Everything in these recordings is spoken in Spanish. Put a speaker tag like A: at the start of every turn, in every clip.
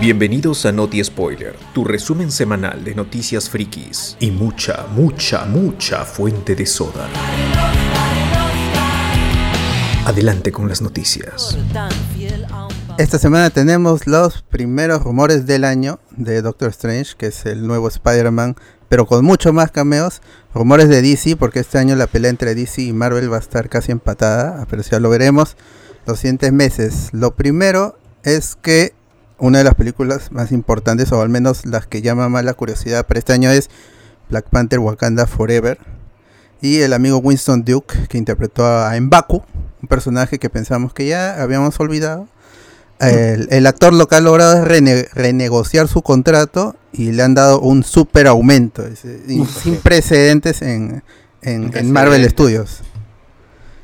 A: Bienvenidos a Noti Spoiler, tu resumen semanal de noticias frikis y mucha, mucha, mucha fuente de soda. Adelante con las noticias.
B: Esta semana tenemos los primeros rumores del año de Doctor Strange, que es el nuevo Spider-Man, pero con mucho más cameos. Rumores de DC, porque este año la pelea entre DC y Marvel va a estar casi empatada, pero ya lo veremos los siguientes meses. Lo primero es que una de las películas más importantes, o al menos las que llama más la curiosidad para este año, es Black Panther Wakanda Forever. Y el amigo Winston Duke, que interpretó a M'Baku, un personaje que pensamos que ya habíamos olvidado. El, el actor lo que ha logrado es rene- renegociar su contrato y le han dado un super aumento, es, eh, in- sin precedentes en, en- en Marvel Studios.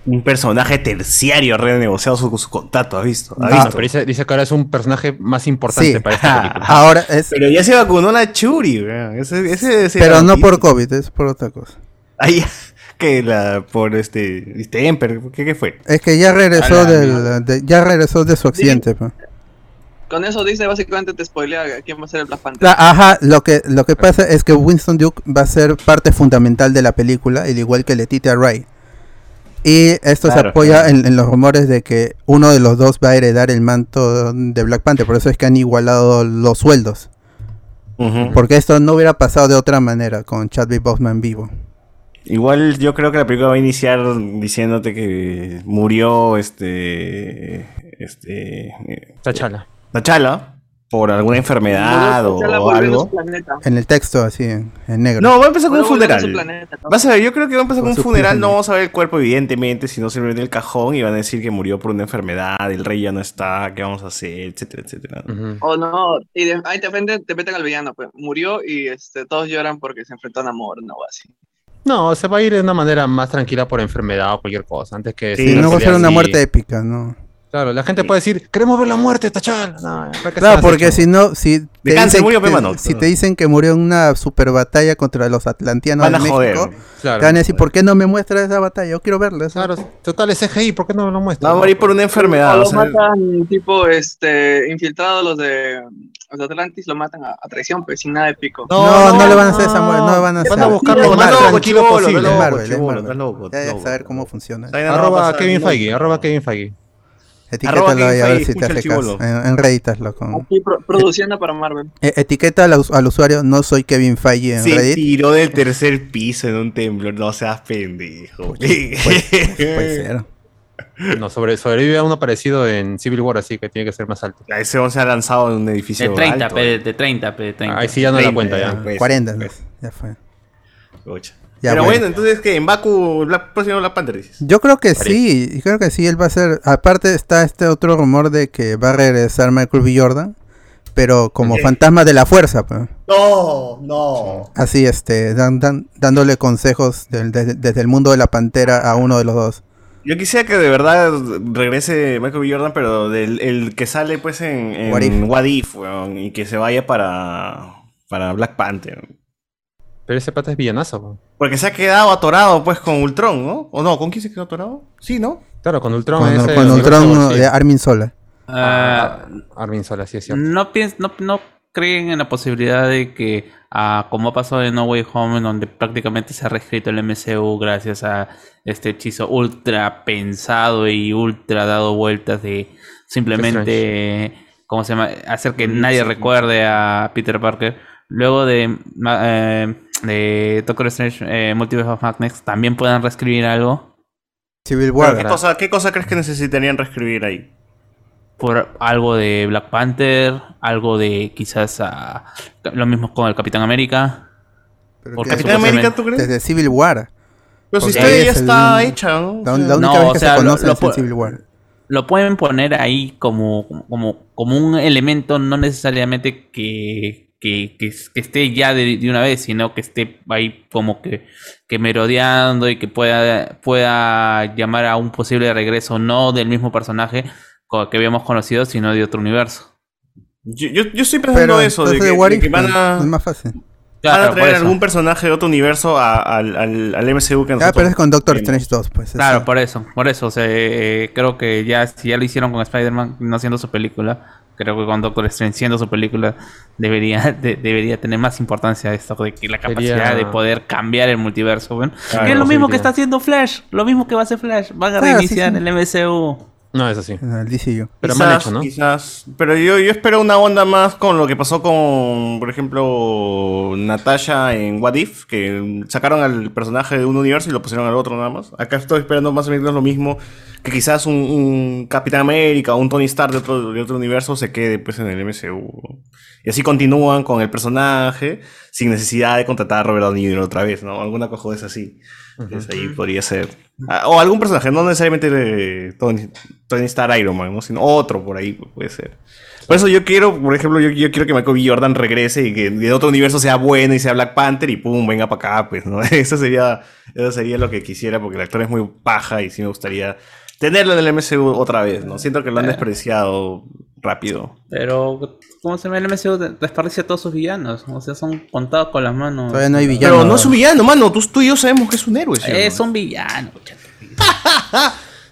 C: Un personaje terciario ha renegociado su, su contrato, ¿has visto? ¿Has
B: No,
C: visto?
D: Ah, Pero dice, dice que ahora es un personaje más importante
B: Sí.
D: para esta película.
B: Ahora es,
C: Pero ya se vacunó la Churi, weón. Ese, ese, ese
B: pero no por
C: noticia.
B: COVID, es por otra cosa.
C: Ahí, que la. Por este. Este Emper, ¿qué, qué fue?
B: Es que ya regresó
C: A la
B: del, de, ya regresó de su accidente. pues. pa.
E: Con eso Disney básicamente te spoilea quién va a ser el Black Panther.
B: La- ajá, lo que lo que pasa es que Winston Duke va a ser parte fundamental de la película, al igual que Letitia Wright. Y esto se
C: Claro,
B: apoya en, en los rumores de que uno de los dos va a heredar el manto de Black Panther, por eso es que han igualado los sueldos, porque esto no hubiera pasado de otra manera con Chadwick Boseman vivo.
C: Igual yo creo que la película va a iniciar diciéndote que murió este. Este. eh,
D: Tachala.
C: T'Challa por alguna enfermedad
E: Volvió- T'Challa
C: o
E: volvió de
C: algo.
E: su planeta.
B: En el texto así en, en negro.
C: No, va a empezar con
E: Volvió
C: un
E: de su
C: funeral.
E: planeta, ¿no?
C: Vas a ver, yo creo que va a empezar con
B: Con
C: un
B: su
C: funeral. No
B: funeral.
C: vamos a ver el cuerpo, evidentemente, sino simplemente el cajón y van a decir que murió por una enfermedad, el rey ya no está, ¿qué vamos a hacer? Etcétera, etcétera.
D: Ujú.
E: O no, y de- ahí te, enfrente- te meten al villano, pues murió y este, todos lloran porque se enfrentó a Namor, no así.
D: No, se va a ir de una manera más tranquila por enfermedad o cualquier cosa. Antes que.
C: Sí,
B: Y
D: se
B: no va a ser
D: pelea
B: una
D: así.
B: muerte épica, ¿no.
D: Claro, la gente puede decir, queremos ver la muerte, Tachala. No, ¿para qué
B: Claro,
D: estás
B: porque
D: hecho?
B: si no, si te,
C: cáncer
B: dicen,
C: murió, pe,
B: que-
C: mano.
B: si te dicen que murió en una super batalla contra los atlantianos
C: Van
B: de
C: a
B: México,
C: joder.
D: Claro.
B: te van a decir, ¿por qué no me muestras esa batalla? Yo quiero verla. esa-
D: Claro, total es CGI, ¿por qué no me lo
C: Va
D: muestras?
C: a morir por una enfermedad.
E: O
C: o
E: los
C: sea,
E: matan, tipo, este, infiltrados los de los de Atlantis, lo matan a, a traición, pues sin nada épico.
B: No, no, le van a hacer esa muerte, no le van a hacer.
D: Van a buscar
C: No,
D: lo más
C: no,
D: tranquilo
C: chibolo,
D: posible.
C: no,
B: Es
C: loco,
B: Marvel, es
C: chibolo,
B: Marvel.
C: estás loco,
B: Ya hay que
C: loco.
B: saber cómo funciona.
C: Está bien, no va a
D: Arroba
C: pasar,
D: Kevin
C: no.
D: Feige, arroba Kevin Feige.
B: Etiquétalo
C: Arroba
B: ahí a
C: Kevin
B: ver si
C: Feige,
B: te hace
C: escucha el
B: caso.
C: chibolo.
B: En, en Reddit hazlo con.
E: Aquí pro- produciendo para Marvel.
B: E- etiqueta al, us- al usuario, no soy Kevin Feige en
C: Se
B: Reddit.
C: tiró del tercer piso en un temblor. No seas pendejo.
B: Pues, Puede ser.
D: No, sobre, sobrevive a uno parecido en Civil War, así que tiene que ser más alto.
C: A Ese hombre se ha lanzado en un edificio.
F: De 30,
C: alto. eh,
F: pe, de 30, pe, de 30.
D: Ahí sí ya no la cuenta
C: Ah,
D: ya.
C: pues,
B: 40, ¿no?
C: pues,
B: ya fue.
C: pucha.
B: Ya,
C: Pero bueno,
B: bueno.
C: entonces que en Baku, la próxima Black Panther. dices.
B: Yo creo que sí, y creo que sí, él va a ser. Aparte está este otro rumor de que va a regresar Michael B. Jordan, pero como fantasma de la fuerza, pues.
C: No, no.
B: Así, este, dan, dan- dándole consejos del- de- desde el mundo de la pantera a uno de los dos.
C: Yo quisiera que de verdad regrese Michael B. Jordan, pero del, el que sale pues en, en
B: What If.
C: What If, weón, y que se vaya para, para Black Panther.
D: Pero ese pata es villanazo. po.
C: Porque se ha quedado atorado pues con Ultron, ¿no? ¿O no? ¿Con quién se quedó atorado? Sí, ¿no?
D: Claro, con Ultron
B: Con,
D: ese.
B: con Ultron
D: universo, sí.
B: de eh, Armin Sola.
F: Ah,
D: Armin Sola, sí es cierto.
F: no, piens- no, no creen en la posibilidad de que, ah, como ha pasado en No Way Home, en donde prácticamente se ha reescrito el MCU gracias a este hechizo ultra pensado y ultra dado vueltas de simplemente, ¿cómo se llama? Hacer que nadie recuerde a Peter Parker. Luego de, ma- eh, de Doctor Strange eh, Multiverse of Madness, también puedan reescribir algo.
B: Civil
C: Pero,
B: War.
C: ¿qué, cosa, ¿Qué cosa crees que necesitarían reescribir ahí?
F: por algo de Black Panther, algo de quizás ah, lo mismo con el Capitán América.
B: Pero
F: Porque
B: que-
C: ¿Capitán
F: supuestamente-
C: América, tú crees?
B: Desde Civil War.
C: Pero su
B: porque
C: historia
B: es
C: ya
B: el-
C: está hecha, ¿no? O
B: La,
C: sea,
B: la única
F: No,
B: vez
F: o
B: que
F: sea,
B: se
F: lo-
B: conoce
F: lo
B: es en
F: pu-
B: Civil War.
F: Lo pueden poner ahí como, como, como un elemento no necesariamente que, que, que es- que esté ya de, de una vez, sino que esté ahí como que, que merodeando y que pueda, pueda llamar a un posible regreso no del mismo personaje co- que habíamos conocido, sino de otro universo.
C: Yo, yo, yo estoy pensando
B: Pero
C: eso, de
B: entonces
C: que,
B: de War
C: de
B: If,
C: que van
B: pues,
C: a,
B: es más fácil.
C: van a
F: Claro, por
C: traer
F: eso.
C: algún personaje de otro universo a- al, al, al MCU que nosotros...
B: Ah, pero es con Doctor
C: Bien.
B: Strange 2, pues. eso.
F: eh, Claro, por eso, por eso. o sea, eh, creo que ya, si ya lo hicieron con Spider-Man, no haciendo su película, Creo que con Doctor Strange siendo su película debería, de- debería tener más importancia esto de que la capacidad
D: Sería-
F: de poder cambiar el multiverso. Bueno,
C: Claro,
F: que es lo mismo
D: posibilidad.
F: que está haciendo Flash, lo mismo que va a hacer Flash. Van a
B: Claro, sí, Ah,
F: reiniciar
B: sí.
F: el MCU.
D: No, es así.
B: En el DCU.
D: Pero
C: quizás,
D: mal hecho, ¿no?
C: Quizás. Pero yo, yo espero una onda más con lo que pasó con, por ejemplo, Natasha en What If, que sacaron al personaje de un universo y lo pusieron al otro nada más. Acá estoy esperando más o menos lo mismo, que quizás un, un Capitán América o un Tony Stark de otro, de otro universo se quede pues en el MCU. Y así continúan con el personaje sin necesidad de contratar a Robert Downey Jr. otra vez, ¿no? Alguna cosa es así. Entonces, ahí podría ser. Ah, O algún personaje, no necesariamente de Tony, Tony Stark Iron Man, ¿no? sino otro por ahí puede ser. Por eso yo quiero, por ejemplo, yo, yo quiero que Michael B. Jordan regrese y que de otro universo sea bueno y sea Black Panther y pum, venga para acá, pues, ¿no? Eso sería, eso sería lo que quisiera porque el actor es muy paja y sí me gustaría tenerlo en el MCU otra vez, ¿no? Siento que lo han despreciado rápido.
F: Pero, ¿cómo se llama el MCU? De- Desperdicia a todos sus villanos. O sea, son contados con las manos. Eh,
B: Todavía no hay villano.
C: Pero no es un villano, mano. Tú, tú y yo sabemos que es un héroe, ¿sí o no?
F: Es un villano.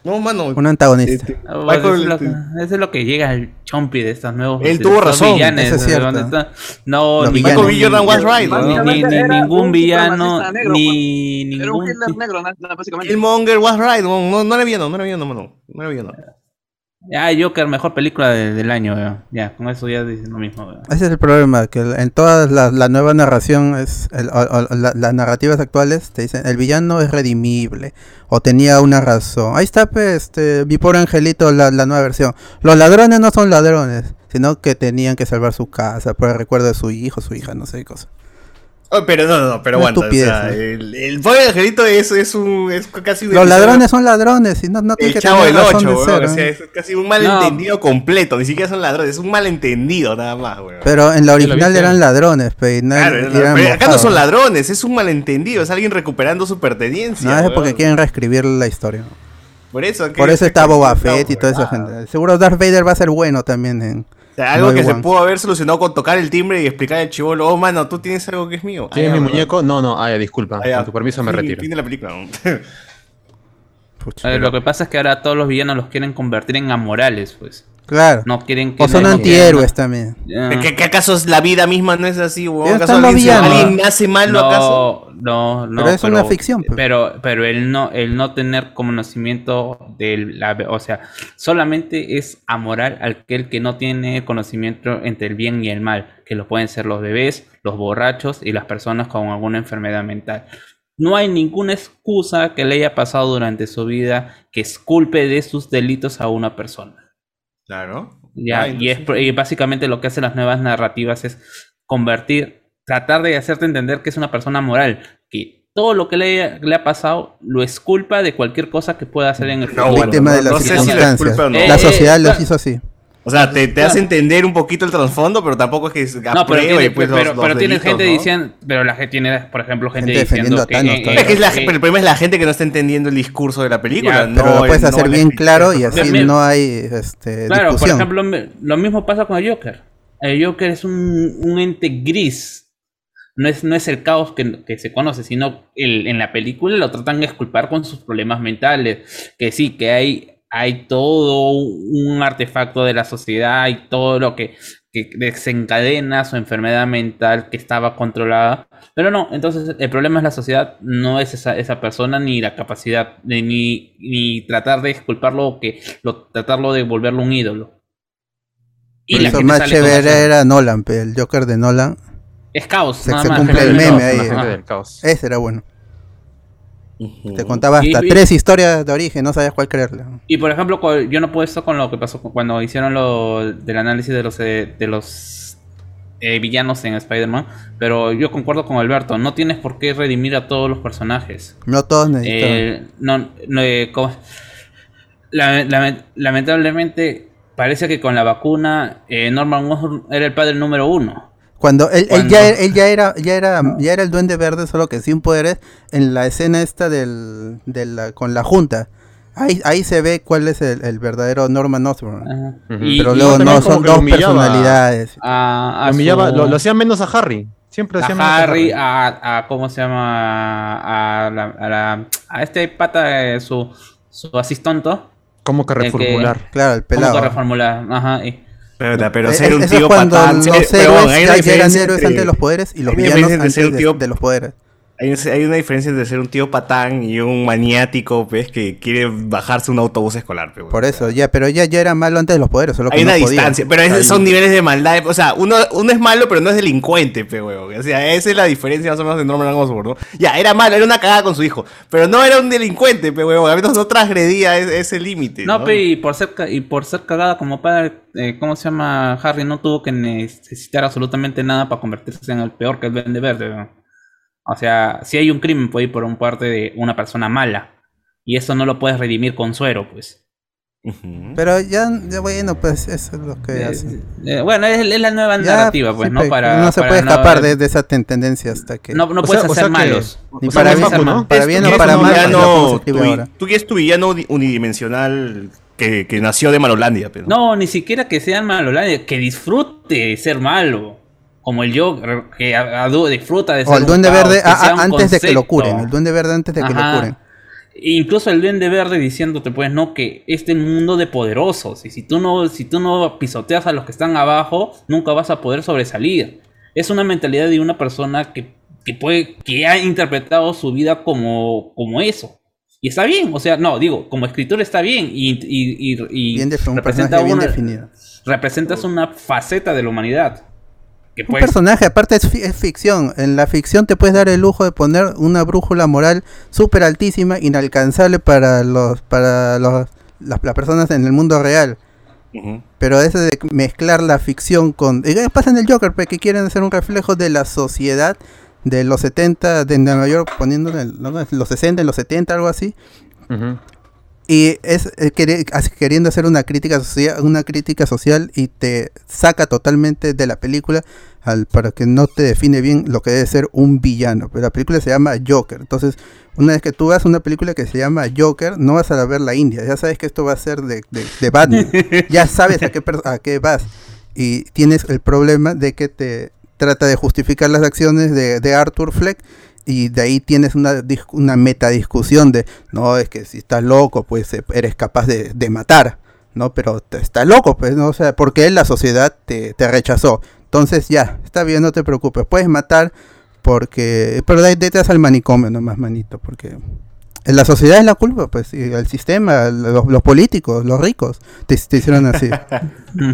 C: No, mano.
B: Un antagonista.
C: Este,
F: Ah, bueno,
C: Michael,
F: eso, es
C: este,
F: lo, eso es lo que llega al chompi de estos nuevos.
C: Él
F: de
C: tuvo
F: estos
C: razón.
F: Villanes,
B: Eso es
F: de
B: cierto.
F: dónde están. No,
B: Los
F: ni-
B: villanos.
C: Michael B. Jordan was right,
F: ni-
C: ¿no?
F: ni- ni
E: Era un
F: ningún villano,
E: supremacista negro, pues.
F: ni
E: Era un
F: ningún.
E: Hitler negro, na- na- básicamente.
C: Killmonger was right, no, no, no era villano, no era villano, mano. No era villano.
F: Ah, Joker, mejor película de- del año, weón. Ya, con eso ya dicen lo mismo, weón.
B: Ese es el problema, que en toda la, la nueva narración, es el- o- o- la- las narrativas actuales te dicen, el villano es redimible, o tenía una razón. Ahí está, pues, este, mi pobre angelito, la, la nueva versión. Los ladrones no son ladrones, sino que tenían que salvar su casa por el recuerdo de su hijo, su hija, no sé qué cosa.
C: Oh, pero no, no, no, pero
B: Una
C: aguanta. o
B: estupidez,
C: sea,
B: ¿no?
C: el, el pobre angelito es, es un. Es casi un
B: Los
C: episodio-
B: ladrones son ladrones, y no, no tienen
C: El
B: que
C: chavo
B: tener
C: del
B: razón
C: 8,
B: de
C: weón.
B: ser, ¿eh?
C: O
B: ¿no?
C: sea, es casi un malentendido completo. Ni siquiera son ladrones, es un malentendido nada más, weón.
B: Pero eh, en la original
D: viste?
B: eran ladrones, pe, y no-
C: Claro,
B: eran
C: no, no, pero acá no
B: mojados.
C: son ladrones, es un malentendido, es alguien recuperando su pertenencia.
B: No, es
C: weón.
B: porque quieren reescribir la historia.
C: Por eso, que-
B: Por eso está Boba Fett y
C: weón.
B: toda esa gente. Seguro Darth Vader va a ser bueno también en...
C: O sea, algo
B: No,
C: que se
B: igual.
C: pudo haber solucionado con tocar el timbre y explicar al chivolo, oh mano, tú tienes algo que es mío.
D: ¿Tienes
C: Ah, ya,
D: mi muñeco? No, no, ah, ya, disculpa.
C: Ah, ya.
D: Con tu permiso me
C: Fin-
D: retiro.
C: Fin de la película. weón.
B: Pucha.
F: A ver, lo que pasa es que ahora todos los villanos los quieren convertir en amorales, pues.
B: Claro.
F: No quieren que.
B: o son
F: no-
B: antihéroes también.
F: Ya.
C: ¿Que, que acaso es la vida misma no es así, weón?
B: Ah. Ya
C: ¿Acaso
B: están los
C: alguien, se-
B: villanos.
C: alguien nace malo
F: no,
C: acaso?
F: No, no.
B: Pero es una ficción, pues.
F: Pero, pero el no, el no tener conocimiento del, la, o sea, solamente es amoral aquel que no tiene conocimiento entre el bien y el mal, que lo pueden ser los bebés, los borrachos y las personas con alguna enfermedad mental. No hay ninguna excusa que le haya pasado durante su vida que esculpe de sus delitos a una persona.
C: Claro.
F: Ya,
C: Ah,
F: y, es,
C: entonces-
F: y básicamente lo que hacen las nuevas narrativas es convertir, tratar de hacerte entender que es una persona moral, que todo lo que le, le ha pasado lo es culpa de cualquier cosa que pueda hacer en el
C: No,
F: futuro.
B: Víctima
C: Ah, bueno,
B: de las
C: no sé si la
B: circunstancias.
C: culpa o no.
B: La
F: Eh,
B: sociedad
F: eh,
B: los
F: claro.
B: hizo así.
C: O sea, te, te hace entender un poquito el trasfondo, pero tampoco es que se
F: No, pero
C: apruebe,
F: tiene,
C: pues, los-
F: pero,
C: los
F: pero tiene
C: delitos,
F: gente
C: ¿no?
F: diciendo, pero la gente tiene, por ejemplo, gente,
B: Gente defendiendo
F: diciendo
B: a Thanos, claro.
C: Es que es la-
F: eh,
C: pero el problema es la gente que no está entendiendo el discurso de la película.
F: Ya,
C: no,
B: Pero lo puedes
C: no
B: hacer
C: la
B: bien
C: explicación.
B: claro y así
F: También-
B: no hay este,
F: Claro, por
B: discusión.
F: ejemplo, me- lo mismo pasa con el Joker. El Joker es un, un ente gris. No es, no es el caos que, que se conoce, sino el- en la película lo tratan de exculpar con sus problemas mentales. Que sí, que hay, hay todo un artefacto de la sociedad y todo lo que, que desencadena su enfermedad mental que estaba controlada. Pero no, entonces el problema es la sociedad, no es esa, esa persona ni la capacidad, de- ni, ni tratar de exculparlo o que lo, tratarlo de volverlo un ídolo.
B: Por
F: la
B: eso
F: gente
B: más
F: sale con eso.
B: chévere era Nolan, pe, el Joker de Nolan.
F: Es caos,
B: se-
F: nada
B: se
F: más.
B: cumple
F: gente
B: el
F: del
B: meme
F: caos,
B: ahí, eh.
D: La
F: ajá.
D: gente del caos.
B: Ese era bueno. Te
C: Ujú.
B: contaba hasta
F: Y- y-
B: tres historias de origen, no sabías cuál creerle.
F: Y por ejemplo, cu- yo no puedo esto con lo que pasó cu- cuando hicieron lo del análisis de los eh, de los eh, villanos en Spider-Man, pero yo concuerdo con Alberto, no tienes por qué redimir a todos los personajes.
B: No todos necesitan.
F: Eh, no, no, eh, co- la- la- lamentablemente parece que con la vacuna eh, Norman Osborn era el padre número uno.
B: Cuando él, él
F: Cuando-
B: ya, er, él ya era ya era ya era el duende verde, solo que sin poderes en la escena esta del, de la- con la junta. Ahí, ahí se ve cuál es el, el verdadero Norman Osborn.
F: Ajá.
D: Ujú.
F: Y-
B: Pero
F: y
B: luego
D: también
B: no
D: como
B: son
D: que lo
B: dos
D: humillaba.
B: personalidades.
F: a, a
D: Lo humillaba-
F: su-
D: lo, lo hacía menos a Harry. Siempre hacía menos
F: a Harry, a, a- cómo se llama, a, la- a la- a este pata, eh, su, su asistonto.
D: ¿Cómo que
F: el que-
D: reformular?
B: Claro, el
F: ¿Cómo que
B: pelado.
F: reformular? Ajá, y-
C: Pero, pero
B: Eh,
C: ser un
B: eso es
C: tío
B: cuando
C: patán.
B: los
C: ser-
B: héroes
C: huevón, hay una
B: ya eran
C: diferencia
B: héroes
C: entre-
B: antes de los poderes y los
C: hay una
B: villanos
C: diferencia entre
B: antes
C: ser un
B: de,
C: tío-
B: de los poderes.
C: Hay, un- hay una diferencia entre ser un tío patán y un maniático, pues, que quiere bajarse un autobús escolar, pues,
B: Por
C: huevón.
B: eso, ya, pero ya, ya era malo antes de los poderes, solo que
C: Hay
B: no
C: una
B: podía.
C: distancia, pero es- son niveles de maldad. O sea, uno, uno es malo, pero no es delincuente, pe huevón. O sea, esa es la diferencia más o menos de Norman Osborn, ¿no? Ya, era malo, era una cagada con su hijo, pero no era un delincuente, pe huevón. A menos no transgredía ese, ese límite.
F: No, pe, y por ser, ca- y por ser cagada como padre, eh, ¿cómo se llama? Harry no tuvo que necesitar absolutamente nada para convertirse en el peor que el Duende Verde. ¿no? O sea, si hay un crimen, puede ir por un parte de una persona mala. Y eso no lo puedes redimir con suero, pues.
C: Ujú.
B: Pero ya, ya, bueno, pues eso es lo que
F: Eh,
B: hacen.
F: eh, bueno, es, es la nueva
B: Ya,
F: narrativa, pues,
B: sí,
F: ¿no?
B: pe-
F: Para,
B: no se
F: para
B: puede
F: no-
B: escapar de, de esa ten- tendencia hasta que...
F: No, no
D: O
F: puedes
D: sea- o sea
F: hacer
D: que-
F: malos.
B: ni
D: o sea,
B: para,
D: no
B: bien,
D: es Facu, ¿no?
B: para
C: Es-
B: bien
C: tú
B: o
C: quieres
B: para
C: un
B: mal, es
C: villano
B: lo que se escribe
C: tubi-
B: ahora.
C: Tú quieres tu villano uni- unidimensional que, que nació de Malolandia, pe,
F: No, ni siquiera que sean malos, la- que disfrute ser malo. Como el Joker, que a- a- disfruta de ser
B: O el
F: un
B: Duende
F: caos,
B: Verde
F: que
B: ah,
F: sea
B: ah,
F: un
B: antes de que lo curen. El
F: concepto.
B: Duende Verde antes de que
F: Ajá.
B: lo curen.
F: Incluso el Duende Verde diciéndote, pues, no, que este es el mundo de poderosos. Y si tú, no, si tú no pisoteas a los que están abajo, nunca vas a poder sobresalir. Es una mentalidad de una persona que, que, puede, que ha interpretado su vida como, como eso. Y está bien, o sea, no, digo, como escritor está bien. Y, y, y- y
B: Bien defi- un
F: representa
B: personaje bien
F: una- pues
B: definido.
F: representas una faceta de la humanidad. Que
B: Un
F: pues,
B: personaje, aparte es, fi- es ficción. En la ficción te puedes dar el lujo de poner una brújula moral súper altísima, inalcanzable para los para los, las, las personas en el mundo real.
C: Ujú.
B: Pero eso de mezclar la ficción con... y ¿qué pasa en el Joker, pe, que quieren hacer un reflejo de la sociedad de los 70, de Nueva York, poniendo en ¿no? en los 60, en los 70, algo así.
D: Ujú.
B: Y es eh, quere- as- queriendo hacer una crítica social, una crítica social y te saca totalmente de la película al, para que no te define bien lo que debe ser un villano. Pero la película se llama Joker. Entonces, una vez que tú vas a una película que se llama Joker, no vas a ver la India. Ya sabes que esto va a ser de, de- de Batman. ya sabes a qué, per- a qué vas. Y tienes el problema de que te trata de justificar las acciones de, de Arthur Fleck y de ahí tienes una, dis- una metadiscusión de, no, es que si estás loco, pues eh, eres capaz de, de matar, ¿no? Pero te- estás loco, pues, ¿no? O sea, porque la sociedad te, te rechazó. Entonces ya, está bien, no te preocupes, puedes matar porque... Pero de ahí te vas al manicomio nomás, manito, porque... La sociedad es la culpa, pues, y el sistema, los, los políticos, los ricos, te, te hicieron así.
F: mm,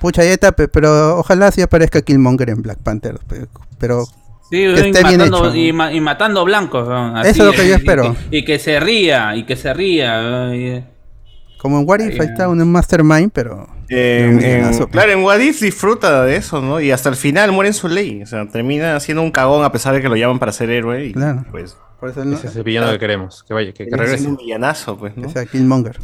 B: Pucha, ya está, pe- pero ojalá sí aparezca Killmonger en Black Panther, pe- pero
F: sí,
B: esté
F: y
B: bien
F: matando,
B: hecho.
F: y, ma- y matando blancos. ¿no?
B: Eso es lo que yo
F: y- y
B: espero.
F: que- Y, que se ría, y que se ría. ¿no? Y-
B: Como en What If, ahí
F: Ahí,
B: está
F: ah.
B: un mastermind, pero.
C: En-
B: de un
C: en-
B: minazo, pe.
C: claro, en Wadif disfruta de eso, ¿no? Y hasta el final muere en su ley. O sea, termina siendo un cagón a pesar de que lo llaman para ser héroe. Y,
B: Claro.
C: Pues,
B: Por eso no.
D: Ese es el villano que queremos. Que vaya, que, que
C: termina siendo
D: regrese.
C: un villanazo, pues, ¿no?
B: O sea, Killmonger.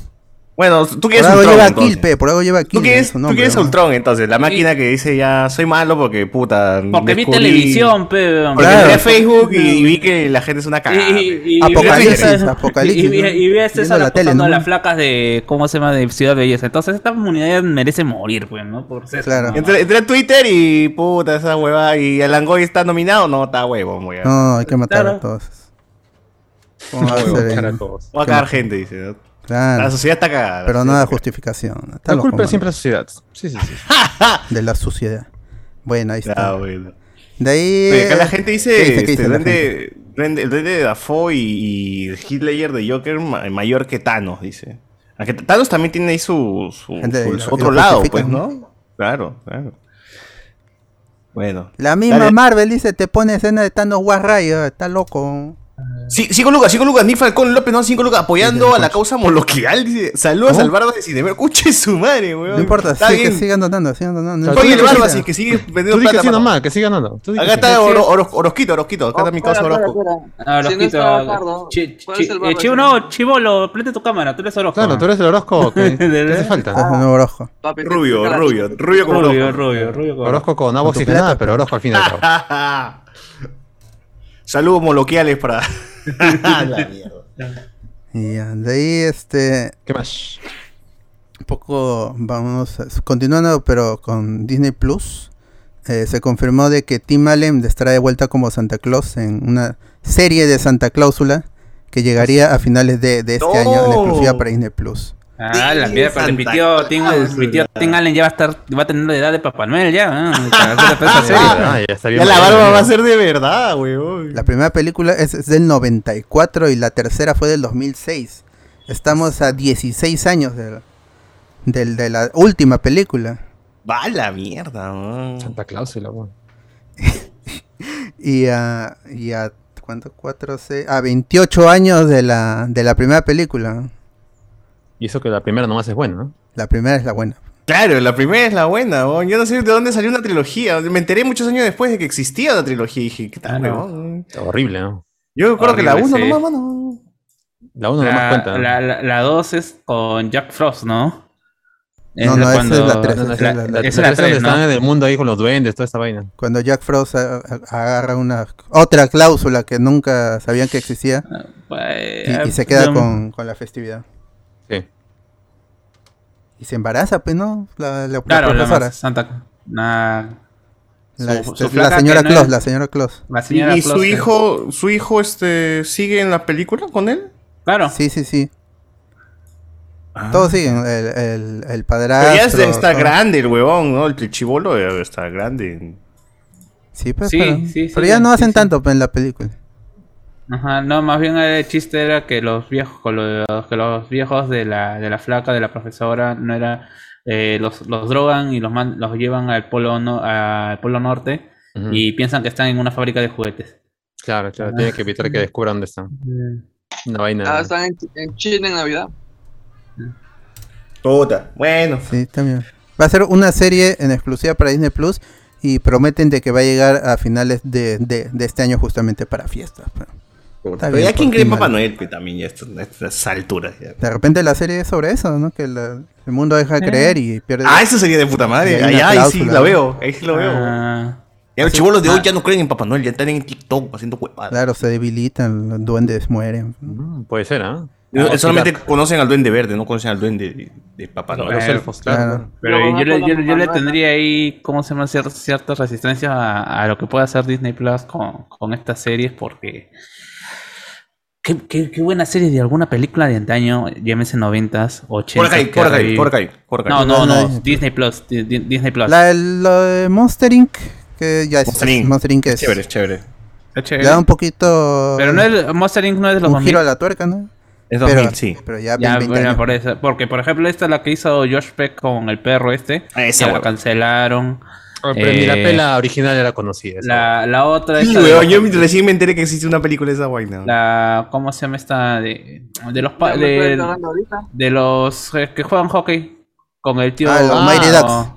C: Bueno, tú
B: Por
C: quieres
B: algo
C: Ultron,
B: lleva a
C: entonces.
B: Kill, pe, por algo lleva a Kill. eh,
C: Tú quieres,
B: su
C: tú
B: nombre,
C: quieres
B: ¿no?
C: Ultron, entonces. La máquina que dice ya soy malo porque puta.
F: Porque vi
C: descubrí-
F: televisión, pe,
C: Porque
B: Claro.
C: entré a Facebook y vi que la gente es una cagada. pues. pe.
F: Y- y- y-
B: Apocalipsis,
F: y ves a-
B: apocalipsis,
F: Y, y,
B: ¿no?
F: y ves a
B: Viendo
F: César
B: la tele,
F: acusando a
B: ¿no?
F: las flacas de, ¿cómo se llama? De Ciudad Belleza. Entonces esta comunidad merece morir, pues, ¿no? Por César.
B: Claro.
F: ¿no?
C: Entré, entré a Twitter y puta esa hueva. ¿Y el Langoy está nominado? No, está huevo, muy bien.
B: No, hay que matar a
F: Claro.
B: todos. ¿Cómo va a
D: Huevo,
B: ser,
D: echar
B: eh?
D: a todos.
C: Voy a cagar gente, dice. ¿no? La
B: Claro.
C: sociedad está cagada.
B: Pero
C: la sociedad
B: nada de
C: está
B: justificación. Está
D: La
B: loco,
D: culpa
B: mano,
D: es siempre la sociedad. Sí, sí, sí.
B: De la suciedad. Bueno, ahí
C: cagada. Ah,
B: está.
C: bueno.
B: De ahí.
C: Oye, acá la gente
B: eh, ¿Qué
C: dice,
B: dice, qué
C: este,
B: dice la gente?
C: Duende- Duende- el duende de Dafoe y, y Hitler de Joker ma- mayor que Thanos, dice. Aunque Thanos también tiene ahí su, su-
B: Gente,
C: su-
B: y lo-
C: su
B: y
C: otro
B: lo
C: lado, pues,
B: justifican,
C: ¿no? Claro, claro. Bueno.
B: La misma
C: Dale.
B: Marvel dice: te pone escena de Thanos War Rayo. Está loco.
C: Sí, cinco lucas, cinco lucas, ni Falcón López, no, cinco lucas, apoyando a la causa moloquial, dice. Saludos
B: ¿Cómo?
C: al Barba de Cinemero. Escuche su madre, weón.
B: No importa,
C: Está
B: sí, que
C: bien.
B: sigan donando, sigan donando. no
D: Oye,
C: Oye, el
B: importa.
C: Barba, si es que sigue vendiendo
D: Tú di que
C: plata.
D: sí
C: mano.
D: nomás, que siga andando. Tú di que
C: Acá
D: sí.
C: está Oro- Oro- Orozquito,
E: Oh,
C: Orozquito. Acá está mi causa
E: Espera, espera,
C: Orozco.
E: espera.
F: Ah,
E: Si no
F: Orozquito,
E: está Ricardo,
F: chi-
E: ¿cuál
F: chi-
E: es el barba
F: eh, chivo,
E: que-
F: no, chivolo, prende tu cámara, tú eres Orozco.
D: Claro, tú eres el Orozco. que-
F: De
D: ¿Qué hace
F: verdad.
B: Estás
D: falta?
B: de nuevo rojo.
E: Papi, te-
C: Rubio,
E: te-
C: rubio, rubio como
F: Rubio,
C: loco.
F: rubio, rubio. con-
D: Orozco con agua
B: Con tu
D: oxigenada,
B: plata.
D: pero Orozco al final. cabrón.
C: Saludos moloquiales para. La mierda.
B: Y ya, de ahí, este.
D: ¿Qué más?
B: un poco vamos a- continuando pero con Disney Plus eh, se confirmó de que Tim Allen estará de vuelta como Santa Claus en una serie de Santa Cláusula que llegaría a finales de, de este
C: ¡No!
B: año en exclusiva para Disney Plus
F: Ah, la piedra para repitió, Tim, repitió Tim Allen ya va a estar, va a tener la edad de Papá Noel ya, ¿no? O sea, eso después va a ser.
D: Ah, ya está bien
C: Ya la
D: mayor,
C: barba
D: ya.
C: va a ser de verdad, weón.
B: La primera película es, es del 94 y la tercera fue del 2006. Estamos a 16 años de, del- de la última película.
C: Va a la mierda, weón.
D: Santa Claus y la weón.
B: Y a, y a ¿cuánto? Cuatro, seis- a 28 años de la, de la primera película.
D: Y eso que la primera nomás es buena, ¿no?
B: La primera es la buena.
C: Claro, la primera es la buena, weón. Yo no sé de dónde salió una trilogía. Me enteré muchos años después de que existía la trilogía. Y dije, ¿qué tal,
F: Claro.
C: weón?
D: Está horrible, ¿no?
C: Yo recuerdo que la
F: Horrible,
C: 1
F: sí.
C: nomás, mano.
D: La uno nomás cuenta.
F: La,
D: ¿no?
F: la, la, la dos es con Jack Frost, ¿no?
B: No, no, esa
F: cuando-
B: es la tres,
D: No, no, es
B: la-
D: la,
B: la-
D: la-
F: esa es
D: la tres
F: la tres,
D: donde
F: ¿no?
D: están en el mundo ahí con los duendes, toda esta vaina.
B: Cuando Jack Frost a- a- agarra una otra cláusula que nunca sabían que existía y,
F: Eh,
B: y se queda
F: yo-
B: con, con la festividad.
D: Sí.
B: Y se embaraza, pues, ¿no? La, la- la
F: Claro, la
B: profesora.
F: más Santa. la-
B: La,
F: su-
B: este,
F: su
B: la
F: flaca
B: señora
F: que no era-
B: Claus, la señora Claus.
F: la
C: Y,
F: señora eh.
C: y su
F: Claus, que-
C: hijo, su hijo este, sigue en la película con él.
F: Claro.
B: Sí, sí, sí. Todos siguen. El, el, el padrastro.
C: Pero ya es de- está
B: todo.
C: grande el huevón, ¿no? El chivolo ya está grande.
B: Sí, pues,
F: Sí,
B: pero,
F: sí, sí,
B: pero ya no
F: sí,
B: hacen
F: sí.
B: tanto pues, en la película.
F: Ajá, no, más bien el chiste era que los viejos, con los, que los viejos de la, de la flaca, de la profesora, no era, eh, los, los drogan y los, man- los llevan al polo, no- al polo norte
C: Mm.
D: Ujú.
F: y piensan que están en una fábrica de juguetes.
D: Claro, claro, tiene que evitar que descubran dónde están. Una vaina.
E: Ah, están en, en Chile en Navidad.
C: Toda. Bueno.
B: Sí, también. Va a ser una serie en exclusiva para Disney Plus y prometen de que va a llegar a finales de, de, de este año justamente para fiestas. pero
C: Pero
B: bien,
C: ya quién
B: por
C: cree en
B: fin,
C: Papá
B: mano.
C: Noel, pues también ya está a estas alturas. ya.
B: De repente la serie es sobre eso, ¿no? Que la- el mundo deja creer y pierde.
C: Ah, eso sería de
B: Y
C: puta
B: hay
C: madre.
B: una
C: Ahí, ahí sí
B: cláusula,
C: la
B: ¿no?
C: veo. Ahí sí lo veo.
F: Ah,
C: ya los chivolos de hoy ya no creen en Papá Noel, ya están en TikTok haciendo huevadas.
B: Claro, se debilitan, los duendes mueren.
D: Mm, puede ser, ¿ah?
C: No,
D: Ah, o
C: Solamente
D: quitar
C: conocen al duende verde, no conocen al duende de, de Papá
D: a
C: Noel.
D: los
F: Claro.
D: elfos, claro.
B: Claro.
F: pero
E: Pero
F: yo, le, yo,
E: con
F: yo
E: Papá
F: le
E: Noel.
F: tendría ahí, ¿cómo se llama? Cier- ciertas resistencias a, a lo que puede hacer Disney Plus con, con estas series porque... Qué, qué, qué buena serie de alguna película de antaño, llámese 90s, 80s.
C: Por acá, hay,
F: que
C: por acá, hay,
F: reviv-
C: por acá, hay, por acá.
F: No,
C: hay.
B: No,
F: no, no.
B: no.
F: Disney Plus. Di- Di- Disney Plus.
B: La, lo de Monster Inc. Que ya es.
C: Monster Inc.
B: Monster Inc. es.
C: Chévere, chévere.
F: Está
B: Le
F: chévere.
B: da un poquito.
F: Pero no es, Monster Inc. no es de los
B: un
F: 2000.
B: giro a la tuerca, ¿no?
C: Es
B: pero,
C: 2000, sí.
B: Pero ya,
F: Ya,
B: 20
F: bueno,
B: años.
F: por eso. Porque, por ejemplo, esta es la que hizo Josh Peck con el perro este.
C: Ah, esa
F: ya la
C: hueva.
F: cancelaron.
D: Ah, Pero ni la
F: Eh,
D: pela original era conocida. esa
F: La, la otra
C: Sí,
F: esta de
C: weón,
F: los-
C: yo recién me enteré que existe una película de esa vaina.
F: la- ¿Cómo se llama esta? De, de los... pa-
E: Ya me estoy
F: De,
E: acordando ahorita.
F: de los eh, que juegan hockey. Con el tío...
B: Ah, los Mighty Ducks.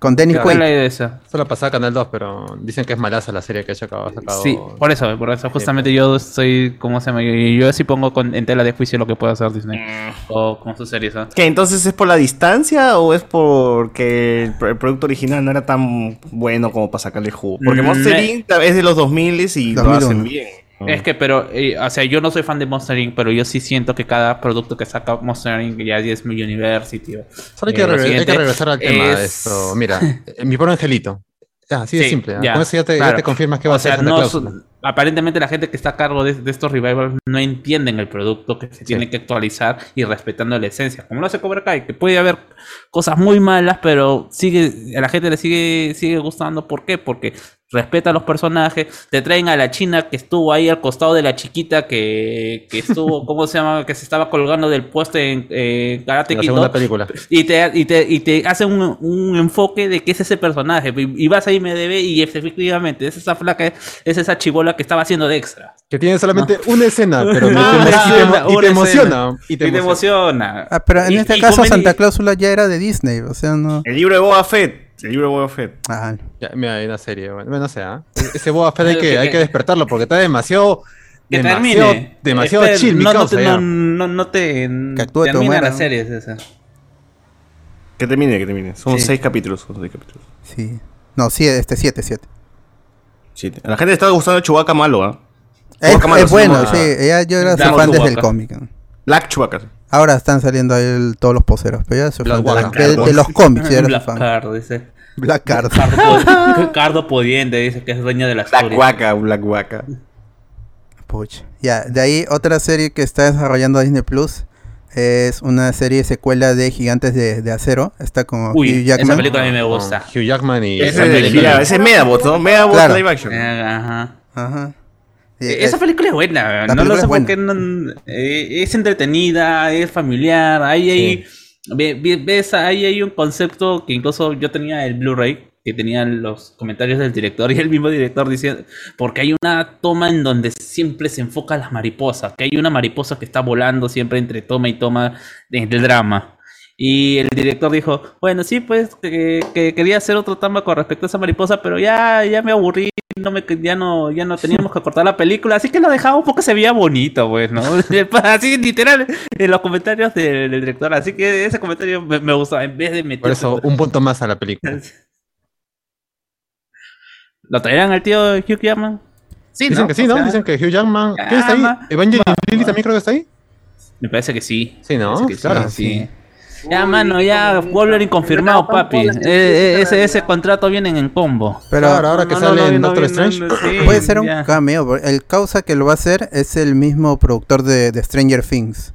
B: Con Dennis Quaid.
F: ¿Cuál es la idea de esa?
D: Solo pasaba Canal 2, pero dicen que es malaza la serie que haya acabado. sacado.
F: Sí, por eso, por eso. Justamente yo estoy, ¿cómo se llama? Yo sí pongo con- en tela de juicio lo que puede hacer Disney. O con sus series. ¿ah?
C: ¿Qué, entonces es por la distancia o es porque el, pr- el producto original no era tan bueno como para sacarle jugo? Porque
F: Mm,
C: Monster
F: eh.
C: Inc. es de los 2000 y lo
B: 2001.
C: hacen bien. Mm.
F: Es que, pero, eh, o sea, yo no soy fan de Monster Inc., pero yo sí siento que cada producto que saca Monster Inc. ya es mi University. o-
D: Solo hay que,
F: eh, lo
D: regre- hay que
F: siguiente
D: regresar al tema de
F: es-
D: esto. Mira, eh, mi pobre angelito. Ah, así de
F: Sí,
D: simple. ah.
F: ya,
D: Con eso ya te, ya
F: claro.
D: te confirmas que
F: O
D: va a ser
F: sea,
D: Santa
F: no
D: Claus.
F: son- aparentemente la gente que está a cargo de, de estos revivals no entienden el producto que se tiene que actualizar y respetando la esencia. Como lo hace Cobra Kai, que puede haber cosas muy malas, pero sigue a la gente le sigue sigue gustando. ¿Por qué? Porque respeta a los personajes, te traen a la china que estuvo ahí al costado de la chiquita que, que estuvo, ¿cómo se llama? Que se estaba colgando del puesto en eh, Karate
D: La
F: Kid.
D: segunda
F: ¿no?
D: película.
F: Y te, y te, y te hace un, un enfoque de que es ese personaje. Y, y vas a IMDB y efectivamente es esa flaca, es esa chibola que estaba haciendo de extra.
D: Que tiene solamente una escena, pero me-
F: Ah,
D: te-
F: una
D: y te-
F: escena,
D: y te
F: una
D: emociona.
F: Y te emociona.
B: Ah, pero en
F: Y-
B: este
F: y
B: caso
F: comen-
B: Santa Clausula ya era de Disney, o sea, no.
C: El libro de Boba Fett. El libro de Boba Fett.
B: Ah,
D: Ya, mira, hay una serie, bueno, bueno, no sé, ¿ah? Ese Boba Fett hay
F: Claro,
D: que,
F: que-
D: hay que despertarlo porque está demasiado.
F: Que
D: demasiado,
F: termine.
D: demasiado
F: Este,
D: chill, mi
F: no, no
D: causa,
F: te,
D: ya.
F: no, no, no te.
B: Que actúe tu
F: termina
B: hermana,
F: las
B: ¿no?
F: series esas.
C: Que termine, que termine. Son
F: Sí.
C: seis capítulos. Son seis capítulos.
B: sí. No, sí, este 7, 7.
C: Siete. A la gente le está gustando Chubaca malo, ¿ah?
B: Es,
C: Poca mano,
B: es bueno,
C: somos-
B: sí. Ella, yo era
F: Damos
B: fan
F: tu
B: desde el
F: boca.
B: cómic. ¿no?
C: Black Chubaca.
B: Ahora están saliendo ahí el- todos los poseros, pero ya soy
D: Black
B: fan de-
D: Water.
B: de, de los cómics, ya era
F: Black
B: su fan.
F: Card, dice.
B: Black Card.
F: Cardo, Pod- Cardo Podiente dice que es dueño de la
C: Black
F: serie.
C: Waka, Black Waka.
B: Puch. Ya, de ahí otra serie que está desarrollando Disney Plus es una serie secuela de Gigantes de, de Acero. Está con
F: Uy,
B: Hugh
F: esa
B: Jackman.
F: película a mí me
D: Con
F: gusta.
D: Hugh Jackman y.
C: Ese
F: Esa
C: es,
F: película.
C: mira, ese es Medabot, ¿no? Medabot
B: Claro.
C: live action.
F: Eh, Ajá.
B: Ajá. Y
F: Eh,
B: es-
F: Esa película es buena, no
B: película
F: lo
B: es
F: sé por
B: buena.
F: qué no- eh, es entretenida, es familiar, ahí hay, ve- ve- ves, ahí hay un concepto que incluso yo tenía el Blu-ray, que tenía los comentarios del director y el mismo director diciendo, porque hay una toma en donde siempre se enfoca las mariposas, que hay una mariposa que está volando siempre entre toma y toma del drama. Y el director dijo, bueno, sí, pues que, que quería hacer otro tamba con respecto a esa mariposa, pero ya, ya me aburrí, no me, ya, no, ya no teníamos que cortar la película, así que lo dejamos porque se veía bonito, pues, ¿no? así, literal, en los comentarios del, del director, así que ese comentario me, me gustaba, en vez de meter...
D: Por eso, un punto más a la película.
F: ¿Lo traerán al tío Hugh Jackman? Sí,
D: Dicen que sí,
F: O
D: ¿no?
F: sea,
D: Dicen que Hugh Jackman. ¿Quién está ahí?
F: Llama.
D: ¿Evangeline Lilly también creo que está ahí?
F: Me parece que sí.
D: Sí, ¿no?
F: Me parece que
D: Claro.
F: sí. Ya, mano, ya Wolverine confirmado, papi. Eh, eh, ese, ese contrato viene en combo.
B: pero
D: Claro, ahora que sale en Doctor Strange.
B: puede ser un cameo. porque El causa que lo va a hacer es el mismo productor de, de Stranger Things,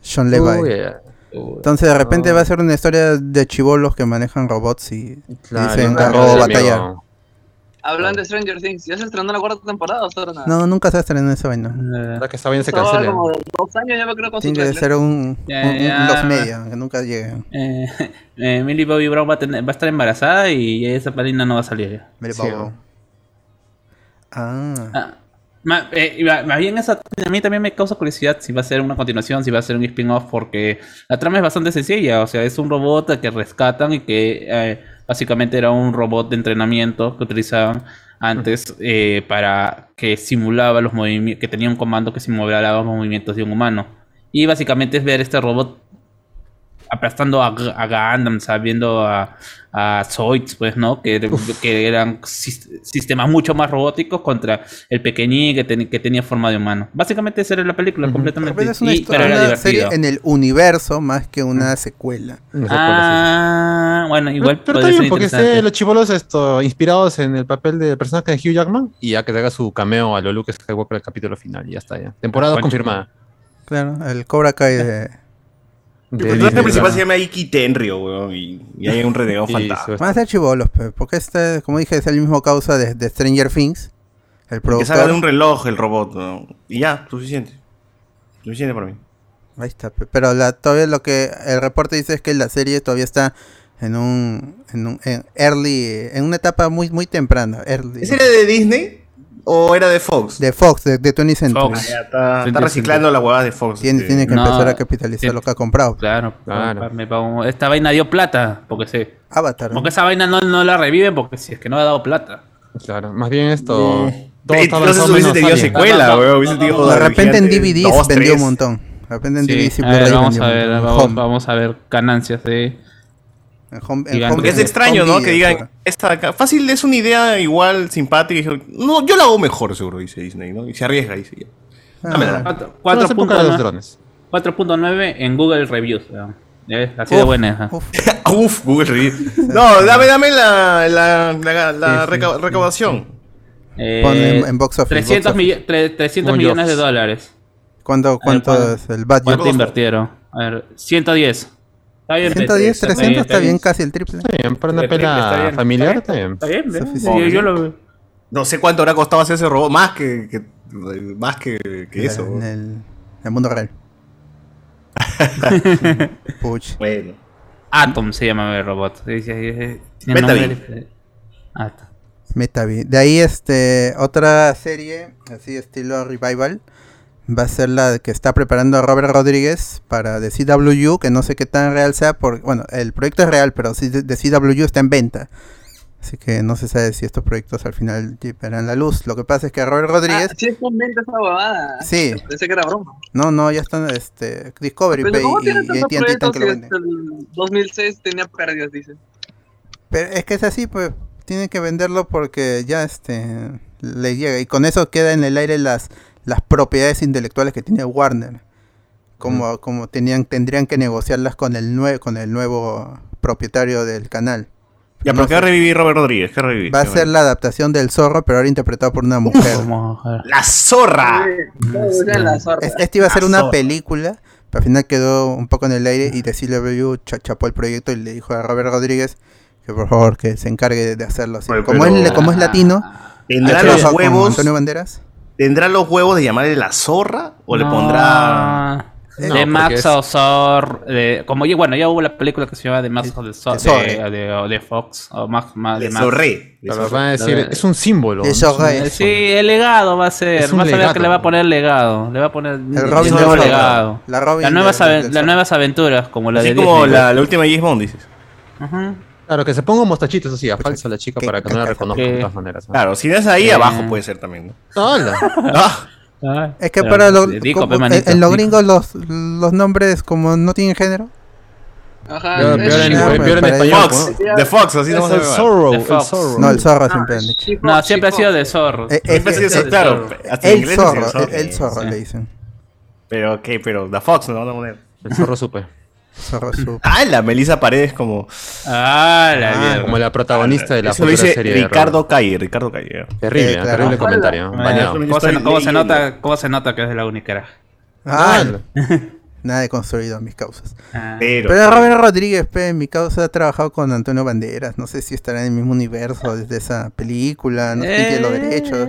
B: Sean Levi.
D: Uy, eh, uy.
B: Entonces de repente
F: Ah.
D: No.
B: va a ser una historia de chivolos que manejan robots y
D: Claro,
B: dicen
D: claro,
B: "Arroba
D: amigo.
B: batallar.
E: Hablando de Stranger Things, ¿ya se estrenó la cuarta temporada o solo nada?
B: No, nunca se estrenó esa vaina.
D: La
F: Eh,
D: verdad que esa vaina se
E: Estaba
D: cancela.
E: como dos años ya me creo con su
B: Tiene que
E: tráiler.
B: ser un,
F: Ya,
B: un- un-
F: ya.
B: los medios, que nunca lleguen.
F: eh, eh, Millie Bobby Brown va a, tener- va a estar embarazada y esa palina no va a salir.
B: Me lo
D: Sí,
B: pago.
D: ¿no?
B: Ah.
F: Ah, ma- eh, iba- más bien esa a mí también me causa curiosidad si va a ser una continuación, si va a ser un spin-off, porque la trama es bastante sencilla, o sea, es un robot al que rescatan y que eh, básicamente era un robot de entrenamiento que utilizaban antes eh, para que simulaba los movimientos, que tenía un comando que simulaba los movimientos de un humano. Y básicamente es ver este robot aplastando a, G- a Gundam, sabiendo a, a Zoids, pues, ¿no? Que, que eran sis- sistemas mucho más robóticos contra el pequeñín que, ten- que tenía forma de humano. Básicamente esa era la película,
B: De
F: completamente.
B: repente es una,
F: Y-
B: histo-
F: pero era
B: una
F: divertido.
B: serie en el universo más que una secuela.
D: No sé cuál
F: Ah, bueno,
D: es.
F: igual
D: Pero- pero está
F: podría
D: bien, porque
F: ser interesante.
D: esté los chivolos esto, inspirados en el papel del personaje de Hugh Jackman y ya que se haga su cameo a lo Luke Skywalker el capítulo final. y Ya está, ya. Temporada
F: Concha.
D: confirmada.
B: Claro, el Cobra Kai de...
C: El
D: De
C: personaje
D: Disney.
C: principal se llama Iki Tenryo, weón. Y, y hay un renegado
D: Y
C: fantasma.
D: su-
B: Van a ser chivolos, pe, porque este, como dije, es el mismo causa de, de Stranger Things. El
C: Que salga
B: productor.
C: de un reloj el robot, ¿no? Y ya, suficiente. Suficiente para mí.
B: Ahí está, pe, pero la, todavía lo que el reporte dice es que la serie todavía está en un, en un en early, en una etapa muy muy temprana, early.
C: ¿Ese era de Disney o era de Fox?
B: De Fox, de, de 20th Century.
C: Ah,
F: Fox.
C: ya, está, está
F: Century,
C: reciclando la huevada de Fox.
B: Tiene,
C: este.
B: tiene que
F: No,
B: empezar a capitalizar
F: tiene-
B: lo que ha comprado.
F: Claro,
D: Claro.
F: pa- me pago- esta vaina dio plata, porque se,
B: Avatar. ¿no?
F: porque esa vaina no, no la reviven porque si es que no ha dado plata.
D: Claro, más bien esto. Todo
C: Eh,
D: está
C: Entonces
D: avanzado
C: hubiese
D: menos
C: tenido
D: Alien.
F: No,
C: secuela,
F: no,
C: weón.
F: no,
C: Hubiese
F: no,
C: tenido
F: no,
B: de
F: la
B: repente en
C: gigante
B: DVDs
C: dos,
B: vendió
C: tres.
B: un montón. De repente en
F: Sí,
B: DVDs y
F: a ver,
B: Blu-ray
F: vamos
B: vendió
F: a
B: un
F: ver,
B: montón.
F: vamos,
B: Home.
F: vamos a ver ganancias de...
B: En home- en
F: Gigante.
B: home
C: Porque es
B: video,
C: extraño,
B: home
C: ¿no? Que
B: video,
C: digan,
B: claro.
C: esta de acá. Fácil, es una idea igual, simpática. Y dijo, no, yo la hago mejor, seguro, dice Disney, ¿no? Y se arriesga, dice ya. Dámela.
B: Ah,
F: Cuatro-
D: Son las épocas de los
F: 4.9
D: drones.
F: 4.9 en Google Reviews. weón. ¿Ves? Así de
B: Uf,
F: buena esa.
B: uf.
C: Ah, Uf, Google Reader. No, dame, dame la, la, la, la
F: Sí, sí,
C: reca- recaudación.
F: Eh,
B: Pon en- en box office,
F: 300,
B: box office.
F: millo- tre- 300
D: Muy
F: millones de
D: off.
F: dólares.
B: ¿Cuánto, cuánto
F: ¿cuál-
B: es el budget?
F: ¿Cuánto
C: costó?
F: invirtieron? A ver, 110. Está bien,
B: 110, 300 está bien,
F: Está
B: casi el triple.
D: Está bien, para
F: Está
D: una
F: bien,
D: pela
F: está
D: familiar
F: bien.
D: está bien.
F: Está bien, ¿ves?
B: Suficiente.
F: Yo- yo lo veo.
C: No sé cuánto habrá costado hacer ese robot, más que, que- más que, que eso.
B: En el, en el mundo real. Puch.
C: Bueno.
F: Atom se llama el robot. Sí, sí, sí, sí. Tiene
C: Betavic.
F: nombre- Ah, está.
B: Metavi. De ahí este otra serie, así estilo revival, va a ser la que está preparando Robert Rodríguez para The CW, que no sé qué tan real sea, porque bueno, el proyecto es real, pero sí, The CW está en venta. Así que no se sabe si estos proyectos al final verán la luz. Lo que pasa es que Robert Rodríguez,
E: Ah, sí, es con venta esa huevada.
B: Sí.
E: Pensé que era broma.
B: no, no, ya están este Discovery
E: Pero
B: Pay
E: ¿cómo
B: y,
E: tiene
B: y
E: tantos
B: AT&T están
E: proyectos
B: que
E: si
B: lo
E: hasta
B: venden.
E: el 2006 tenía pérdidas, dice?
B: Pero es que es así, pues tienen que venderlo porque ya este le llega y con eso queda en el aire las las propiedades intelectuales que tiene Warner. Como como tenían tendrían que negociarlas con el nue- con el nuevo propietario del canal.
C: Ya,
B: No
C: pero ¿qué eh. va a
B: sé.
C: revivir Robert Rodríguez? ¿Qué va a revivir?
B: Va a
C: ¿Qué
B: ser la adaptación del zorro, pero ahora interpretado por una mujer.
F: Como-
C: La zorra.
E: Sí, no, o sea, la zorra.
B: Ah. Es- Esta iba a ser
C: La
B: una
C: zorra.
B: película, Al final quedó un poco en el aire y The CW cha- chapó el proyecto y le dijo a Robert Rodríguez que por favor que se encargue de hacerlo. así.
C: Oye,
B: como,
C: pero-
B: él,
F: Ah.
B: como es latino, ha
C: ¿Tendrá los
B: trabajado con
C: huevos?
B: Antonio Banderas.
C: ¿Tendrá los huevos de llamarle la zorra? ¿O le pondrá.?
B: Eh,
F: de
D: no, porque
F: Max
D: es-
F: o Zorro, de- como ya- bueno, ya hubo la película que se llama de Max o de, Zorro,
B: de Zorro.
F: de, de- de Fox o Max, más de
C: Le
F: Max.
C: zorré. Le
D: Pero
C: zorré.
D: van a decir,
F: Dale.
D: es un símbolo.
B: Es
D: ¿no?
B: horror.
F: Eh, Sí, el legado va a ser,
D: Es un
F: vas a ver que
D: legado.
F: le va a poner legado, le va a poner
B: El Robin
F: Zorro
B: del Zorro.
F: legado.
B: La Robin
F: Las nuevas,
B: del-
F: aven-
B: del
F: las
B: Zorro.
F: nuevas aventuras, como la
C: Así
F: de
C: como
F: Disney.
C: la, la última James Bond, dices.
F: Ajá.
D: Claro, que se ponga un mostachito, eso sí, a falso la chica
B: qué
D: para que no la
B: caca,
D: reconozca
F: qué-
D: de todas maneras. ¿no?
C: Claro, si no es ahí,
F: Eh.
C: abajo puede ser también. ¿no?
D: ¡Hala!
C: Ah,
F: Ah,
B: Es que
F: pero
B: para los,
F: le digo,
B: como-
F: pe,
B: en,
F: manito,
B: en los
F: digo.
B: gringos los, los nombres como no tienen género.
E: Ajá.
D: Peor,
E: es
D: peor en,
B: Ah,
E: She-Hulk.
D: peor en
B: para
D: español.
B: ellos.
D: ¿no?
C: Fox, de Fox, así no
D: Es
C: se
D: el
C: llama.
D: Zorro,
F: The
D: el
F: Fox.
D: Zorro.
B: No, el zorro siempre
E: Ah,
B: han dicho.
E: She-Hulk,
F: No, siempre ha sido
E: She-Hulk.
F: de zorros.
B: Eh, eh,
C: Siempre ha sido
B: eh,
C: así, claro. Hasta en
B: El
C: inglés es
B: zorro, el, el zorro
F: sí.
B: le dicen.
C: Pero, ¿qué? Pero, The Fox, no van a poner.
D: El Zorro supe.
B: Zorro su-
C: Ah, la Melissa Paredes como.
F: Ah, la mierda.
D: Como la protagonista de la
C: Eso lo
D: futura
C: dice
D: serie de Ah.
C: Ricardo Calle, Ricardo Calle.
D: Rob. Terrible,
B: Eh, claro.
D: terrible comentario.
F: Ah,
D: Baneado.
F: ¿Cómo, se,
C: Estoy
F: cómo se
C: leyendo.
F: nota, ¿Cómo se nota que es de la única?
B: Ah,
D: Hala.
B: nada de construido mis causas.
F: Ah.
C: Pero,
B: Pero Robert Rodríguez, pe, en mi causa, ha trabajado con Antonio Banderas. No sé si estará en el mismo universo desde esa película. No sé quién tiene los
F: Eh.
B: derechos.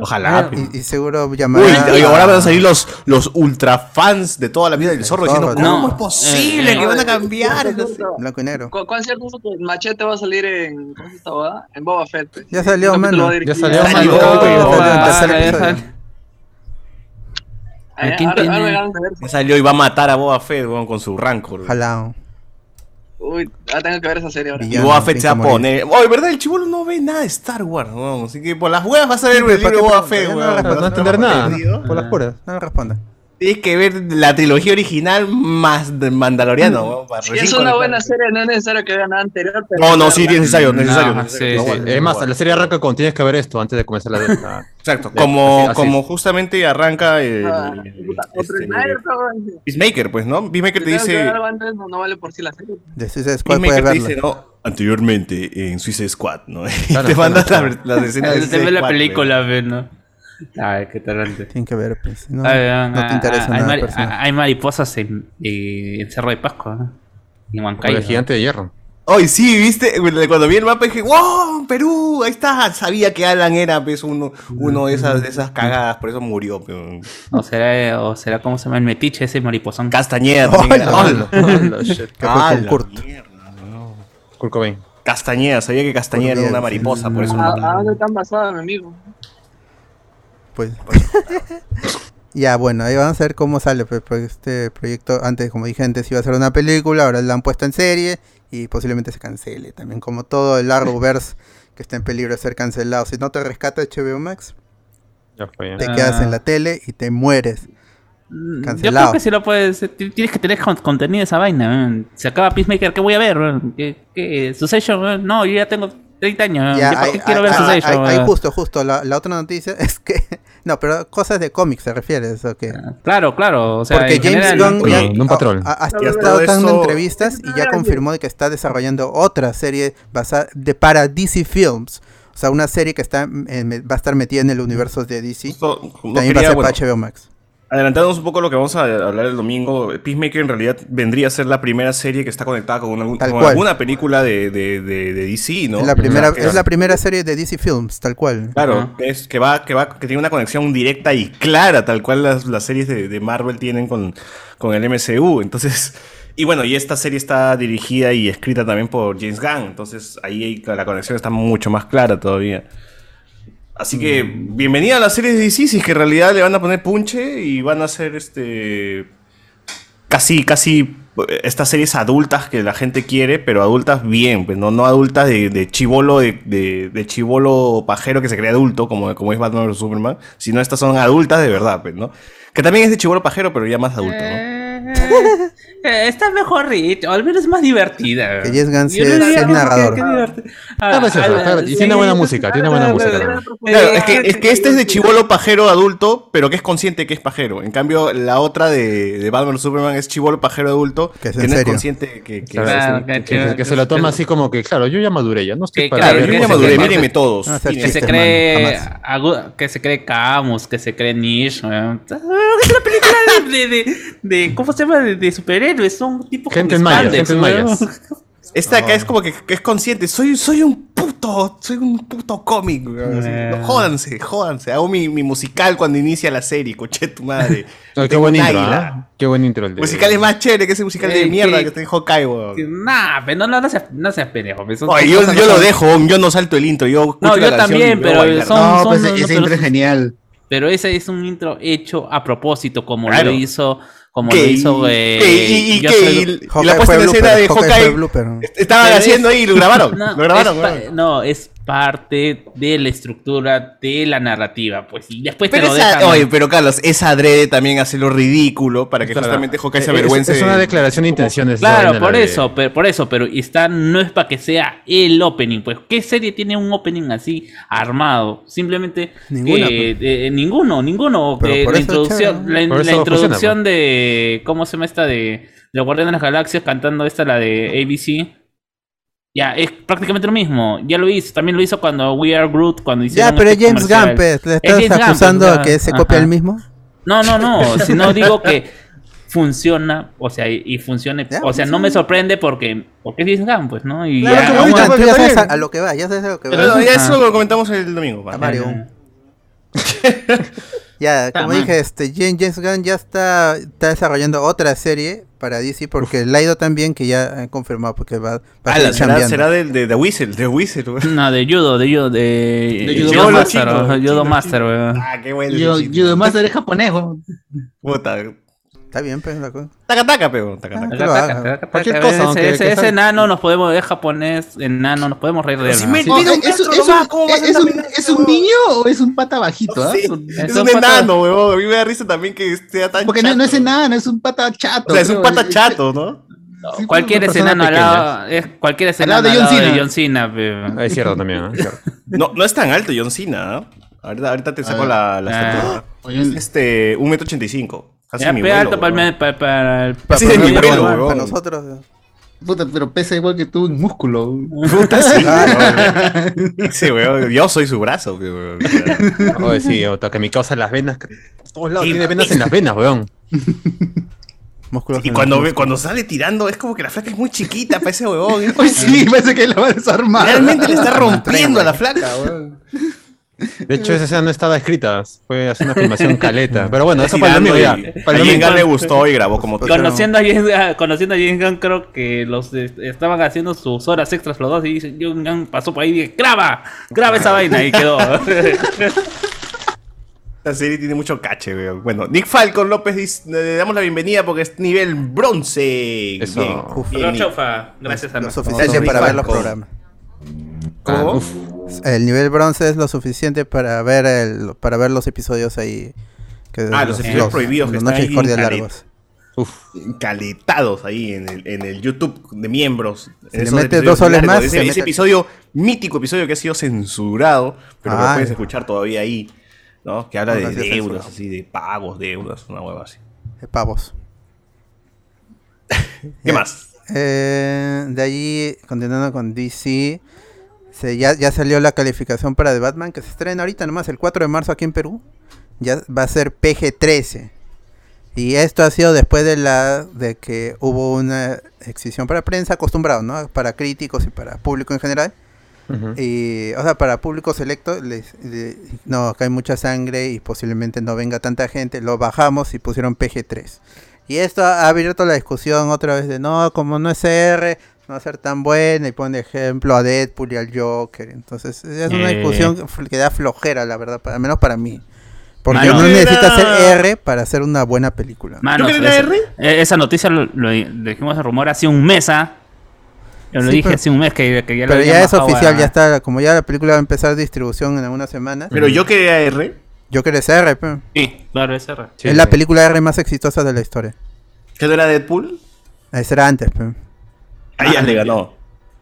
C: Ojalá. pe.
B: Y, y seguro
C: Uy,
B: llamará.
C: y
B: a-
C: ahora van a salir los, los ultra fans de toda la vida del zorro diciendo,
B: zorro,
C: ¿cómo
F: no.
C: es posible
F: Eh,
C: que
E: eh,
C: van a
E: eh,
C: cambiar?
E: eh, eh,
B: Blanco y negro.
E: ¿Cu- ¿Cuál es cierto es que el machete va a salir en. ¿Cómo se esta boda? En Boba Fett. pues.
B: Ya salió,
E: Un capítulo
B: mano.
E: va a dirigir-
D: Ya salió,
C: Salió, mano.
B: salió en
F: Ah,
B: tercer
F: la
B: episodio.
F: dejan.
E: Ah, ya,
F: ¿A quién
E: ahora- ahora
F: tiene?
E: me ganan de ver.
C: Ya Salió y va a matar a Boba Fett weón, con su rancor.
B: Jalao.
E: Uy, ahora tengo que ver esa serie ahora.
C: Y
B: Ya
C: Boba
B: no,
C: Fett
B: pinta
C: se va a
B: morir.
C: poner. Oye, ¿verdad? El chivolo no ve nada de Star Wars, weón. Así que por las huevas va a salir
B: Sí,
C: el
B: pero
C: libro de
B: ¿para qué pregunta?
C: Boba Fett,
B: Ya no
C: weón.
B: la
D: Claro, no entender nada. Por las puras.
B: No le responda.
C: Tienes que ver la trilogía original más de Mandaloriano, weón. para
E: Si
C: recién
E: es una
C: conectar.
E: buena serie, no es necesario que vean la anterior. pero-
C: No, no, sí, es necesario, necesario.
F: No,
C: necesario.
F: sí,
C: No,
F: sí.
C: bueno,
D: Es más,
C: bueno.
D: la serie arranca con tienes que ver esto antes de comenzar la. la-
C: Exacto,
D: Ya, así-
C: como,
D: así
C: como justamente arranca el,
E: Ah, puta, otro
C: este,
E: Snyder, cabrón.
C: Peacemaker, pues, ¿no? Peacemaker te
E: Si tengo que
C: dice,
E: ver algo antes, no, no vale por sí la serie.
B: De Suicide Squad puedes
C: Peacemaker te
B: verlo.
C: dice, ¿no? Anteriormente en Suicide Squad, ¿no? Y
D: Claro,
C: te
D: claro,
C: mandas la-
D: claro.
C: las escenas de
F: Te
C: Suicide
F: ve la
C: Squad,
F: película, ve, ¿no? Ay, Ah, qué talante.
B: Tienen que ver, pues. No,
F: Ay, ah,
B: no te interesa
F: ah, hay,
B: nada.
F: mari-
B: personal.
F: ah, hay mariposas en, eh, en Cerro de Pascua, ¿no? En
D: Como
F: Huancayo.
D: el gigante de hierro.
C: Hoy sí, viste, cuando vi el mapa dije, ¡Wow! Perú, ahí está. Sabía que Alan era pues, uno, uno de, esas, de esas cagadas, por eso murió. pero-
F: O será, eh, o será, ¿cómo se llama? El metiche ese mariposón.
B: ¡Ay,
C: Castañeda también era.
B: no!
D: Hola, shit.
B: Que fue
C: ¡Ah,
B: con
C: la
B: Kurt.
C: mierda, no.
D: Kurt Cobain.
C: Castañeda, sabía que Castañeda era una mariposa, por eso.
E: ¿A,
F: Ah.
E: a dónde están basadas, mi amigo?
B: Pues. ya, bueno, ahí vamos a ver cómo sale. Pues, pues, este proyecto, antes, como dije antes, iba a ser una película, ahora la han puesto en serie y posiblemente se cancele. También, como todo el Arrowverse que está en peligro de ser cancelado. Si no te rescata HBO Max,
D: Ya fue. ya.
B: te
F: Ah.
B: quedas en la tele y te mueres.
F: Mm, Yo
B: Cancelado.
F: creo que si lo puedes. eh, ti- Tienes que tener con- contenido esa vaina. man. Se acaba Peacemaker, ¿qué voy a ver? man? ¿Qué, qué, ¿Succession? man? No, yo ya tengo 30 años. man.
B: Ya,
F: Ah, ¿Yo para
B: ahí-
F: qué quiero ver
B: ahí- ahí-
F: Succession?
B: ahí
F: man?
B: justo, justo. La, la otra noticia es que. No, pero cosas de cómics se refiere, eso que.
F: Claro, claro. O sea,
B: Porque
F: en
B: James
F: general,
B: Gunn
D: Oye,
B: ya
D: de un patrón.
B: ha, ha- ha
C: Ya
B: estado
C: todo
B: dando
C: eso-
B: entrevistas y ya confirmó de que está desarrollando otra serie basada de para DC Films. O sea, una serie que está eh, me- va a estar metida en el universo de DC.
C: Justo, no
B: También va a
C: quería,
B: ser
C: bueno,
B: para HBO Max.
C: Adelantándonos un poco lo que vamos a hablar el domingo, Peacemaker en realidad vendría a ser la primera serie que está conectada con, algún-
B: Tal
C: con
B: cual.
C: alguna película de, de, de- de DC, ¿no?
B: es, la primera,
C: O sea, que-
B: es la primera serie de DC Films, tal cual.
C: Claro,
F: Ajá.
C: que es que va, que va, que tiene una conexión directa y clara, tal cual las, las series de, de Marvel tienen con, con el MCU. Entonces, y bueno, y esta serie está dirigida y escrita también por James Gunn. Entonces, ahí hay- la conexión está mucho más clara todavía. Así que, bienvenida a las series de DC, si es que en realidad le van a poner punche y van a hacer este. casi, casi. eh, Estas series adultas que la gente quiere, pero adultas bien, pues no, no adultas de, de chivolo, de, de, de chivolo pajero que se cree adulto, como, como es Batman vs Superman, sino estas son adultas de verdad, pues, ¿no? Que también es de chivolo pajero, pero ya más adulto, ¿no?
F: eh, eh, está mejor Rich, o al menos más divertida.
B: Que Jess Gunn
F: Yo
B: es-
F: diría
B: es
F: como que-
B: narrador.
F: que diverti- Ah,
D: Está gracioso,
F: ah,
D: pues está gracioso. Y
F: sí,
D: tiene buena
F: sí,
D: música,
F: sí,
D: tiene buena
F: sí,
D: música
F: sí,
D: también.
F: sí.
C: Claro, es, que, es que este es de chivolo pajero adulto, pero que es consciente que es pajero. En cambio, la otra de, de Batman o Superman es chivolo pajero adulto,
B: Que
C: que,
B: es en
C: no es
B: serio.
C: consciente que, que-
F: Claro,
C: que-
F: que-
C: que-
D: Ah, Que, que se lo toma así como que, claro, yo ya maduré ya, no estoy
F: Que-
D: para
C: Claro,
F: que-
D: ver
C: yo ya
D: cosas
C: maduré,
D: de Marvel.
C: mírenme todos.
B: No, hacer
C: Miren.
F: Que se
B: Chiste,
F: cree
B: hermano, jamás.
F: agu- que se cree Camus, que se cree Niche, weón. Es una película de, de, de, de- ¿cómo se llama? De, de superhéroes, son tipos con
D: Gente en mayas,
F: spandex,
D: gente en
F: weón.
D: mayas.
C: Esta de acá es como que, que es consciente. Soy, soy un puto, soy un puto cómic. weón. Así,
F: Eh.
C: no, Jódanse, jódanse. Hago mi, mi musical cuando inicia la serie, coche tu madre.
D: Ay, qué
C: Tengo
D: buen
C: un
D: intro,
C: águila.
D: ¿ah? Qué buen intro el de.
C: Musical es más chévere que ese musical
F: Eh,
C: de mierda
F: que-
C: que te dijo Kai, weón.
F: Que Nah, pero no, no, no seas, no seas pendejo. pe, son-
C: Oye,
F: son
C: yo,
F: cosas que
C: yo lo
F: son-
C: dejo, yo no salto el intro, yo escucho
F: No,
C: la
F: yo
C: canción
F: también,
C: y
F: pero
C: voy a bailar.
F: son-
G: No,
F: son-
G: pues
F: no,
G: ese
F: pero-
G: intro es genial.
F: Pero ese es un intro hecho a propósito, como
C: Claro.
F: lo hizo, como
C: Que-
F: lo hizo, eh,
C: que- y- y-
F: yo
C: que-
F: soy-
C: y- y la
B: Hawkeye
C: puesta
B: fue
C: en escena
B: blooper, Hawkeye
C: de
B: fue
C: Hawkeye
B: blooper.
C: est- estaban
F: Pero es-
C: haciendo ahí y lo grabaron.
F: No,
C: lo grabaron,
F: es pa-
C: weón.
F: no, es parte de la estructura de la narrativa, pues. Y después te
C: Pero,
F: lo
C: esa-
F: dejan.
C: oye, pero Carlos, es adrede también hacerlo ridículo para que
D: Claro.
C: justamente Hawkeye se
D: Eh, Es-
C: avergüence.
D: Es, una
C: de-
D: declaración de intenciones. esa
F: Claro,
D: vaina, la
F: por
D: de-
F: eso, pero, por eso, pero está, no es para que sea el opening, pues. ¿Qué serie tiene un opening así armado? Simplemente
B: Ninguna, pues.
F: que- eh, ninguno, ninguno.
B: Pero
F: que
B: por eso
F: la
B: es
F: introducción,
B: chévere,
F: la,
D: Por
F: la
D: eso
F: introducción
D: funciona,
F: de ¿cómo se llama esta de los Guardianes de las Galaxias cantando esta la de ABC? Ya, es prácticamente lo mismo. Ya lo hizo, también lo hizo cuando We Are Groot, cuando hicieron
B: Ya, pero es
F: este
B: James
F: comercial.
B: Gunn, pe, ¿le
F: Es James
B: estás
F: Gunn, pues,
B: acusando
F: ya,
B: a que se copia
F: ajá.
B: el mismo?
F: No, no, no, si no digo que funciona, o sea, y, y funcione,
B: Ya,
F: o sea, no me sorprende porque porque es James Gunn, pues, ¿no? Y
C: Claro,
F: ya,
C: como
F: aún
C: he dicho,
F: así-
B: Juan, tú ya
C: Ah, está
B: sabes a,
C: bien.
B: a lo que va, ya sabes a lo que va.
D: Ah.
C: Pero no, ya
F: Ajá.
C: eso lo comentamos el domingo. va.
F: Ah,
B: A Mario.
F: Ya,
B: Ya,
F: Está
B: como
F: mal.
B: dije, este Jane- James Gunn ya está, está desarrollando otra serie para DC porque le ha ido tan bien que ya han confirmado porque va, va a seguir
C: Ala, Ah, será,
B: chambeando.
C: será del de, de Whistle, de Whistle, weón.
F: No, de judo, de judo, de,
G: De
F: judo,
G: judo
F: master,
C: chino,
F: judo
C: chino,
F: master, weón.
C: Ah, qué bueno.
G: Yo,
C: ese chiste.
G: yo más eres japonés, weón.
C: Puta.
B: Está bien, pues, la cosa.
C: Taca, taca, pego. Taca, taca.
B: que lo haga.
D: Cualquier cosa,
F: Ese-
D: aunque- que
F: ese, ese
D: sea-
F: enano nos podemos ver japonés, enano, nos podemos reír de él.
C: Si
F: ¿no?
C: me-
G: No,
C: Mira un
G: ¿es, es,
C: astro
G: es
C: nomás,
G: un-
C: ¿cómo vas a
G: es un-
C: caminar,
G: es un
C: weón?
G: niño o es un pata bajito? ah?
C: Sí, es
F: Son
C: un
F: patas-
C: enano, weón. A mí me da risa también que esté tan
G: Porque no, no es
C: chato.
G: enano, es un pata chato.
C: O sea, es un
G: creo.
C: pata chato, ¿no?
G: Sí,
F: Cualquier
D: una persona
F: escenario al lado, es, cualquier escenario al
G: de
F: lado
G: John
F: de
G: Cena.
F: John Cena, weón.
D: Ah, Es cierto también, ¿ah? Es cierto.
C: No, no es tan alto John Cena, ¿ah? Ahorita, ahorita te saco la, la
F: Ah.
C: estatura.
G: Oye,
C: Es este, un metro ochenta y cinco. Casi
F: Ya,
C: mi
F: pe,
C: vuelo,
F: alto para
C: weón.
F: el- para- para el-
C: Así de
B: Para-
C: mi
B: para-
C: pelo,
B: para- para
C: huevón.
B: nosotros. eh,
G: Puta, pero pesa igual que tú en músculo.
C: Puta, sí, weón. Sí, weón. Yo soy su brazo, weón.
D: Oye, sí, Ota, que mi causa las venas. que- por todos lados tiene venas en las venas, weón.
B: Músculos
C: Y
B: en
C: cuando,
B: los
C: ve-
B: músculos.
C: cuando sale tirando, es como que la flaca es muy chiquita para ese ¿eh? weón.
G: Hoy sí, parece que la va a desarmar.
C: Realmente le está rompiendo a la flaca, weón.
D: De hecho, esa escena no estaba escrita. Fue hacer una filmación caleta. Pero bueno, eso para el
C: Tirando
D: domingo
C: y-
D: ya. Para
C: A
D: el
C: Jane
D: domingo.
C: Gunn le gustó y grabó como
B: Con-
F: Conociendo a, James, Gunn- conociendo a James Gunn, creo que los eh, estaban haciendo sus horas extras los dos y dice, James Gunn pasó por ahí y dije, graba, graba esa vaina y quedó.
C: Esta serie tiene mucho cache, weón. Bueno, Nick Falcon López dice- le damos la bienvenida porque es nivel bronce.
D: Eso.
B: Uf.
C: bien, Nick.
F: chofa, gracias a
B: Lo suficiente
C: Nosotros.
B: para ver los
C: Con-
B: programas.
D: Ah,
C: ¿Cómo?
D: uf.
B: El nivel bronce es lo suficiente para ver el, para ver los episodios ahí. que-
C: Ah, los episodios prohibidos que
B: Los
C: están
B: Noches
C: ahí
B: Discordia
C: en la
B: largos.
C: caletados ahí en el, en el YouTube de miembros.
B: Si le
C: Esos
B: metes
C: episodios
B: dos soles
C: largos.
B: más,
C: Ese,
B: se
C: ese
B: mete-
C: episodio, mítico episodio que ha sido censurado, pero que lo
B: Ah,
C: puedes
B: ya.
C: escuchar todavía ahí, ¿no? Que habla
B: No,
C: de
B: no ha sido
C: deudas,
B: censurado.
C: así, de pagos, deudas, una hueva así.
B: De pavos.
C: ¿Qué más?
B: Eh, de allí, continuando con DC, se- ya, ya salió la calificación para The Batman, que se estrena ahorita nomás el 4 de marzo aquí en Perú. Ya va a ser PG-13. Y esto ha sido después de la de que hubo una exhibición para prensa acostumbrado, ¿no? Para críticos y para público en general.
D: Ujú.
B: Y, o sea, para público selecto, les, le- no, acá hay mucha sangre y posiblemente no venga tanta gente, lo bajamos y pusieron PG3. Y esto ha ha abierto la discusión otra vez de, no, como no es R, no va a ser tan buena, y pone ejemplo a Deadpool y al Joker. Entonces, es una
F: Eh.
B: discusión que fl- que da flojera, la verdad, para- al menos para mí. Porque
F: Mano.
B: no
C: Yo era-
B: necesita ser R para hacer una buena película.
F: Manos,
C: ¿Tú crees la
F: esa, eh, esa noticia lo, lo dijimos el rumor hace un mes, ¿ah? Yo lo
B: Sí,
F: dije
B: pero-
F: hace un mes que, que ya lo
B: Pero ya
F: habían
B: es
F: bajado
B: oficial,
F: a-
B: ya está, como ya la película va a empezar distribución en algunas semanas.
C: Pero yo que era R.
B: Joker es R, pe.
F: Sí, claro, es R.
D: Sí,
B: es la
D: sí.
B: película R más exitosa de la historia.
C: ¿Qué no era Deadpool?
B: Ese era antes, pe.
C: A ellas le ganó.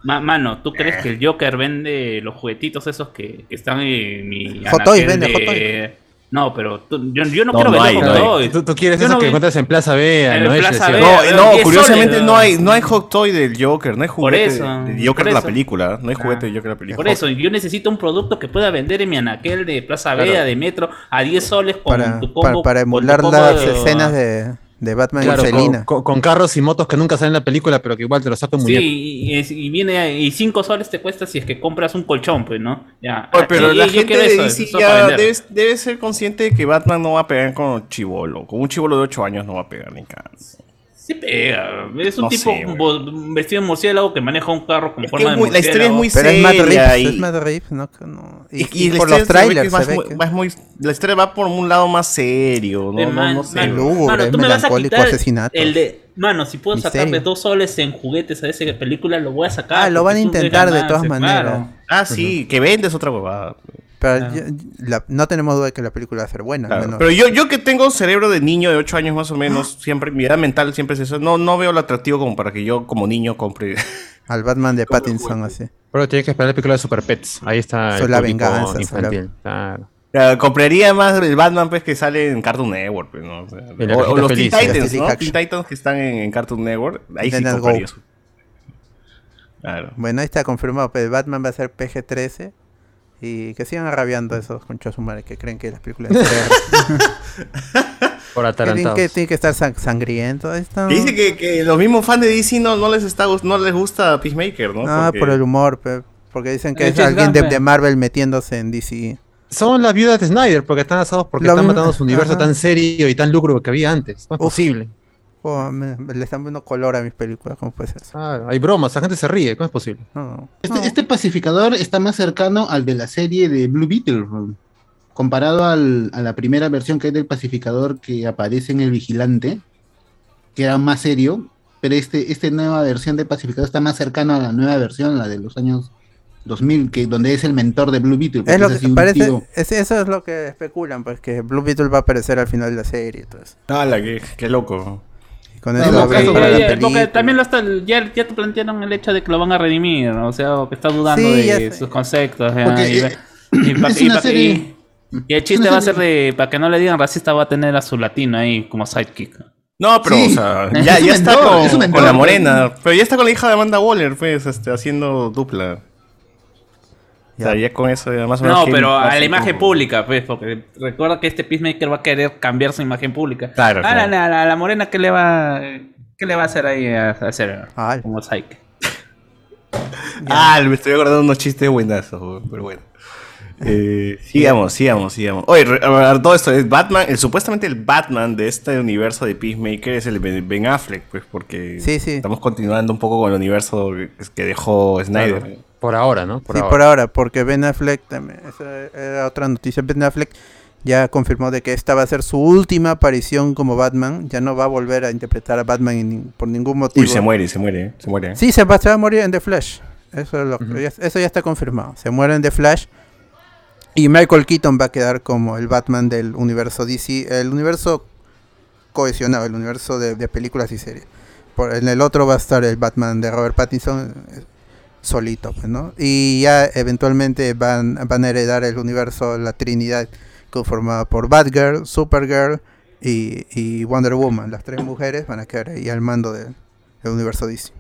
F: Ma- mano, ¿tú crees que el Joker vende los juguetitos esos que, que están en mi.
B: Hot Toys
F: anaquel
B: vende,
F: de-
B: Hot Toys.
F: No, pero tú- yo, yo no,
C: No,
F: quiero
C: no
F: vender
C: hay,
F: Hot
C: no hay.
F: Toys.
D: Tú, tú quieres
F: Yo
D: eso
F: no
D: que
F: vi-
D: encuentras en Plaza Vea,
F: En
D: ¿no?
F: Plaza
D: Ese, sí,
F: Vea.
D: ¿no?
C: No,
F: Eh,
C: no,
F: 10
C: curiosamente
F: soles,
C: no
F: ¿no?
C: hay, no hay hot toy del Joker, no hay juguete
F: eso,
C: del Joker
F: por
C: de la
F: eso. Ah.
C: película, no hay juguete del Joker de la película.
F: Por eso, yo necesito un producto que pueda vender en mi anaquel de Plaza
C: Claro.
F: Vea, de Metro, a 10 soles con
B: Para,
F: tu
B: para,
F: combo-
B: para
F: con tu
B: emular
F: combo
B: las escenas de, de Batman
D: Claro,
B: y
D: con,
B: Selina.
D: con- con carros y motos que nunca salen en la película, pero que igual te los saca un
F: Sí,
D: muñeco.
F: y, es- y viene y 5 soles te cuesta si es que compras un colchón, pues, ¿no? Ya.
C: Oye, pero
F: Y-
C: la
F: y yo
C: gente
F: quiero
C: de
F: eso,
C: DC
F: eso para
C: ya
F: vender.
C: debe, debe ser consciente de que Batman no va a pegar con chivolo. Con un chivolo de 8 años no va a pegar ni casi.
F: Sí pega. Es un
C: No
F: tipo
C: sé, güey.
F: bo- vestido de murciélago que maneja un carro con
C: Es que
F: forma
C: es
F: de
C: muy- la historia es
F: murciélago.
C: muy
B: Pero es Matt
C: seria
B: Reeves,
C: y-
B: es Matt Reeves, no, no. Y,
C: y
B: y
C: la
B: por los
C: historia se ve que
B: trailers
C: es más
B: se ve
C: mu-
B: que...
C: más muy- la historia va por un lado más serio, no,
F: Eh,
C: no,
F: man-
C: no sé.
F: mano,
B: Lúgubre,
F: mano, tú me vas a
B: eh, melancólico,
F: quitar
B: asesinato.
F: El de, mano, si puedo
B: Misterio.
F: sacarle dos soles en juguetes a esa película, lo voy a sacar.
B: Ah, lo van a
F: porque es un
B: intentar de
F: ganancia,
B: todas maneras.
F: claro.
C: Ah, sí, que vendes otra huevada.
B: Pero yo- la- no tenemos duda de que la película va a ser buena.
C: Ah. Claro,
B: al menos.
C: Pero yo, yo que tengo cerebro de niño de 8 años más o menos, siempre mi edad mental siempre es eso. No, no veo lo atractivo como para que yo como niño compre.
B: Al Batman de Pattinson, así.
D: Pero tienes que esperar la película de Super Pets. Ahí está
B: Soy
D: el
B: la
D: público
B: venganza, soy la-
D: infantil. Claro.
C: Ya, compraría más el Batman pues que sale en Cartoon Network, pues, ¿no? O, sea,
D: En la
C: o- o
D: cajita
C: los
D: feliz,
C: Teen
B: en la
C: Titans,
B: Teen
C: ¿no?
B: Action.
C: Teen Titans que están en, en Cartoon Network, ahí sí
B: Titans
C: compraría
B: Go.
C: eso. Claro.
B: Bueno, ahí está confirmado. Pero Batman va a ser PG-13. Y que sigan rabiando esos conchos humanos que creen que las películas. son reales.
D: Por
B: tienen,
D: atarantados.
B: que, tienen que estar sang- sangrientos. ahí está.
C: Que dice que, que los mismos fans de DC no, no les está gust- no les gusta Peacemaker, ¿no?
B: Ah,
C: Porque-
B: por el humor, pe, Porque dicen que
H: De
B: es
H: James
B: alguien
H: Gunn,
B: de,
H: pe.
B: de Marvel metiéndose en DC.
D: Son las viudas de Snyder porque están asados porque
B: Lo
D: están
B: mismo-
D: matando su universo
B: ajá.
D: tan serio y tan lúgubre que había antes. No es
B: Uf.
D: posible.
B: Oh, me- me- le están poniendo color a mis películas. ¿Cómo puede ser eso?
D: Claro, hay bromas, la gente se ríe. ¿Cómo es posible?
B: No.
I: Este, este pacificador está más cercano al de la serie de Blue Beetle, weón. comparado al- a la primera versión que hay del pacificador que aparece en El Vigilante, que era más serio, pero este, esta nueva versión del pacificador está más cercano a la nueva versión, la de los años 2000, que, donde es el mentor de Blue Beetle. porque
B: Es lo
I: así
B: que
I: un
B: parece,
I: tío.
B: es- eso es lo que especulan, pues que Blue Beetle va a aparecer al final de la serie. y todo eso.
C: Ala, qué, qué loco.
B: Y con
I: No,
B: eso
I: no,
B: abren
I: eso
F: Porque-
B: para la
F: porque
B: película.
F: también lo está, ya, ya te plantearon el hecho de que lo van a redimir, ¿no? o sea, o que está dudando
B: Sí, ya
F: de
B: sé.
F: sus conceptos. ya,
I: Porque,
F: y, va-
I: eh,
F: y pa-
I: es
F: y
I: una
F: pa-
I: serie-
F: y- y el chiste
I: una
F: va a ser
I: serie-
F: de, para que no le digan racista, va a tener a su latino ahí como sidekick.
C: No, pero,
I: Sí.
C: o sea,
I: Es
C: ya,
I: un
C: ya está
I: mentor,
C: con,
I: es un mentor.
C: con la morena. Pero ya está con la hija de Amanda Waller, pues, este, haciendo dupla. O sea,
B: Ya.
C: ya con eso, ya más o menos.
F: No,
C: que-
F: pero a
C: así
F: la imagen
C: como-
F: pública, pues, porque recuerda que este Peacemaker va a querer cambiar su imagen pública.
C: Claro,
F: Ah,
C: claro.
F: La, la- la morena, ¿qué le va, qué le va a hacer ahí a, a hacer
B: Ay.
F: como psyche?
C: Ah, me estoy acordando de unos chistes buenazos, weón, pero bueno. Eh, sigamos, sigamos, sigamos. Oye, re- a ver, todo esto es Batman. El, supuestamente el Batman de este universo de Peacemaker es el Ben Ben Affleck, pues, porque
B: Sí, sí.
C: estamos continuando un poco con el universo que- que dejó Snyder.
D: Por ahora, ¿no? Por
B: sí,
D: ahora.
B: por ahora, porque Ben Affleck también. Esa era otra noticia. Ben Affleck ya confirmó de que esta va a ser su última aparición como Batman. Ya no va a volver a interpretar a Batman en nin- por ningún motivo.
C: Uy, se muere, se muere, ¿eh? se muere.
B: Sí, se va, se va a morir en The Flash. Eso, es lo que- ya- eso ya está confirmado. Se muere en The Flash. Y Michael Keaton va a quedar como el Batman del universo DC. El universo cohesionado, el universo de, de películas y series. Por, en el otro va a estar el Batman de Robert Pattinson eh, solito, pues, ¿no? Y ya eventualmente van, van a heredar el universo, la Trinidad, conformada por Batgirl, Supergirl y, y Wonder Woman. Las tres mujeres van a quedar ahí al mando de- del universo DC.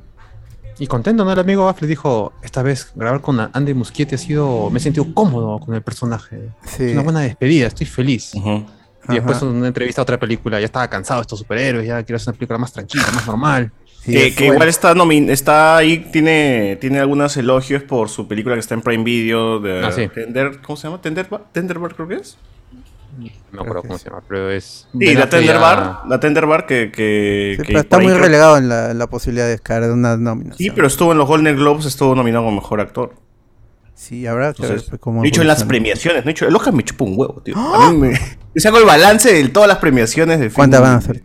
D: Y contento, ¿no? El amigo Affleck dijo, esta vez grabar con Andy Muschietti ha sido... Me he sentido cómodo con el personaje.
B: Sí.
D: Es una buena despedida, estoy feliz.
C: Ujú.
D: Y después
B: Ajá.
D: una entrevista a otra película, ya estaba cansado de estos superhéroes, ya quiero hacer una película más tranquila, más normal.
B: Y
C: que
B: es
C: que
B: bueno.
C: igual está, nomin- está ahí, tiene, tiene algunos elogios por su película que está en Prime Video de
D: Ah, sí.
C: Tender, ¿cómo se llama? Tenderbar, Tenderbar creo que es.
D: No me acuerdo
B: Ok.
D: cómo se llama, pero es...
C: Sí,
D: Ben
C: la
D: Affleck ya-
C: Tenderbar, la Tenderbar que, que,
B: Sí,
C: que
B: pero está
C: por ahí
B: muy
C: creo-
B: relegado en la, la posibilidad de caer de una nómina.
C: Sí, pero estuvo en los Golden Globes, estuvo nominado como mejor actor.
B: Sí, habrá que
C: Entonces,
B: ver cómo.
C: dicho en las
B: pues, evoluciona.
C: premiaciones, no he hecho, el Oscar me chupa un huevo, tío. A mí me, yo saco el balance de todas las premiaciones de
B: ¡Ah! ¿Cuántas
C: film.
B: van a hacer?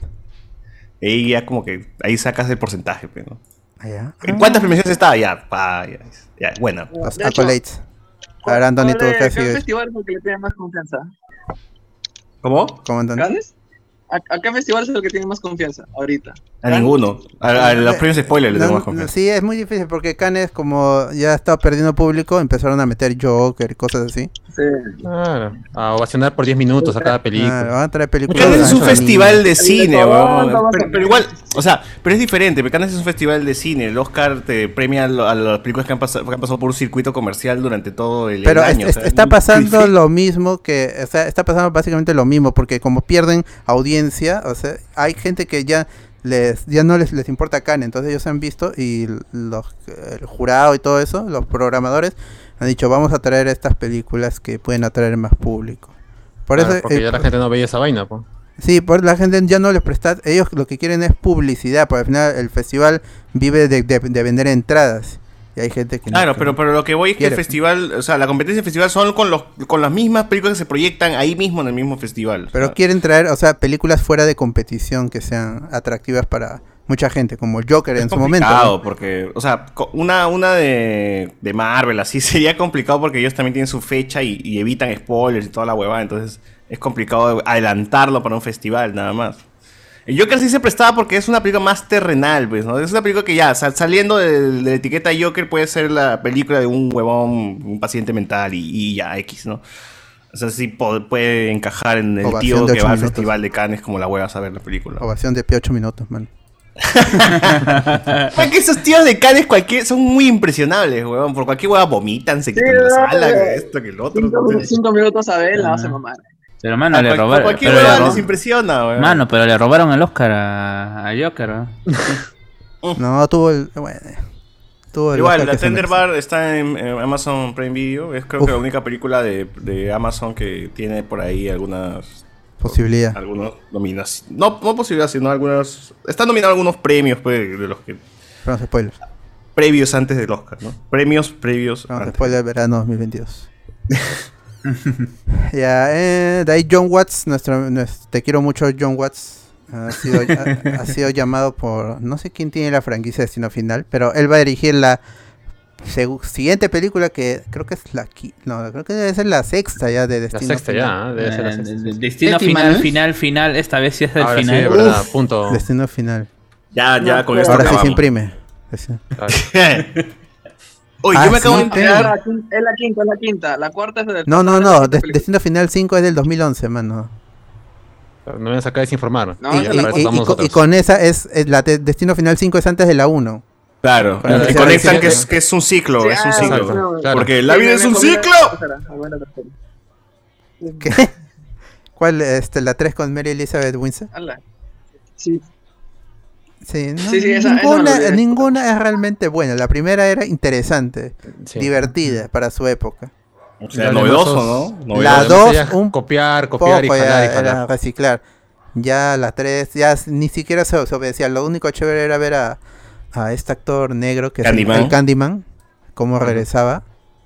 C: Ahí ya como que ahí sacas el porcentaje, pues, ¿no?
B: Allá.
D: Ah.
C: ¿En ¿Cuántas premiaciones está? Ya, pa, ya, ya, buena.
B: Los
E: De hecho,
B: accolades. A ver, Anthony, tú
E: ¿Cuál es-
B: casi.
E: ¿Cuál festival es el que le tiene más confianza?
C: ¿Cómo?
B: ¿Cómo Anthony?
E: ¿Cannes? ¿A, a qué festival es el que tiene más confianza ahorita?
C: A ninguno. A, a los premios spoiler le
B: Eh, No,
C: tengo más
B: no,
C: confianza.
B: sí, es muy difícil porque Cannes, como ya estaba perdiendo público, empezaron a meter Joker y cosas así.
E: Sí.
D: Claro. A ovacionar por 10 minutos a cada
B: Ah,
D: película.
B: van a traer películas.
C: Cannes es un
B: Anthony.
C: festival de cine,
E: todo,
C: weón.
E: todo,
C: Pero,
E: todo.
C: pero igual, o sea, pero es diferente. porque Cannes es un festival de cine. El Oscar te premia a lo- a las películas que han, pasado, que han pasado por un circuito comercial durante todo el, el
B: Pero
C: año.
B: es-
C: o sea,
B: es- está
C: muy
B: pasando
C: difícil.
B: lo mismo que, o sea, está pasando básicamente lo mismo, porque como pierden audiencia, o sea, hay gente que ya les, ya no les, les importa Cannes, entonces ellos han visto y los el jurado y todo eso, los programadores han dicho vamos a traer estas películas que pueden atraer más público. Por
D: Claro,
B: eso,
D: porque
B: eh,
D: ya la gente no veía esa vaina, po.
B: sí, por la gente ya no les presta, ellos lo que quieren es publicidad, porque al final el festival vive de, de- de vender entradas y hay gente que no-
C: Claro,
B: que-
C: pero, pero lo que voy es que el
B: Quiere.
C: festival, o sea, la competencia del festival son con, los, con las mismas películas que se proyectan ahí mismo en el mismo festival.
B: Pero
C: O sea,
B: quieren traer, o sea, películas fuera de competición que sean atractivas para mucha gente, como Joker en
C: es
B: su momento.
C: complicado
B: ¿no?
C: porque, o sea, co- una, una de, de Marvel así sería complicado porque ellos también tienen su fecha y, y evitan spoilers y toda la huevada, entonces es complicado adelantarlo para un festival nada más. El Joker sí se prestaba porque es una película más terrenal, pues, ¿no? Es una película que ya, sal- saliendo de, de la etiqueta Joker, puede ser la película de un huevón, un paciente mental y, y ya, X, ¿no? O sea, sí po- puede encajar en el
B: Ovación
C: tío
B: de
C: que
B: ocho
C: va al
B: minutos.
C: festival de Cannes como la hueva a ver la película.
B: Ovación de pie ocho minutos, man.
C: Para que esos tíos de Cannes cualquier, son muy impresionables, weón. Por cualquier hueá vomitan, se quitan la
E: weón.
C: sala, que esto, que el otro.
E: Cinco,
C: Entonces,
E: cinco minutos a ver, la vas a mamar.
F: Pero
C: a
F: mano, le
C: cual-
F: robaron.
C: cualquier
F: pero le
C: hueá
F: ro-
C: les impresiona, weón.
F: Mano, pero le robaron el Oscar a, a Joker, ¿ah?
B: No, tuvo el. Bueno, tuvo el
C: Igual,
B: Oscar
C: la
B: que se
C: Tender
B: merece.
C: Bar está en, en Amazon Prime Video. Es creo
B: Uf.
C: que la única película de, de Amazon que tiene por ahí algunas.
B: Posibilidad.
C: Algunas nominaciones. No, no posibilidades, sino algunas. Están nominados algunos premios, pues, de los que.
B: Pero no se spoilers.
C: Previos antes del Oscar, ¿no? Premios previos.
B: Vamos,
C: antes.
B: después del verano 2022. ya, eh, de ahí John Watts, nuestro, nuestro- te quiero mucho John Watts, ha sido, ha- ha sido llamado por, no sé quién tiene la franquicia de Destino Final, pero él va a dirigir la segu- siguiente película que creo que es la qui- no, creo que debe ser la sexta ya de
D: La
B: Destino
D: sexta
B: Final.
D: ya, ¿eh? debe ser la
F: Eh,
D: sexta.
F: de- de- Destino
G: Séptima,
F: final,
G: ¿no es?
F: final, final. Esta vez sí es el
D: Ahora sí, de
F: final.
D: verdad, punto.
B: Destino Final.
C: Ya, ya, con esto.
B: Ahora sí se
C: acabamos.
B: imprime. Destino-
C: Oye,
B: Ah,
C: yo me acabo
B: sí,
C: de
B: ok.
C: enterar.
E: Es la quin- es la quinta, es la quinta. La cuarta es de.
B: No, no,
E: es la
B: no,
E: quinta
B: De-
E: película.
B: Destino Final 5 es del 2011, mano.
D: No me voy a sacar desinformar.
E: No,
B: y,
E: esa
B: y-
E: la
B: y- y
D: recordamos
B: con- y
D: nosotros.
B: con esa es, es la de- Destino Final 5 es antes de la 1.
C: Claro,
B: Claro,
C: y
B: sí,
C: conectan
D: sí,
C: que,
D: sí.
C: Es, que es un ciclo,
E: Sí,
C: es un
E: ah,
C: ciclo.
E: exacto,
D: claro.
C: Porque la
E: Sí,
C: vida
E: me-
C: es
E: me
C: un
E: comí la
C: ciclo.
E: tercera, me comí la tercera.
B: ¿Qué? ¿Cuál? Este, la 3 con Mary Elizabeth Windsor.
E: Ala. Sí,
B: Sí, no,
E: Sí, sí, esa- esa me
B: ninguna,
E: olvidé.
B: ninguna es realmente buena. La primera era interesante,
D: Sí.
B: divertida para su época.
C: O
D: Ya
C: sea,
D: le
C: novedoso,
D: pasos.
C: ¿no?
B: La
C: Novedoso.
B: dos,
D: Sería
B: un
D: copiar, copiar y
B: Poco
D: jalar y
B: ya
D: jalar.
B: era reciclar. Ya la 3, ya s- ni siquiera se, se obedecía. Lo único chévere era ver a, a este actor negro que es el-
C: Candyman.
B: el Candyman, cómo
D: Ajá.
B: regresaba.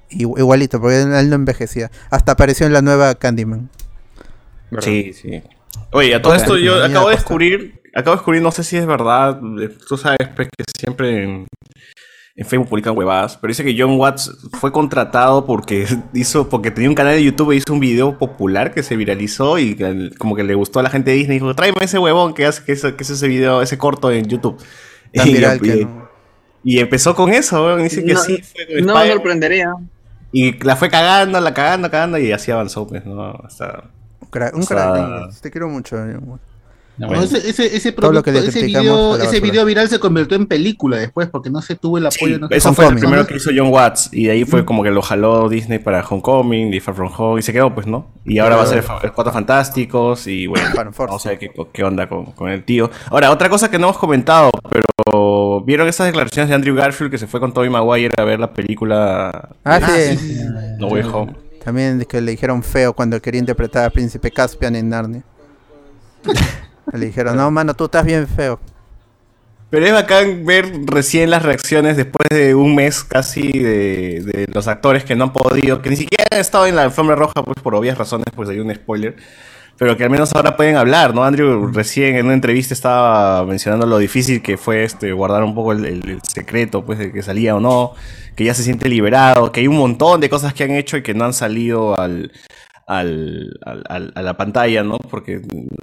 B: Y- Igualito, porque él no envejecía. Hasta apareció en la nueva Candyman.
D: ¿verdad?
C: Sí, sí. Oye, a todo esto
B: Mira,
C: yo
B: mira,
C: acabo de
B: costa.
C: descubrir, acabo de descubrir, no sé si es verdad, eh, tú sabes pues, que siempre en, en Facebook publican huevadas, pero dice que John Watts fue contratado porque hizo, porque tenía un canal de YouTube e hizo un video popular que se viralizó y que el- como que le gustó a la gente de Disney, dijo, tráeme ese huevón que hace que es, que es ese video, ese corto en YouTube.
B: Tan
C: Y-
B: viral que
C: y-
B: no-
C: Y empezó con eso, weón. Dice que
E: No,
C: sí, fue con
E: no me
C: Spider-Man.
E: sorprendería.
C: Y la fue cagando, la cagando, cagando, y así avanzó, pues, ¿no? Hasta.
B: un cra- un
C: o sea,
B: crack. Te quiero mucho.
G: No, ese, ese, ese
B: Todo lo que
G: producto- ese,
B: criticamos
G: video,
B: fue la
G: ese
B: basura.
G: video viral se convirtió en película después porque no se tuvo el apoyo.
C: Sí,
G: no se-
C: eso
B: Hong
C: fue el
B: Kong.
C: primero que hizo John Watts. Y de ahí fue como que lo jaló Disney para Homecoming, The Far From Home, y se quedó, pues, ¿no? Y ahora va a ser Fa- Cuatro Fantásticos, y bueno,
B: Fanforce.
C: vamos a ver qué, qué onda con, con el tío. Ahora, otra cosa que no hemos comentado, pero. ¿Vieron esas declaraciones de Andrew Garfield que se fue con Tobey Maguire a ver la película
B: Ah, sí.
C: No Way Home?
B: También de que le dijeron feo cuando quería interpretar a Príncipe Caspian en Narnia. le dijeron, no, mano, tú estás bien feo.
C: Pero es bacán ver recién las reacciones después de un mes casi de, de los actores que no han podido, que ni siquiera han estado en la alfombra roja, pues por obvias razones, pues hay un spoiler. Pero que al menos ahora pueden hablar, ¿no? Andrew recién en una entrevista estaba mencionando lo difícil que fue este guardar un poco el, el- el secreto, pues, de que salía o no, que ya se siente liberado, que hay un montón de cosas que han hecho y que no han salido al, al- al- al- a la pantalla, ¿no? Porque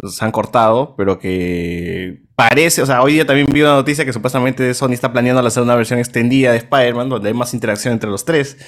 C: se han cortado, pero que parece, o sea, hoy día también vi una noticia que supuestamente Sony está planeando hacer una versión extendida de Spider-Man, donde hay más interacción entre los tres.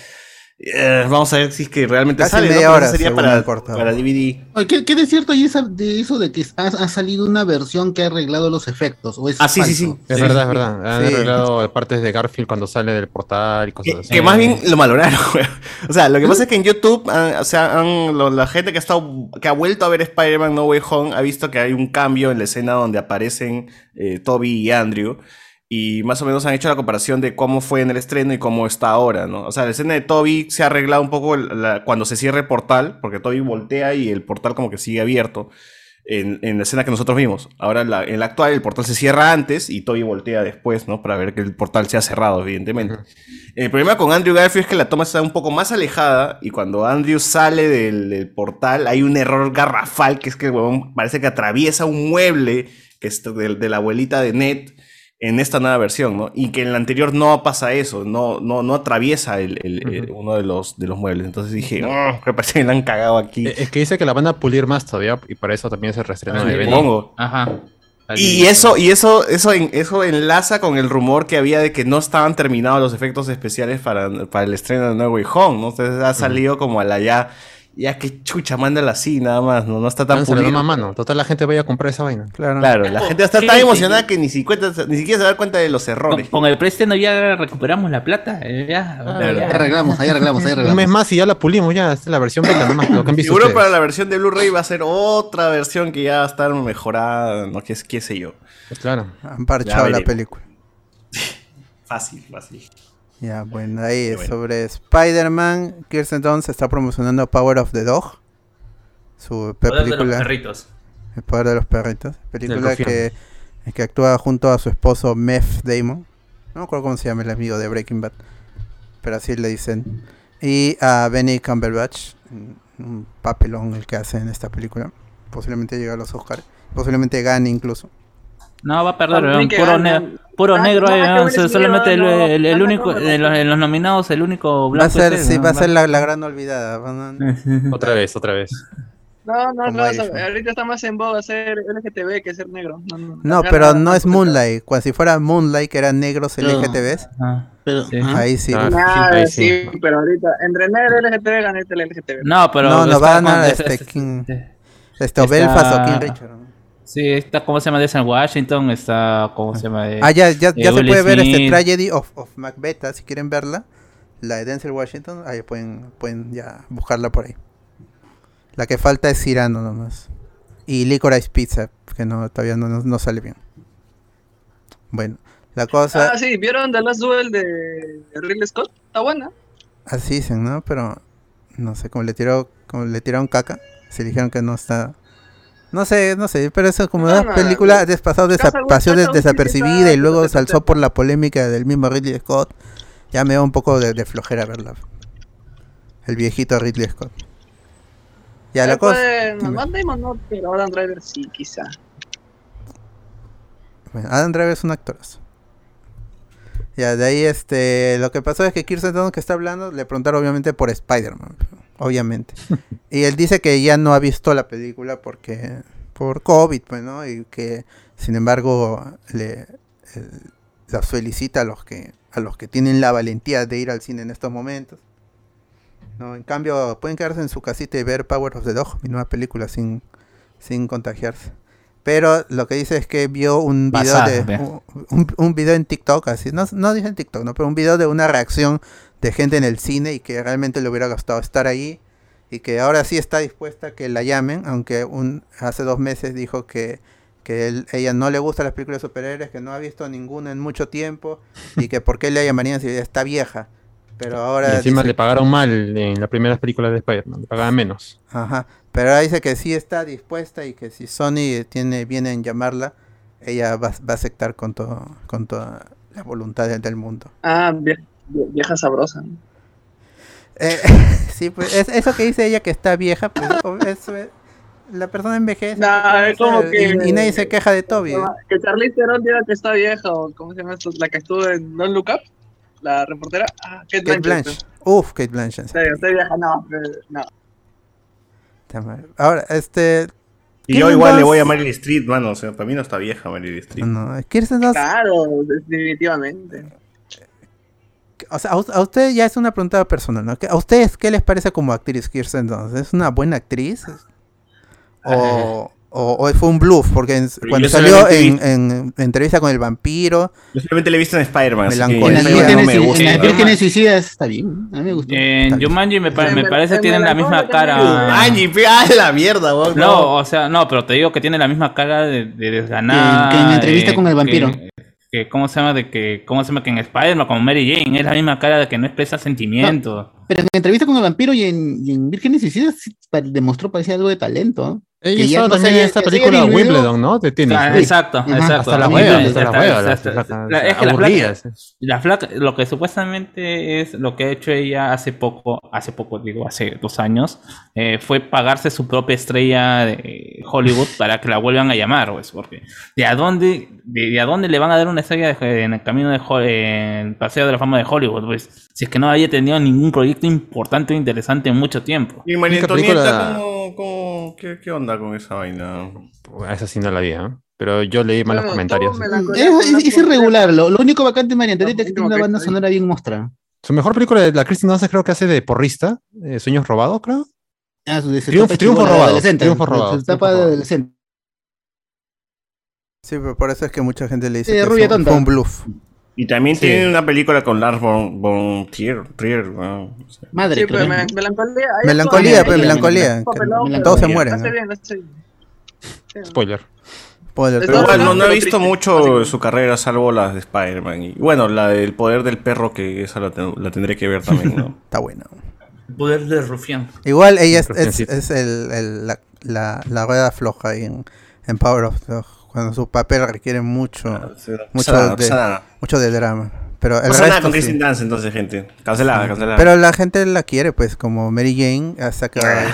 C: Eh, vamos a ver si es que realmente
B: Casi
C: sale, ¿no?
B: media
C: Pero
B: hora,
C: eso sería
B: según
C: para,
B: el portavoz.
C: para DVD.
G: Oye, ¿Qué, qué de cierto hay esa- de eso de que ha, ha salido una versión que ha arreglado los efectos? ¿O es
C: Ah, sí, sí, sí.
G: falso?
D: Es verdad, es verdad. Han
B: Sí.
D: arreglado partes de Garfield cuando sale del portal y cosas
C: Que,
D: así.
C: que más bien lo valoraron, güey. O sea, lo que pasa es que en YouTube, ah, o sea, han- lo- la gente que ha, estado, que ha vuelto a ver Spider-Man No Way Home ha visto que hay un cambio en la escena donde aparecen eh, Toby y Andrew. Y más o menos han hecho la comparación de cómo fue en el estreno y cómo está ahora, ¿no? O sea, la escena de Toby se ha arreglado un poco el- la- cuando se cierra el portal, porque Toby voltea y el portal como que sigue abierto en, en la escena que nosotros vimos. Ahora, en la, en la actual, el portal se cierra antes y Toby voltea después, ¿no? Para ver que el portal se ha cerrado, evidentemente. El problema con Andrew Garfield es que la toma está un poco más alejada y cuando Andrew sale del, del portal hay un error garrafal que es que el huevón parece que atraviesa un mueble que es de, de la abuelita de Ned en esta nueva versión, ¿no? Y que en la anterior no pasa eso, no, no, no atraviesa el, el- el- uno de los, de los muebles. Entonces dije, "Oh, me parece que la han cagado aquí.
D: Eh, Es que dice que la van a pulir más todavía y para eso también se reestrena de Venom.
C: Ah, Supongo.
J: Ajá.
C: Y eso, y eso, eso, en- eso enlaza con el rumor que había de que no estaban terminados los efectos especiales para, para el estreno de No Way Home, ¿no? Entonces ha salido como a la ya, ya que chucha, mándala así, nada más, ¿no? No está tan
D: Lánzalo
C: pulido.
D: nomás, mano. Total, la gente vaya a comprar esa vaina.
B: Claro.
C: Claro, la
J: Oh,
C: gente está
J: sí,
C: tan
J: sí.
C: emocionada que ni siquiera, ni siquiera se da cuenta de los
J: Con,
C: errores.
J: con el préstamo ya recuperamos la plata. eh, ya,
E: Ah,
G: Ahí
J: ya.
G: arreglamos, ahí arreglamos, ahí
D: Un mes
G: arreglamos.
D: más y ya la pulimos, ya. Esta es la versión beta nomás. Lo que han visto
C: Seguro
D: ustedes.
C: para la versión de Blu-ray va a ser otra versión que ya va a estar mejorada, no qué, qué sé yo.
D: Claro.
B: Han parchado
C: Ya
B: la
C: veremos.
B: película.
C: Fácil, fácil.
B: Ya, bueno, ahí
C: Ya, bueno.
B: sobre Spider-Man, Kirsten Dunst está promocionando Power of the Dog, su
J: Poder de los
B: película
J: perritos.
B: El Poder de los Perritos, película
D: rufián.
B: que, que actúa junto a su esposo Meph Damon, no me acuerdo cómo se llama el amigo de Breaking Bad, pero así le dicen, y a Benny Cumberbatch, un papelón el que hace en esta película, posiblemente llegue a los Oscars, posiblemente gane incluso.
J: No, va a perder,
E: Para mí
J: weón.
E: Ah, que
J: puro,
E: gana.
J: ne- puro
E: Ah,
J: negro.
E: no,
J: eh,
E: que
J: weón.
E: hubiera sido,
J: solamente el,
E: no,
J: el- el
E: gana
J: único,
E: todo.
J: de los, de los nominados, el único
B: Va
J: blanco.
B: a ser,
J: es él,
B: sí,
J: ¿no?
B: va a ser la, la gran olvidada. van a-
D: Otra vez, otra vez.
E: No, no,
B: Como
E: no,
B: Irishman.
E: sabe, ahorita está más en boga ser LGTB que ser negro. No, no,
B: No,
E: Gana-
B: pero no es Moonlight, cuando si fuera Moonlight que eran negros
G: No.
B: LGTBs,
J: Ah,
G: Pero,
J: sí.
G: ajá.
B: ahí sí.
J: Ah.
D: Claro.
E: Nada,
D: Ahí
E: sí,
D: sí.
E: pero ahorita, entre negro y LGTB, gané el LGTB.
J: No, pero.
B: No, no,
J: está
B: va a ganar
J: con-
B: este
J: es- es-
B: King.
J: este-
B: Esto,
J: Está-
B: Belfast o King Richard.
J: Sí, está, ¿cómo se llama? Desde Washington, está, ¿cómo se llama? Eh,
B: Ah, ya, ya,
J: de
B: ya se
J: Will
B: puede ver este
J: Smith.
B: Tragedy of, of Macbeth, ah, si quieren verla. La de Denzel Washington, ahí pueden, pueden ya buscarla por ahí. La que falta es Cyrano nomás. Y Licorice Pizza, que no, todavía no, no- no sale bien. Bueno, la cosa,
E: Ah, sí, ¿vieron The Last Duel de Ridley Scott? Está buena.
B: así dicen, ¿no? Pero, no sé, como le tiró, como le tiraron caca, se dijeron que no está... No sé, no sé, pero eso es como
E: No,
B: una
E: no, no.
B: película des- pasó, desa-
E: Casa-
B: pasó des-
E: Casa Gucci
B: desapercibida y
E: está-
B: luego
E: está-
B: salzó por la polémica del mismo Ridley Scott. Ya me da un poco de, de flojera verla. El viejito Ridley Scott. Ya la
E: Él
B: cosa.
E: puede- no,
B: dime.
E: Matt Damon no, pero Adam Driver sí, quizá.
B: Bueno, Adam Driver es un actorazo. Ya, de ahí este. Lo que pasó es que Kirsten Dunst que está hablando le preguntaron obviamente por Spider-Man. Obviamente. y él dice que ya no ha visto la película porque. por COVID, pues, ¿no? Y que sin embargo le el- la felicita a los que a los que tienen la valentía de ir al cine en estos momentos. No, en cambio, pueden quedarse en su casita y ver Power of the Dog, mi nueva película, sin, sin contagiarse. Pero lo que dice es que vio un video
J: Basada,
B: de,
J: ve.
B: un, un- un video en TikTok, así, no, no dice en TikTok, no, pero un video de una reacción de gente en el cine y que realmente le hubiera gustado estar ahí y que ahora sí está dispuesta a que la llamen, aunque un, hace dos meses dijo que, que él- ella no le gustan las películas de superhéroes, que no ha visto ninguna en mucho tiempo y que por qué le llamarían si ella está vieja. Pero
D: Y
B: ahora
D: encima
B: dice-
D: le pagaron mal en las primeras películas de Spider-Man. Le pagaban menos.
B: Ajá. Pero ahora dice que sí está dispuesta y que si Sony tiene, viene en llamarla, ella va, va a aceptar con todo, con toda la voluntad del, del mundo.
E: Ah, vie- vie- vieja sabrosa.
B: Eh, sí, pues es- eso que dice ella que está vieja, pues o- es- eh, la persona envejece.
E: Nah,
B: pues,
E: es como
B: eh, y-
E: que-
B: y, nadie se queja de Toby. ¿eh?
E: Que Charlize Theron diga que está vieja, o ¿cómo se llama esto? La que estuvo en No Look Up, la reportera. Ah, Kate
B: Kate
E: Blanchett.
B: Blanchett. Uf, Kate Blanchett.
E: Sí, estoy vieja, no, pero- no.
B: Puta madre. Ahora, este.
C: Y yo igual
B: Kirsten
C: le voy a
B: Dunst-
C: Meryl Streep, mano. O sea, para mí no está vieja Meryl Streep.
B: No, Kirsten Dunst,
E: Claro, definitivamente.
B: o sea, a us- a usted ya es una pregunta personal, ¿no? ¿Qué- ¿A ustedes qué les parece como actriz Kirsten Dunst? ¿Es una buena actriz? ¿O, o- o fue un bluff? Porque en-
C: Pero
B: cuando
C: yo
B: salió
C: solamente
B: en, en- en entrevista con el vampiro,
C: Yo solamente la he visto en Spider-Man. así que
I: En las
B: Melancolía.
C: Spider-Man no
I: vírgenes
C: me
I: en
C: gusta.
I: las
C: ¿no?
I: vírgenes suicidas está bien. A mí
J: Eh,
I: me gustó.
F: En Jumanji me, pare-
E: Se
F: me
E: me-
F: parece
E: se
F: tienen
E: me la
F: la misma
E: pongo también.
F: cara.
C: Ay, pe- ah, la mierda, weón.
F: No, o sea, no, pero te digo que tiene la misma cara de, de desganada.
I: Que- que en la entrevista
F: eh,
I: con el vampiro.
F: Que, que ¿Cómo se llama? De que, ¿Cómo se llama? Que en Spider-Man, como Mary Jane, es la misma cara de que no expresa sentimientos.
I: Pero en la entrevista con el vampiro y en, y en Vírgenes Suicidas sí pa- demostró parecía algo de talento.
D: Ella
I: Que ya
D: estaba
I: no
D: también
I: sé,
D: en esta
I: que sigue
D: película
I: viviendo.
D: Wimbledon, ¿no? De tenis.
F: Ah,
D: Sí.
F: Exacto,
I: Ajá.
F: exacto.
D: Hasta la
F: Sí,
D: hueva,
F: sí,
D: hasta la
F: está-
D: hueva. la-
F: está-
D: la-
F: está-
D: la-
F: es que la flaca-
D: Aburridas.
F: la flaca, lo que supuestamente es lo que ha hecho ella hace poco, hace poco digo, hace dos años, eh, fue pagarse su propia estrella de Hollywood para que la vuelvan a llamar, pues, porque ¿de a dónde, de, de a dónde le van a dar una estrella de- en el camino de Ho- en el paseo de la fama de Hollywood, pues, si es que no había tenido ningún proyecto importante o interesante en mucho tiempo.
C: Y María
D: Única
C: Antonieta,
D: película-
C: ¿cómo, cómo, qué, ¿qué onda con esa vaina?
D: Bueno, Esa sí no la vi, ¿eh? Pero yo leí malos
E: Bueno,
D: comentarios.
E: todo melancolía
I: Es,
E: con
I: es-
E: la
I: es irregular. Lo, lo único vacante de María Antonieta
E: Tampoco
I: es que tiene una
E: que
I: banda
E: estoy-
I: sonora bien mostrada.
D: Su mejor película de la Kristen Dunst creo que hace de porrista, eh, Sueños Robados, creo.
I: Ah, su- de su
D: Triunfo-
I: etapa
D: triunfo
I: chibola,
D: robado,
I: adolescente,
D: triunfo
I: su-
D: robado,
I: Su etapa
D: triunfo
I: de
D: robado.
I: adolescente.
B: sí, pero por eso es que mucha gente le dice
I: Eh,
B: que
I: rubia
B: fue, un-
I: tonta.
B: fue un bluff.
C: Y también
D: Sí.
C: tiene una película con Lars von, von Trier, Trier, weón. O sea,
I: Madre,
E: Sí,
I: creo
E: pero
I: que-
E: me- melancolía. ahí
B: Melancolía,
E: está,
B: pues,
E: ahí está.
B: melancolía.
E: Papelón,
B: que
E: pero
I: melancolía.
B: Todos se
E: lo
B: mueren,
E: hace
B: ¿no? Pues,
E: bien, lo hace bien. Sí.
D: Spoiler.
B: Spoiler,
C: Pero
E: Pero
B: todo.
C: igual no, no he
E: pero
C: visto
E: triste,
C: mucho
E: así
C: de
E: que-
C: su carrera, salvo las de Spider-Man. Y bueno, la del poder del perro, que esa la, ten- la tendré que ver también, ¿no?
B: Está bueno.
F: El poder de Rufián.
B: Igual ella es,
D: Creo que
B: es-
D: sí.
B: es el- el- la, la- la rueda floja ahí en, en Power of Dog, cuando su papel requiere
D: Ah,
B: mucho, mucho,
C: Pasa nada,
B: de,
C: pasa nada.
B: mucho de drama. Pero el
C: Pasa nada
B: resto
C: con
B: sí.
C: Kristen Dance, entonces, gente. Cancelada, cancelada.
B: Pero la gente la quiere, pues, como Mary Jane ha
D: Ah,
B: sacado.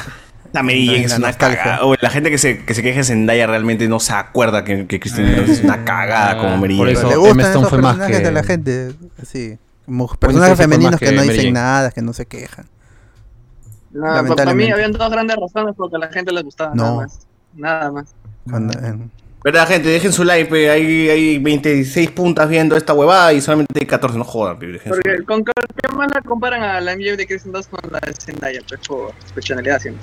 C: la Mary Jane
B: la-
C: es
B: la
C: una
B: nostalgia.
C: cagada. O la gente que se, que se queja de Zendaya realmente no se acuerda que, que Kristen Dance es una cagada como Mary
D: Por
C: Jane.
D: eso-
B: le
D: Emma
B: gustan
D: Stone
B: esos
D: fue más
B: personajes de
D: que-
B: la gente, así, mu-
D: Stone
B: personajes
D: fue más
B: femeninos que,
D: que
B: no
D: Mary
B: dicen
D: Jane.
B: nada, que no se quejan.
E: No, pa- para
B: Lamentablemente.
E: mí habían dos grandes razones porque a la gente les gustaba,
B: No.
E: nada más. Nada más.
D: Mm.
B: Cuando- en-
C: ¿Verdad, gente? Dejen su like, pe. Hay, hay 26 puntas viendo esta huevada y solamente hay 14. No jodan, pe. Dejen su
E: Porque
C: like.
E: con qué qué más la comparan a la MJ de Kristen Dunst con la de Zendaya, pues por excepcionalidad siempre.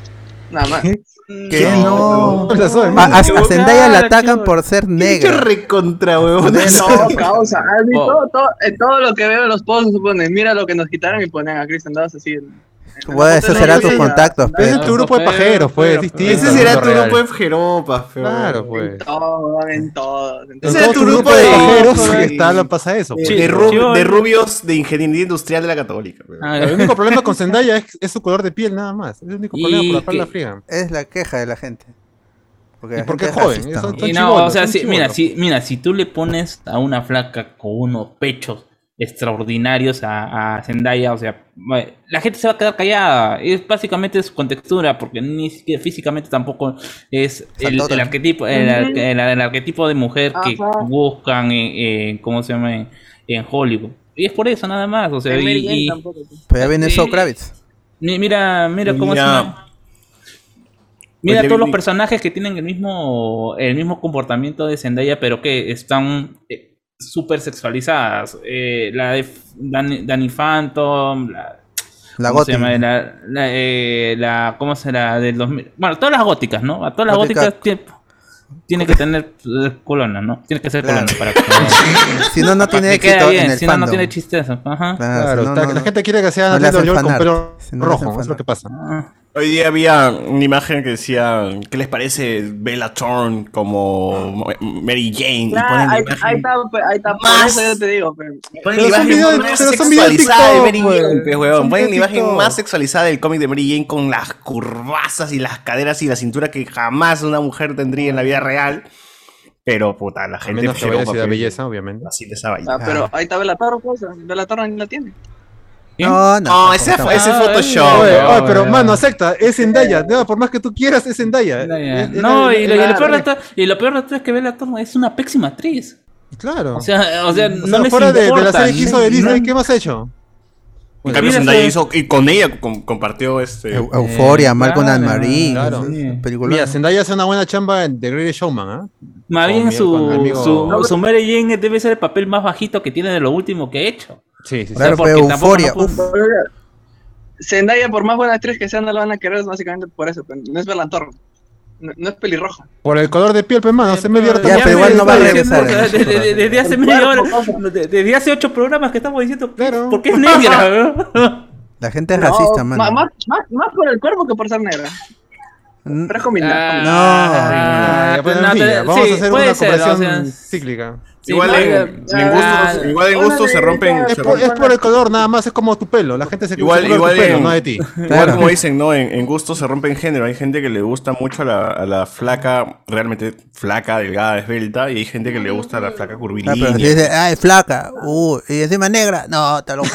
E: Nada más.
C: ¿Qué?
B: No. ah,
D: La soy,
B: A,
D: mano.
B: a- a
C: equivocada,
B: Zendaya la
F: Ah, qué
B: atacan por ser
C: Pinche
B: negra.
C: recontra, huevón.
E: No, causa. Albi,
F: Wow.
E: todo, todo, en todo lo que veo en los posts supone, mira lo que nos quitaron y ponen a Kristen Dunst así. en- en
B: Bueno,
E: la
B: eso
E: foto de
B: será
E: la
B: tus
E: Mary Jane,
B: contactos,
E: la-
D: Ese es
F: Pero-
D: tu grupo de
F: pero-
D: pajeros, pues.
F: pero-
D: distinto,
C: Ese
F: Sí,
C: será
D: mundo
C: tu
D: real.
C: grupo de jeropas, fe.
D: Claro, pues.
E: Todo, en todos. en
C: Ese
D: Entonces
E: todos.
C: es
D: tu grupo de pajeros que está, lo pasa eso.
C: De,
D: pues.
C: de ru-
F: Sí, yo-
C: de rubios de ingeniería industrial de la católica. pe.
F: Ah,
D: El único problema con Zendaya es, es su color de piel, nada más. Es el único
F: Y
D: problema por la cual
F: que-
D: la frían.
B: Es la queja de la gente. Porque
D: ¿Y
B: la
D: por qué
B: gente
D: joven?
B: racista,
D: Eso-
B: ¿no?
D: Son
F: Y no,
D: chibolos,
F: o sea,
D: son
F: si, mira,
D: chibolos.
F: si, mira, si tú le pones a una flaca con unos pechos extraordinarios a, a Zendaya, o sea, bueno, la gente se va a quedar callada. Es básicamente su contextura, porque ni siquiera físicamente tampoco es el,
B: Saltota.
F: el arquetipo, el, ar- el- el arquetipo de mujer que
E: Ajá.
F: buscan en, en- ¿cómo se llama? En, en Hollywood. Y es por eso nada más, o sea,
E: En Mary
F: y,
E: Jane
F: y-
E: tampoco.
B: Pero ya viene
F: Sí.
B: Zoe Kravitz.
F: mi- mira, mira cómo se
C: Mira.
F: llama. Mira
C: Oye,
F: todos los
C: vi-
F: personajes que tienen el mismo, el mismo comportamiento de Zendaya, pero que están eh, súper sexualizadas. Eh, la de F- Danny, Danny Phantom, la,
B: La
F: ¿cómo
B: Gotti.
F: se llama? La, la, eh, la- ¿cómo será? Del 2000. Bueno, todas las góticas, ¿no? A todas las
B: Gótica.
F: góticas tie- tiene que tener eh, colona, ¿no? Tiene que ser
B: Claro.
F: colona para que, para
B: Si no, no
F: que
B: tiene
F: quede
B: éxito
F: bien,
B: en el
F: si no,
B: fandom.
F: no tiene chiste eso.
B: Claro,
F: Ajá.
D: Claro,
B: si no,
D: está-
B: no,
D: la
B: no.
D: gente quiere que sea
B: no le hacen
D: Taylor Joy con
B: fanart,
D: pelo
B: si no le hacen
D: rojo, es lo que pasa.
F: Ah.
C: Hoy día había una imagen que decía, ¿qué les parece Bella Thorne como Mary Jane?
E: Claro,
C: y ponen la
E: ahí,
C: imagen,
E: ahí está, pues, ahí está, por
C: Más.
E: eso yo te digo. pues.
C: ponen
D: Pero
C: la imagen
D: son videos-
C: más
D: pero son videos de
C: sexualizada de
D: TikTok,
C: Mary
D: pues.
C: Jane, pues, huevón.
D: Son
C: Ponen la
D: videos de
C: imagen
D: TikTok.
C: más sexualizada del cómic de Mary Jane con las curvazas y las caderas y la cintura que jamás una mujer tendría en la vida real. Pero puta, la
D: A
C: gente
D: menos que vaya a
C: jeropa,
D: Ciudad
C: pues,
D: Belleza, obviamente.
C: Así de esa vaina.
E: Ah, pero ahí está Bella Torre, pues. Bella Torre ni la tiene.
B: No, no.
C: No,
B: tampoco,
C: ese fue
B: tampoco.
C: ese
F: Ah,
C: Photoshop.
D: Oye,
C: huevón.
D: oye, pero mano, acepta, es Zendaya. No, por más que tú quieras, es Zendaya. Eh, Es- es-
F: No,
D: es-
F: y lo, y lo peor de todo, y lo peor de todo es que Bella Thorne es una pésima actriz.
D: Claro.
F: O sea, o sea,
D: O
F: no
D: sea,
F: les
D: fuera de- de,
F: importa,
D: la serie que hizo de
F: no-
D: Disney, ¿qué más ha hecho?
C: En cambio,
J: Mírase.
C: Zendaya hizo, y con ella com- compartió este.
B: Eu- Euforia, Mal con
D: claro,
B: Anne-Marie.
D: claro.
B: esas películas.
D: Mira, Zendaya hace una buena chamba en The Greatest Showman, ¿ah?
J: Más bien
D: Con mi- con mi
J: su,
D: amigo-
J: su, su Mary Jane debe ser el papel más bajito que tiene de lo último que he hecho.
D: Sí, sí, sí.
B: Claro,
J: porque
B: pero
J: tampoco
B: Euforia.
J: no puedo-
B: uf,
E: Zendaya, por más buena actriz que sea, no la van a querer básicamente por eso. pero No es Belantorro. No, no es pelirroja.
D: Por el color de piel, pues,
F: Eh,
D: mano, se me vierta.
B: Ya,
J: Ya
B: pero
J: me
B: igual no va a
J: está
B: regresar.
J: diciendo, o sea, de- de- de- Desde hace media hora, de- desde hace ocho programas que estamos diciendo,
D: Claro.
J: ¿por qué es negra? ¿no?
B: La gente es
E: No,
B: racista,
E: ma-
B: mano.
E: Más, más- más por el cuerpo que por ser negra.
B: Mm,
E: Pero es comida.
D: Ah,
J: Ah,
D: ya, pues,
J: no,
D: en fin,
J: te-
D: ya, vamos
J: sí,
D: a hacer
J: puede
D: una
J: ser,
D: comparación
J: o sea,
D: cíclica.
J: sí,
C: igual,
J: no,
C: en,
J: ya-
C: en
J: ya-
C: gustos, igual en
E: Una
C: gustos se
E: de-
C: rompen.
E: de-
C: se
E: de-
C: rompen.
D: Es por el color, nada más, es como tu pelo. La gente se
C: Igual-
D: se color de tu
C: igual
D: pelo,
C: en-
D: no de ti.
C: Igual
B: Claro.
C: como dicen, ¿no? En, en gusto se rompen género. Hay gente que le gusta mucho la, a la flaca, realmente flaca, delgada, esbelta, y hay gente que le gusta la flaca
B: Ah, pero si
C: curvilínea.
B: dice, ah, es flaca, uh, y encima negra, no, está loco.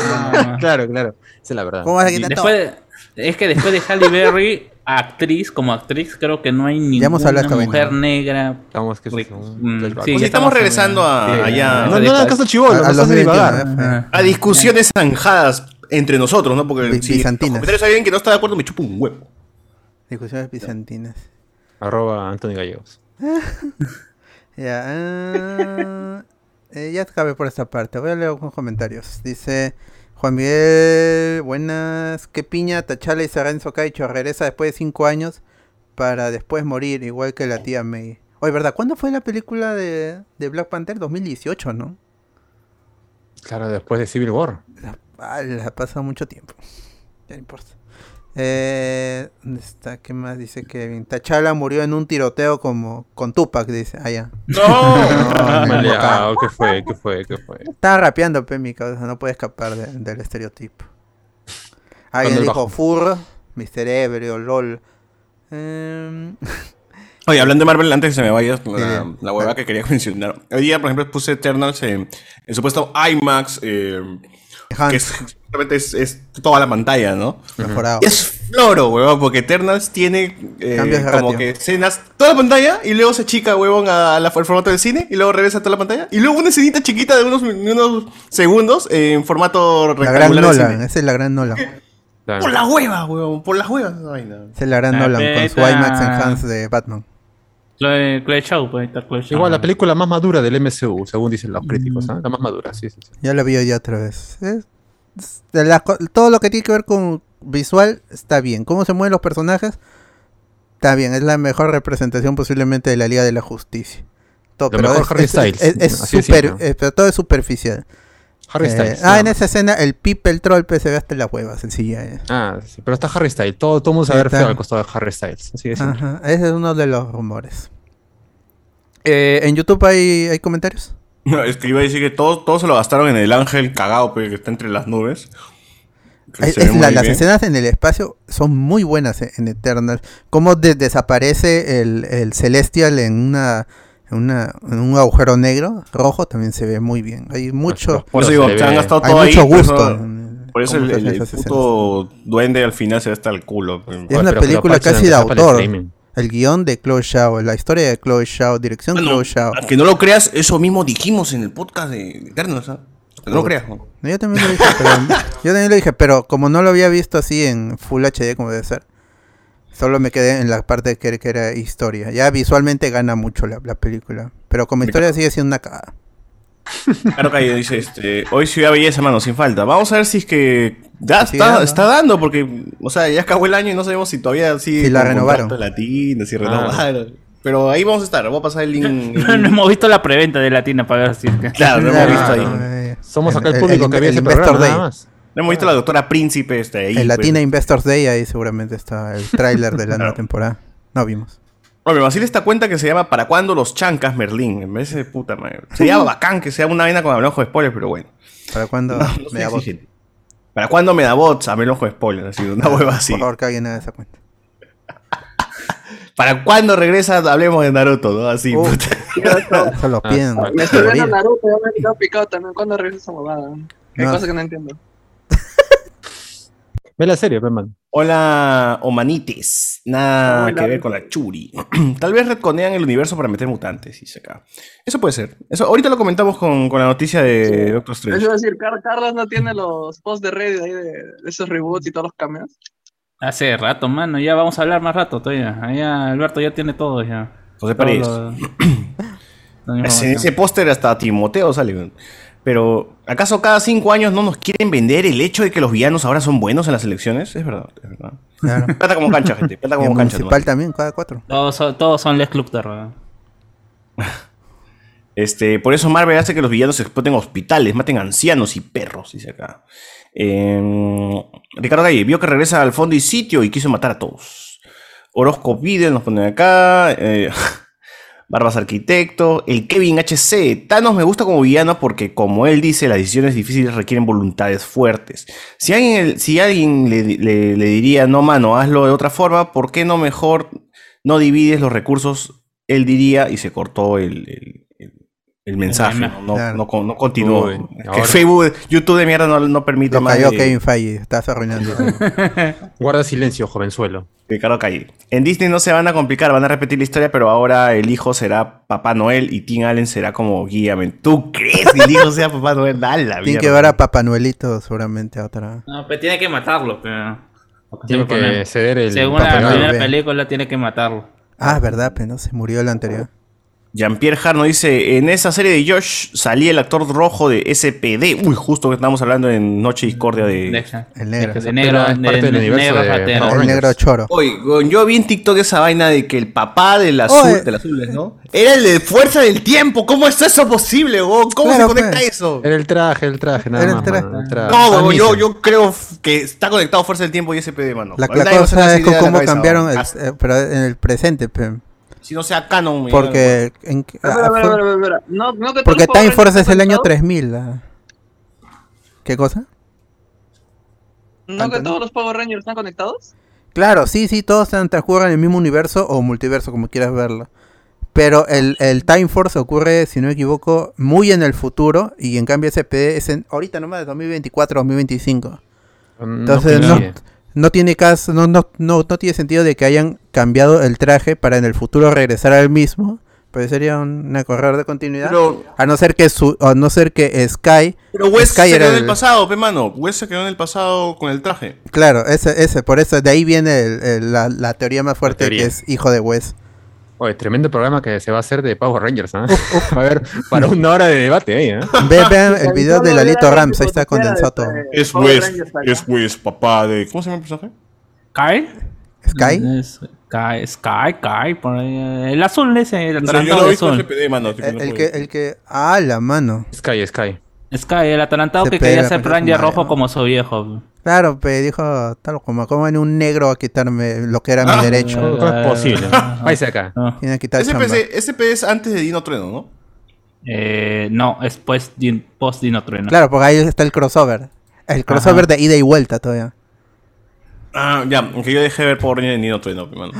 B: no.
D: Claro, claro. Esa es la verdad.
B: ¿Cómo vas a quitar todo?
J: Ah, Después de- es que después de Halle Berry, actriz, como actriz, creo que no hay
B: Ya hemos hablado
J: ninguna
B: esta vaina.
J: mujer negra.
D: Estamos que es
J: Rico.
D: un
J: Mm,
D: flashback.
J: sí,
C: Pues
J: ya estamos
C: estamos
J: en-
C: regresando a,
J: sí,
C: allá,
D: No, no le hagas caso al chivolo,
B: A- a
D: no
B: los
D: estás
B: 2021,
D: divagar.
B: eh,
J: Ajá.
C: a discusiones zanjadas entre nosotros, ¿no? Porque
B: Bi-
C: si en los
B: bizantinas.
C: comentarios hay alguien que no está de acuerdo, me chupa un huevo.
B: Discusiones bizantinas.
D: Arroba Antonio Gallegos.
B: Ya, ah, eh, ya acabé por esta parte. Voy a leer algunos comentarios. Dice Juan Miguel, buenas. ¿Qué piña Tachala y Sarenzo Caicho regresa después de 5 años para después morir, igual que la tía May? Oye, ¿verdad? ¿Cuándo fue la película de, de Black Panther? 2018, ¿no?
D: Claro, después de Civil War.
B: Ah, la pasa mucho tiempo. Ya no importa. Eh, ¿Dónde está? ¿Qué más dice Kevin? Tachala murió en un tiroteo como con Tupac, dice. Ah, ya.
C: ¡No!
B: Ah,
D: Maleado, ah, ¿qué fue? ¿Qué fue? ¿Qué fue?
B: Estaba rapeando, pe, mi causa, No puede escapar de- del estereotipo.
D: Cuando
B: Alguien
D: el
B: dijo
D: bajo.
B: Fur, Mr. Ebrio, LOL. Em,
C: Oye, hablando de Marvel, antes que se me vaya la,
B: Sí.
C: la huevada que quería mencionar. Hoy día, por ejemplo, puse Eternals en el supuesto IMAX, eh,
B: Hans,
C: que es, justamente es, es toda la pantalla, ¿no?
B: mejorado.
C: Y Es floro, huevón, porque Eternals tiene eh,
B: Cambios de
C: como
B: ratio.
C: que escenas toda la pantalla y luego se chica, huevón, a la- al formato del cine y luego regresa a toda la pantalla y luego una escenita chiquita de unos, de unos segundos en formato
B: La gran
C: rectangular. del
B: Nolan,
C: cine.
B: esa es la gran Nolan. Esa
D: Claro.
C: Por las huevas, huevón, por las huevas. Ay, no.
B: es la gran
J: La
B: Nolan con su
J: beta.
B: IMAX Enhanced de Batman.
J: Lo de Chloe Zhao, puede estar Chloe Zhao.
D: Igual, la película más madura del MCU, según dicen los críticos.
B: Mm.
D: ¿ah? La más madura, sí, sí. sí.
B: Ya la vi hoy otra vez. Es- es de las co- todo lo que tiene que ver con visual está bien. Cómo se mueven los personajes está bien. Es la mejor representación posiblemente de la Liga de la Justicia. Todo,
D: Lo mejor
B: es,
D: Harry
B: es-
D: Styles,
B: es- es
D: así de
B: super-
D: simple.
B: eh, pero todo es superficial.
D: Harry
B: Eh,
D: Styles.
B: ah,
D: nada
B: en
D: más.
B: esa escena el Pipe, el troll, pues, se ve hasta las huevas, sencilla. eh.
D: Ah, sí, pero está Harry Styles. Todo, todo mundo se va a ver
B: Está.
D: feo al costado de Harry Styles. Así de simple.
B: Ajá, ese es uno de los rumores. Eh, ¿En YouTube hay, hay comentarios?
C: No, es que iba a decir que todos todo se lo gastaron en el ángel cagado pe, que está entre las nubes. Que
B: Es-
C: se ve
B: es
C: muy
B: la- las
C: bien.
B: escenas en el espacio son muy buenas e, en, en Eternal. Cómo de- desaparece el, el Celestial en una, en una- en un agujero negro, rojo, también se ve muy bien. Hay mucho,
C: Por eso
D: Se
C: digo,
D: le
C: se han
D: ve-
C: gastado
B: hay
C: todo ahí.
B: mucho
C: por eso-
B: gusto.
C: Por eso
B: cómo
C: el,
B: se hacen
C: el- el
B: esas escenas.
C: puto duende al final se ve hasta el culo. pues, pe.
B: Es
D: Oye,
B: una
D: pero que lo
B: película
D: parchen
B: casi de
D: aunque sea para el
B: autor.
D: streaming.
B: El guión de Chloe Zhao, la historia de Chloe Zhao, dirección de
C: Bueno,
B: Chloe Zhao.
C: aunque Ah, no lo creas, eso mismo dijimos en el podcast de Eternos. ¿ah? Aunque No lo creas. ¿no?
B: No, yo también lo dije, pero, yo también lo dije, pero como no lo había visto así en Full HD como debe ser, solo me quedé en la parte que, que era historia. Ya visualmente gana mucho la, la película, pero como historia sigue siendo una cagada.
C: Claro que ahí dice, este, hoy Ciudad Belleza, mano, sin falta. Vamos a ver si es que ya
B: Sí,
C: está,
B: ya, ¿no?
C: está dando, porque, o sea, ya acabó el año y no sabemos si todavía sí.
B: Si la renovaron. Ah.
C: Latina, si renovaron. Pero ahí vamos a estar, voy a pasar el link.
J: No, no hemos visto la preventa de Latina para ver si es que.
C: Claro, no hemos
B: Claro,
C: visto ahí.
B: eh,
D: Somos acá el
B: el-
D: público
B: el-
D: que ve
B: el
D: ese
B: Investor
D: programa,
B: Day.
D: nada más.
C: No hemos visto a la doctora Príncipe este, ahí.
B: En
C: pues.
B: Latina Investors Day ahí seguramente está el tráiler de la nueva temporada. No vimos.
C: No, pero así esta cuenta que se llama ¿Para cuándo los chancas Merlín? En vez de puta madre. Sería bacán que sea una vaina con Amelonjo de spoilers, pero bueno.
B: ¿Para cuándo?
C: No, no
B: me
C: soy
B: da voz?
C: exigente. ¿Para cuándo me da bots Amelonjo de spoilers? Así, una hueva así.
B: Por favor, que alguien haga esa cuenta.
C: ¿Para cuándo regresa? Hablemos de Naruto, ¿no? Así,
B: Uh,
C: puta.
B: Se lo
D: Ah,
B: piden.
E: Me estoy viendo
B: morir.
E: Naruto, ya me he quedado picado también. ¿Cuándo
B: Ah,
E: regresa esa bobada? Hay
B: No.
E: cosas que no entiendo.
D: Ve la serie, pues, hermano.
C: Hola, Omanites. Nada
E: Hola.
C: que ver con la Churi. Tal vez retconean el universo para meter mutantes, dice acá. Eso puede ser. Eso, ahorita lo comentamos con, con la noticia de Doctor
E: Eso
C: Strange.
E: iba a decir, Car- Carlos no tiene los posts de Reddit ahí de, de esos reboots y todos los cameos.
J: Hace rato, mano. Ya vamos a hablar más rato todavía. Ahí ya Alberto ya tiene todo ya.
C: José
J: Todo
C: Pérez.
J: lo- la
C: Ese,
J: información.
C: ese póster hasta Timoteo sale. weón. Pero, ¿acaso cada cinco años no nos quieren vender el hecho de que los villanos ahora son buenos en las elecciones? Es verdad, es verdad.
B: Claro.
C: Plata como cancha, gente. Plata
B: Y en
C: como cancha.
B: municipal
C: nomás.
B: también, cada cuatro.
J: Todos son, todos son Les Club Terra.
C: Este, por eso Marvel hace que los villanos exploten hospitales, maten ancianos y perros, dice acá. Eh, Ricardo Galle vio que regresa al fondo y sitio y quiso matar a todos. Orozco Videl nos pone acá. eh, Barbas Arquitecto. El Kevin HC. Thanos me gusta como villano porque, como él dice, las decisiones difíciles requieren voluntades fuertes. Si alguien, si alguien le, le- le diría, no, mano, hazlo de otra forma, ¿por qué no mejor no divides los recursos? Él diría, y se cortó el, el- el- el mensaje. No, No-
B: Claro.
C: no con- no continuó.
D: Uy,
C: Es que
D: ahora.
C: Facebook, YouTube de mierda no, no permite
B: Lo
C: más.
B: cayó
C: de-
B: Kevin Feige, estás arruinando.
D: Guarda silencio, jovenzuelo.
C: Ricardo Calle. En Disney no se van a complicar, van a repetir la historia, pero ahora el hijo será Papá Noel y Tim Allen será como guía. men. ¿Tú crees que el hijo sea Papá Noel? Dale la
B: Tienen
C: mierda.
B: que ver a Papanuelito seguramente a otra.
J: No, pero tiene que matarlo, pero.
D: Tiene que ceder el.
J: Según
B: papel,
J: la
B: ¿no?
J: primera
B: Bien.
J: película, tiene que matarlo.
B: Ah, es verdad, pero no se murió el anterior.
C: Jean-Pierre Jarno dice, en esa serie de Josh salía el actor rojo de SPD. Uy, justo que estábamos hablando en Noche Discordia de...
J: Deja.
B: El negro.
J: De negro,
D: Pero es parte
J: de
D: del universo
J: negro
D: de
J: ratero.
D: Power
B: El negro choro.
C: Oye, weón, yo vi en TikTok esa vaina de que el papá del azul,
B: Oye.
C: del azul, ¿no? Era el de Fuerza del Tiempo. ¿Cómo es eso posible, weón? ¿Cómo
B: Claro,
C: se conecta
B: pues.
C: eso?
D: Era el traje, el traje, nada
B: Era el
D: más.
B: traje.
D: mano, el traje.
C: No,
D: Tan
C: weón, yo,
D: liso.
C: yo creo f- que está conectado Fuerza del Tiempo y SPD, mano.
B: La,
C: Ahorita
B: la
C: no se me
B: cosa
C: hace
B: es
C: idea de Ah. la
B: cómo
C: cabeza,
B: cambiaron,
C: weón.
B: el,
C: Hasta-
B: eh, pero en el presente, pe,
C: Si no sea canon, me llama,
B: porque en-
E: Espera,
B: ah,
E: espera,
B: fue-
E: espera, espera. No, no que todos
B: porque
E: los Power
B: Time Force
E: Rangers
B: es el año
E: están
B: 3000. ah. ¿Qué cosa?
E: conectados. ¿No que
B: Anthony.
E: todos los Power Rangers están conectados?
B: Claro, sí, sí, todos tran- transcurren en el mismo universo o multiverso, como quieras verlo. Pero el, el Time Force ocurre, si no me equivoco, muy en el futuro y en cambio SPD es en, ahorita nomás de 2024 2025. Entonces no,
D: coincide.
B: no tiene caso, no, no, no, no tiene sentido de que hayan cambiado el traje para en el futuro regresar al mismo. Pues sería un- una correr de continuidad.
C: Pero,
B: a no ser que su, a no ser que Sky,
C: pero Wes
B: Sky
C: se
B: era
C: quedó en
B: el-
C: el pasado, pe, mano. Wes se quedó en el pasado con el traje.
B: claro, ese, ese, por eso, de ahí viene el- el- la, la teoría más fuerte
D: teoría.
B: que es hijo de Wes.
D: Oye, tremendo programa que se va a hacer de Power Rangers, ¿ah? Va a haber para una hora de debate ahí, ¿eh?
B: Ve, vean el video de
E: Solo
B: Lalito
E: vean
B: Rams, ahí está
E: como quiera,
B: condensado todo.
E: este,
C: Es
E: Power
C: Wes,
E: Rangers acá.
C: es Wes, papá de... ¿Cómo se llama el personaje?
J: ¿Kai?
B: Sky,
J: Es- Kai, Sky, Kai. Por ahí, eh, el azul ese, el
C: No sé, yo
J: atarantado
C: no he
J: de
C: visto
J: azul.
C: SPD, mano. tipo,
B: el,
C: no
B: Eh, el
C: sé.
B: que, el que, ah, la mano.
D: Sky, Sky.
J: Sky, el atarantado
B: Se
J: que
B: pega,
J: quería ser
B: pero es
J: Ranger
B: madre,
J: rojo
B: ¿no?
J: como su viejo.
B: Claro, pero dijo, tal como, como viene un negro a quitarme lo que era mi
C: Ah.
B: derecho.
D: ¿Cómo es posible?
J: Ah.
D: Váyase acá.
J: No,
B: Tiene que quitar chamba.
C: SPD, SPD es antes de Dino Trueno, ¿no?
J: eh, no es post, post Dino Trueno.
B: Claro, porque ahí está el crossover. El crossover de ida y vuelta todavía.
C: Ah, ya, aunque yo dejé de ver Power Rangers en Dino Trueno, pe, mano.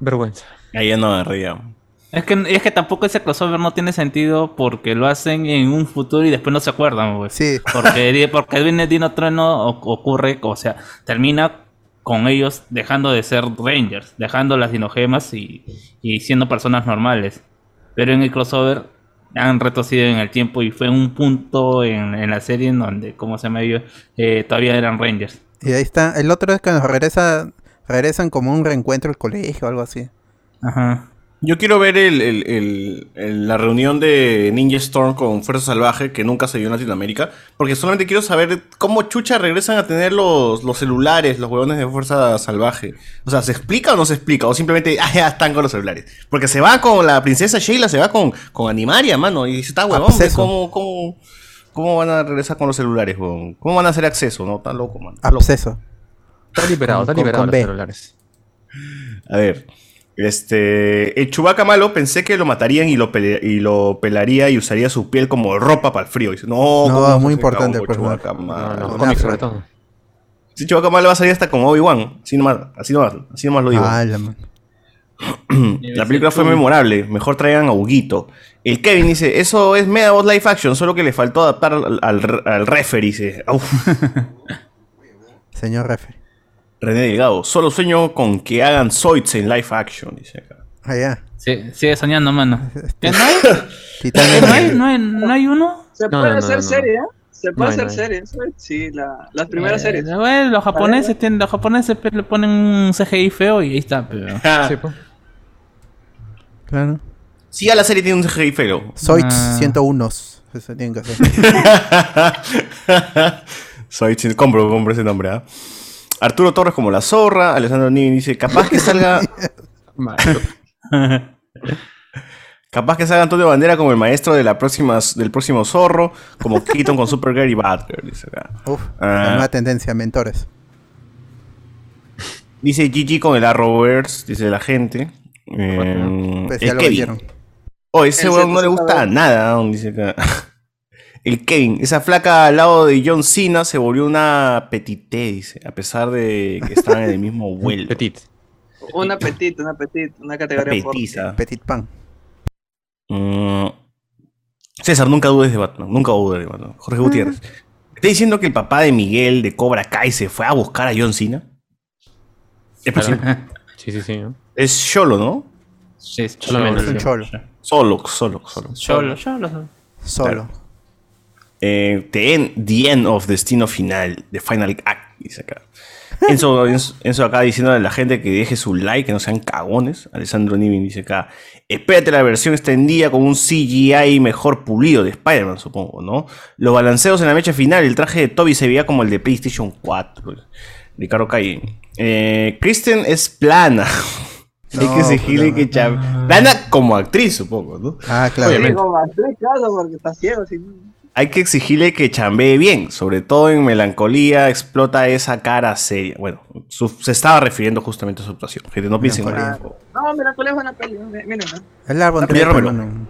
D: Vergüenza.
C: Ahí ya no agarré ya.
J: Es que, es que tampoco ese crossover no tiene sentido porque lo hacen en un futuro y después no se acuerdan, güey.
B: Sí,
J: Porque, porque viene Dino Trueno o- ocurre, o sea, termina con ellos dejando de ser Rangers, dejando las dinogemas y, y siendo personas normales. Pero en el crossover han retrocedido en el tiempo y fue un punto en, en la serie en donde, como se me vio, eh, todavía eran Rangers.
B: y ahí está. El otro es que nos regresa, regresan como un reencuentro al colegio o algo así.
J: Ajá.
C: Yo quiero ver el, el- el- el- la reunión de Ninja Storm con Fuerza Salvaje que nunca se dio en Latinoamérica, porque solamente quiero saber cómo chucha regresan a tener los, los celulares, los huevones de Fuerza Salvaje. O sea, ¿se explica o no se explica? O simplemente, ah, ya están con los celulares. Porque se va con la princesa Sheila, se va con, con Animaria, mano, y dice, está huevón, ve
B: Acceso.
C: ¿cómo, cómo, ¿cómo van a regresar con los celulares, huevón? ¿Cómo van a hacer acceso? No, tan loco, mano. Está loco.
B: Absceso.
D: Está liberado, está
B: Con- con
D: liberado los
B: B.
D: celulares.
C: A ver. Este. El Chubaca malo pensé que lo matarían y lo, pele- y lo pelaría y usaría su piel como ropa para el frío. Dice, no, ¿cómo vas a
B: muy
C: hacer
B: importante
C: cagón con
B: el personaje.
C: Chewbacca
D: No,
C: malo?
D: no,
B: con
D: cómics
B: Afro.
D: sobre todo.
C: Sí, Chewbacca malo va a salir hasta como Obi-Wan. Así nomás, así nomás, así nomás lo digo.
B: Ah, la mano.
C: La película fue memorable. Mejor traigan a Huguito. El Kevin dice: Eso es Medabots Life Action, solo que le faltó adaptar al, al, al referee. Dice: "Au".
B: señor Refe.
C: René Delgado, solo sueño con que hagan Zoids en live action, dice acá.
B: Ah, ya.
J: Sí, sigue soñando, mano. ¿Ya no hay? ¿Ya
I: Eh,
B: Titanic.
J: no hay? ¿No hay, no hay uno?
E: Se
D: No,
E: puede
D: no, no, no,
E: hacer
D: no.
E: serie, ¿eh? Se
D: No
E: puede
D: hay,
E: hacer
D: no hay.
E: serie, ¿sabes? sí, la- las primeras series.
J: Eh, bueno, los japoneses tienen, los japoneses pe, le ponen un CGI feo y ahí está, pero...
D: Sí, pues.
B: Claro.
C: Sí, ya la serie tiene un CGI feo.
B: Soit
J: Ah.
B: 101. Eso tienen que hacer.
C: Soy chino. Compro, compro ese nombre, ¿ah? Arturo Torres como la zorra, Alessandro Nini dice, capaz que salga, capaz que salga Antonio Bandera como el maestro de la próxima, del próximo zorro, como Keaton con Supergirl y Batgirl, dice acá.
B: Uf,
C: Ah.
B: la nueva tendencia, mentores.
C: Dice Gigi con el Arrowverse, dice la gente. Eh,
B: Pues ya
C: el
B: lo
C: Kevin.
B: vendieron.
C: Oh, ese
E: El
C: weón no le gusta
E: 700.
C: nada, ¿no? dice acá. El Kevin, esa flaca al lado de John Cena se volvió una petite, dice, a pesar de que estaban en el mismo vuelo.
D: Petit.
E: Un apetito, un apetito, una
C: Una
E: categoría por.
C: petiza.
B: Petit Pan.
C: Mm. César, nunca dudes de Batman, nunca dudes de Batman. Jorge Gutiérrez. ¿Me ¿Está diciendo que el papá de Miguel de Cobra Kai se fue a buscar a John Cena? Es posible.
D: Sí, sí, sí. ¿no?
C: Es Solo, ¿no?
J: Sí, es
D: Solamente.
B: Es un cholo.
C: Solo, solo, solo.
J: Cholo, cholo.
B: Solo.
C: Eh, the, end, the End of Destino Final, The Final Act, dice acá. Enzo, Enzo- Enzo acá diciendo a la gente que deje su like, que no sean cagones. Alessandro Nivin dice acá, espérate la versión extendida con un CGI mejor pulido de Spider-Man, supongo, ¿no? Los balanceos en la mecha final, el traje de Toby se veía como el de PlayStation 4. Ricardo Calle. Eh, Kristen es plana. Hay
B: No,
C: que exigirle
B: plana.
C: que cha- Plana como actriz, supongo, ¿no?
B: Ah, claro.
E: Sí, como Andrés, claro, porque está ciego. sí.
C: Hay que exigirle que chambee bien, sobre todo en melancolía, explota esa cara seria. Bueno, su- se estaba refiriendo justamente a su actuación. Gente, no piensen mal.
B: Melancolía.
C: por favor.
E: No, mira, ¿cuál es buena peli? Mí- Mírenla.
B: El árbol
C: También
B: trepa,
C: Romero.
B: mano.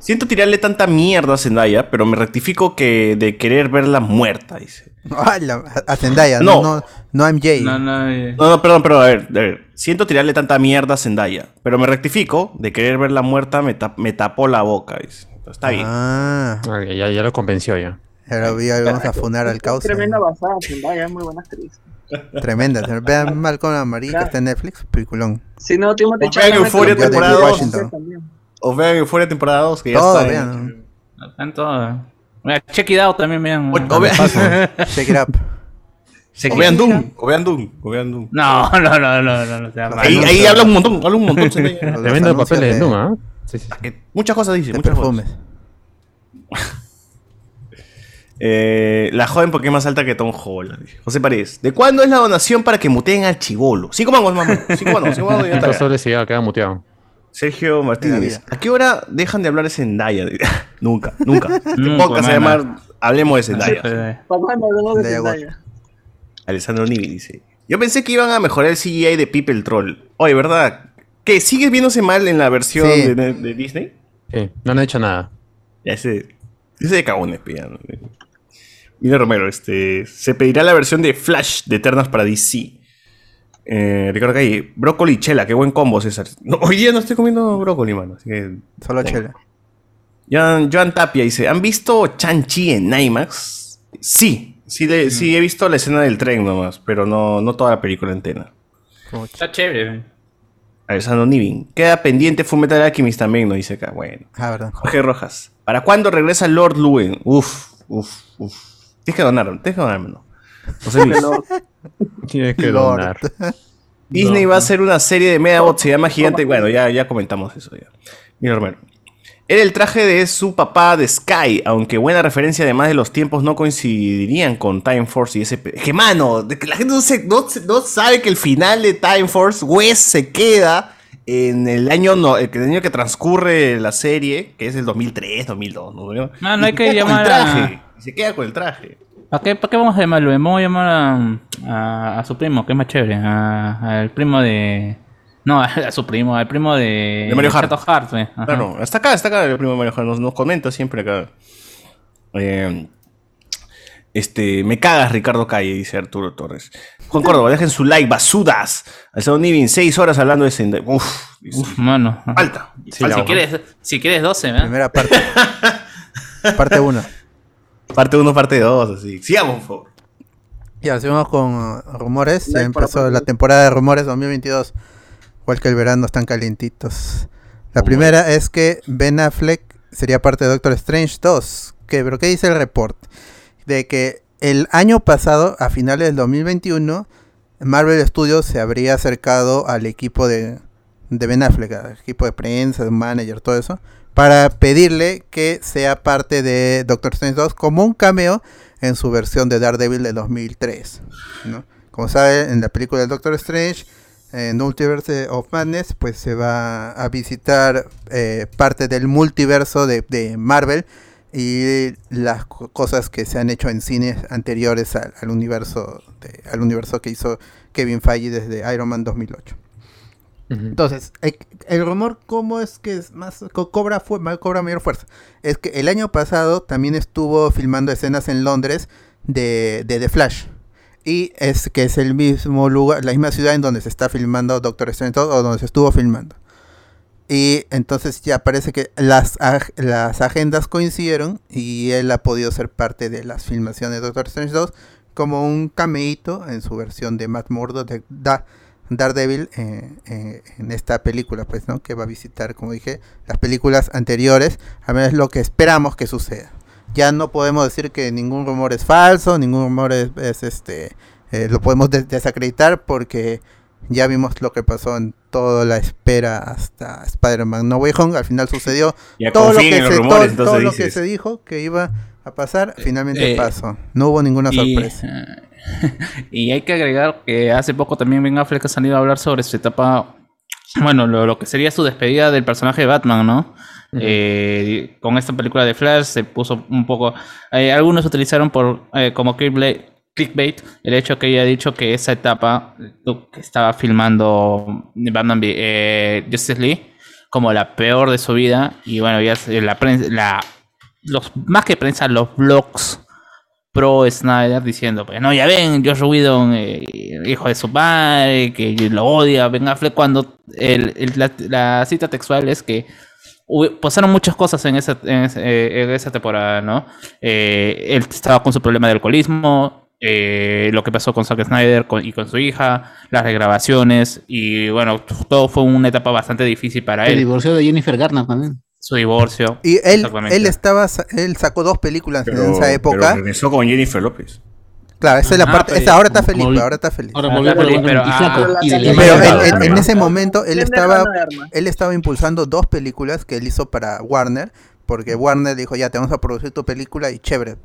C: Siento tirarle tanta mierda a Zendaya, pero me rectifico que de querer verla muerta, dice.
B: Ah, la- a a Zendaya, no.
C: No.
B: No, no a MJ.
J: No, no, eh,
C: No, no, perdón, perdón, a ver, a ver. Siento tirarle tanta mierda a Zendaya, pero me rectifico de querer verla muerta, me, tap- me tapó la boca, dice. Está bien.
B: Ah,
D: Ah, ya, ya lo convenció ya.
B: ahora vi- ahora vamos a funar al caos.
E: Tremenda basada, Zendaya, es muy buena actriz.
B: Tremenda. Vean Malcolm Amarillo que está en Netflix, peliculón.
E: Si no, Timothy
C: Vean Euphoria
E: también.
C: temporada
E: Denzel
C: dos.
E: Washington.
C: O vean fuera temporada 2, que ya
B: Todo,
C: está. en-
B: vean.
J: tanto... eh. Mira, check it out también, vean.
C: O, o
J: eh.
C: vean,
B: Shake it up.
C: o vean Doom, o vean Doom, o vean Doom.
J: No, no, no, no, no, no, sea
C: Ahí,
J: malo.
C: ahí habla un montón, habla un montón. Zendaya.
B: Los
D: Tremendo
B: anuncios
D: papel de
B: de-
D: Numa, ¿eh? Sí, sí. sí.
C: Que muchas cosas dice,
B: De
C: muchas
B: perfumes.
C: cosas. Eh, la joven porque es más alta que Tom Holland. dice. José Paredes, ¿de cuándo es la donación para que muteen al chivolo? Cinco mangos, mamá. Cinco mangos, cinco mangos. ya
D: Cinco
C: está.
D: soles y ya queda muteado.
C: Sergio Martínez, ¿a qué hora dejan de hablar de Zendaya? nunca, nunca. Este
J: Nunca,
C: podcast se va a
J: mana.
C: llamar Hablemos de Zendaya.
J: Eh,
E: Papá, no hablamos de
B: Zendaya
E: Zendaya.
C: Alessandro Nivi dice: Yo pensé que iban a mejorar el CGI de People Troll. Oye, ¿verdad? ¿Que sigues viéndose mal en la versión
B: Sí.
C: de, de Disney?
D: Sí, no han hecho nada.
C: Ya ese, ese de cagones, piano. Mira Romero, este. Se pedirá la versión de Flash de Eternas para DC. Eh, Ricardo Calle, brócoli y chela, qué buen combo, César. No, hoy día no estoy comiendo brócoli, mano. Así que.
B: Solo chela.
C: Joan, Joan Tapia dice: ¿Han visto Chan-Chi en IMAX? Sí, sí, le- sí, he visto la escena del tren nomás, pero no, no toda la película entera.
J: Está chévere. eh.
C: Alessandro Nivin. Queda pendiente Full Metal Alchemist también, nos dice acá. Bueno.
B: Ah, verdad.
C: Jorge Rojas. ¿Para cuándo regresa Lord Luen? Uf, uf, uf. Tienes que donarlo, tienes que donármelo. José Luis.
D: Tiene que
B: Lord.
D: donar.
C: Disney va a hacer una serie de Medabots, se llama Gigante. Bueno, ya, ya comentamos eso ya. Mira, hermano. Era el traje de su papá de Sky, aunque buena referencia además de los tiempos no coincidirían con Time Force y SP. Que mano, de que la gente no, se- no se- no sabe que el final de Time Force, Wes se queda en el año, no, el año que transcurre la serie, que es el 2003, 2002. ¿no?
J: Mano,
C: Y
J: Ah, hay que
C: se queda con el
J: llamar a-
C: traje, y Se queda con el traje.
J: ¿Para qué, para qué vamos a llamarlo? Vamos a llamar a, a, a su primo, que es más chévere. a- Al primo de. No, a su primo, al primo de.
C: De Mario Hart.
J: Chato Hart, eh. Ajá.
C: Claro, hasta acá, hasta acá el primo Mario Juan nos, nos comenta siempre acá. Eh, este, me cagas, Ricardo Calle, dice Arturo Torres. Juan Córdoba, dejen su like, basudas. Al Salón Nivin, seis horas hablando de Sendai. Uf, dice,
J: Uf, mano.
C: falta.
D: la
C: falta.
D: hoja.
J: Si quieres, si quieres 12, ¿verdad?
B: Primera parte. parte 1.
C: Parte 1, parte 2, así. Sigamos, por favor.
B: Ya, seguimos con uh, rumores. Ya
E: Like para
B: empezó la
E: apoyar.
B: temporada de rumores 2022. Igual que el verano, están calientitos. La primera es que Ben Affleck sería parte de Doctor Strange 2. ¿Qué, ¿Pero qué dice el report? De que el año pasado, a finales del 2021, Marvel Studios se habría acercado al equipo de, de Ben Affleck, al equipo de prensa, de manager, todo eso, para pedirle que sea parte de Doctor Strange 2 como un cameo en su versión de Daredevil de 2003. ¿no? Como saben, en la película del Doctor Strange, en Multiverse of Madness, pues se va a visitar eh, parte del multiverso de, de Marvel y las co- cosas que se han hecho en cines anteriores al, al universo de- al universo que hizo Kevin Feige desde Iron Man 2008. Entonces, el, el rumor cómo es que es más co- cobra fu- ma- cobra mayor fuerza es que el año pasado también estuvo filmando escenas en Londres de, de The Flash y es que es el mismo lugar, la misma ciudad en donde se está filmando Doctor Strange o donde se estuvo filmando. Y entonces ya parece que las, ag- las agendas coincidieron y él ha podido ser parte de las filmaciones de Doctor Strange 2 como un cameíto en su versión de Matt Murdock de Da- Daredevil eh, eh, en esta película, pues, ¿no? Que va a visitar, como dije, las películas anteriores, a menos lo que esperamos que suceda. Ya no podemos decir que ningún rumor es falso, ningún rumor es, es, este, eh, lo podemos des- desacreditar porque ya vimos lo que pasó en toda la espera hasta Spider-Man No Way Home. Al final sucedió
C: Ya
B: todo lo,
C: confíen
B: que
C: en los
B: se,
C: rumores,
B: todo-
C: entonces
B: todo lo que
C: dices.
B: se dijo que iba a pasar, finalmente
K: eh,
B: pasó. No hubo ninguna sorpresa.
F: y hay que agregar que hace poco también Ben Affleck ha salido a hablar sobre su etapa, bueno, lo, lo que sería su despedida del personaje de Batman, ¿no? Eh, con esta película de Flash se puso un poco, eh, algunos utilizaron por eh, como clickbait clickbait el hecho que ella ha dicho que esa etapa lo que estaba filmando Batman v- eh, Justice League como la peor de su vida y bueno ya se- la prensa la los más que prensa los blogs pro Snyder diciendo, pues no, ya ven, Josh Whedon, eh, hijo de su padre, que lo odia, Ben Affleck, cuando el- el- la, la cita textual es que hubo- pasaron muchas cosas en esa, en, ese- eh, en esa temporada, ¿no? Eh, él estaba con su problema de alcoholismo, eh, lo que pasó con Zack Snyder con- y con su hija, las regrabaciones, y bueno, todo fue una etapa bastante difícil para
I: El
F: él,
I: divorcio de Jennifer Garner también.
F: su divorcio.
B: Y él,
F: Exactamente.
B: él estaba, sa- él sacó dos películas en
C: Pero,
B: esa época.
C: pero regresó con Jennifer López.
B: claro, esa es la
F: Ah,
B: parte.
F: pero-
B: esa ahora está feliz,
I: como-
B: pero ahora está feliz.
I: Ahora
F: Ah,
I: volvió
F: está
I: con
F: feliz, pero,
I: y
F: ah,
I: flaco y
E: pero
B: Pero
I: delgado.
B: él-
C: Claro,
B: él-
C: claro.
B: en ese momento él
E: Tiene
B: estaba,
E: hermano de arma.
B: él estaba impulsando dos películas que él hizo para Warner, porque Warner dijo ya te vamos a producir tu película y chévere.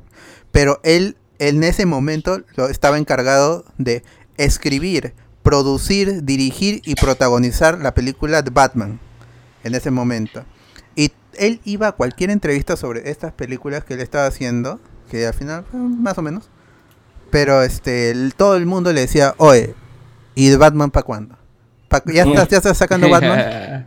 B: Pero él, en ese momento lo estaba encargado de escribir, producir, dirigir y protagonizar la película de Batman. En ese momento. Y él iba a cualquier entrevista sobre estas películas que él estaba haciendo, que al final, eh, más o menos. Pero este, el- todo el mundo le decía, oye, ¿y Batman para cuándo? ¿Pa- ¿Ya estás, ya estás sacando Batman?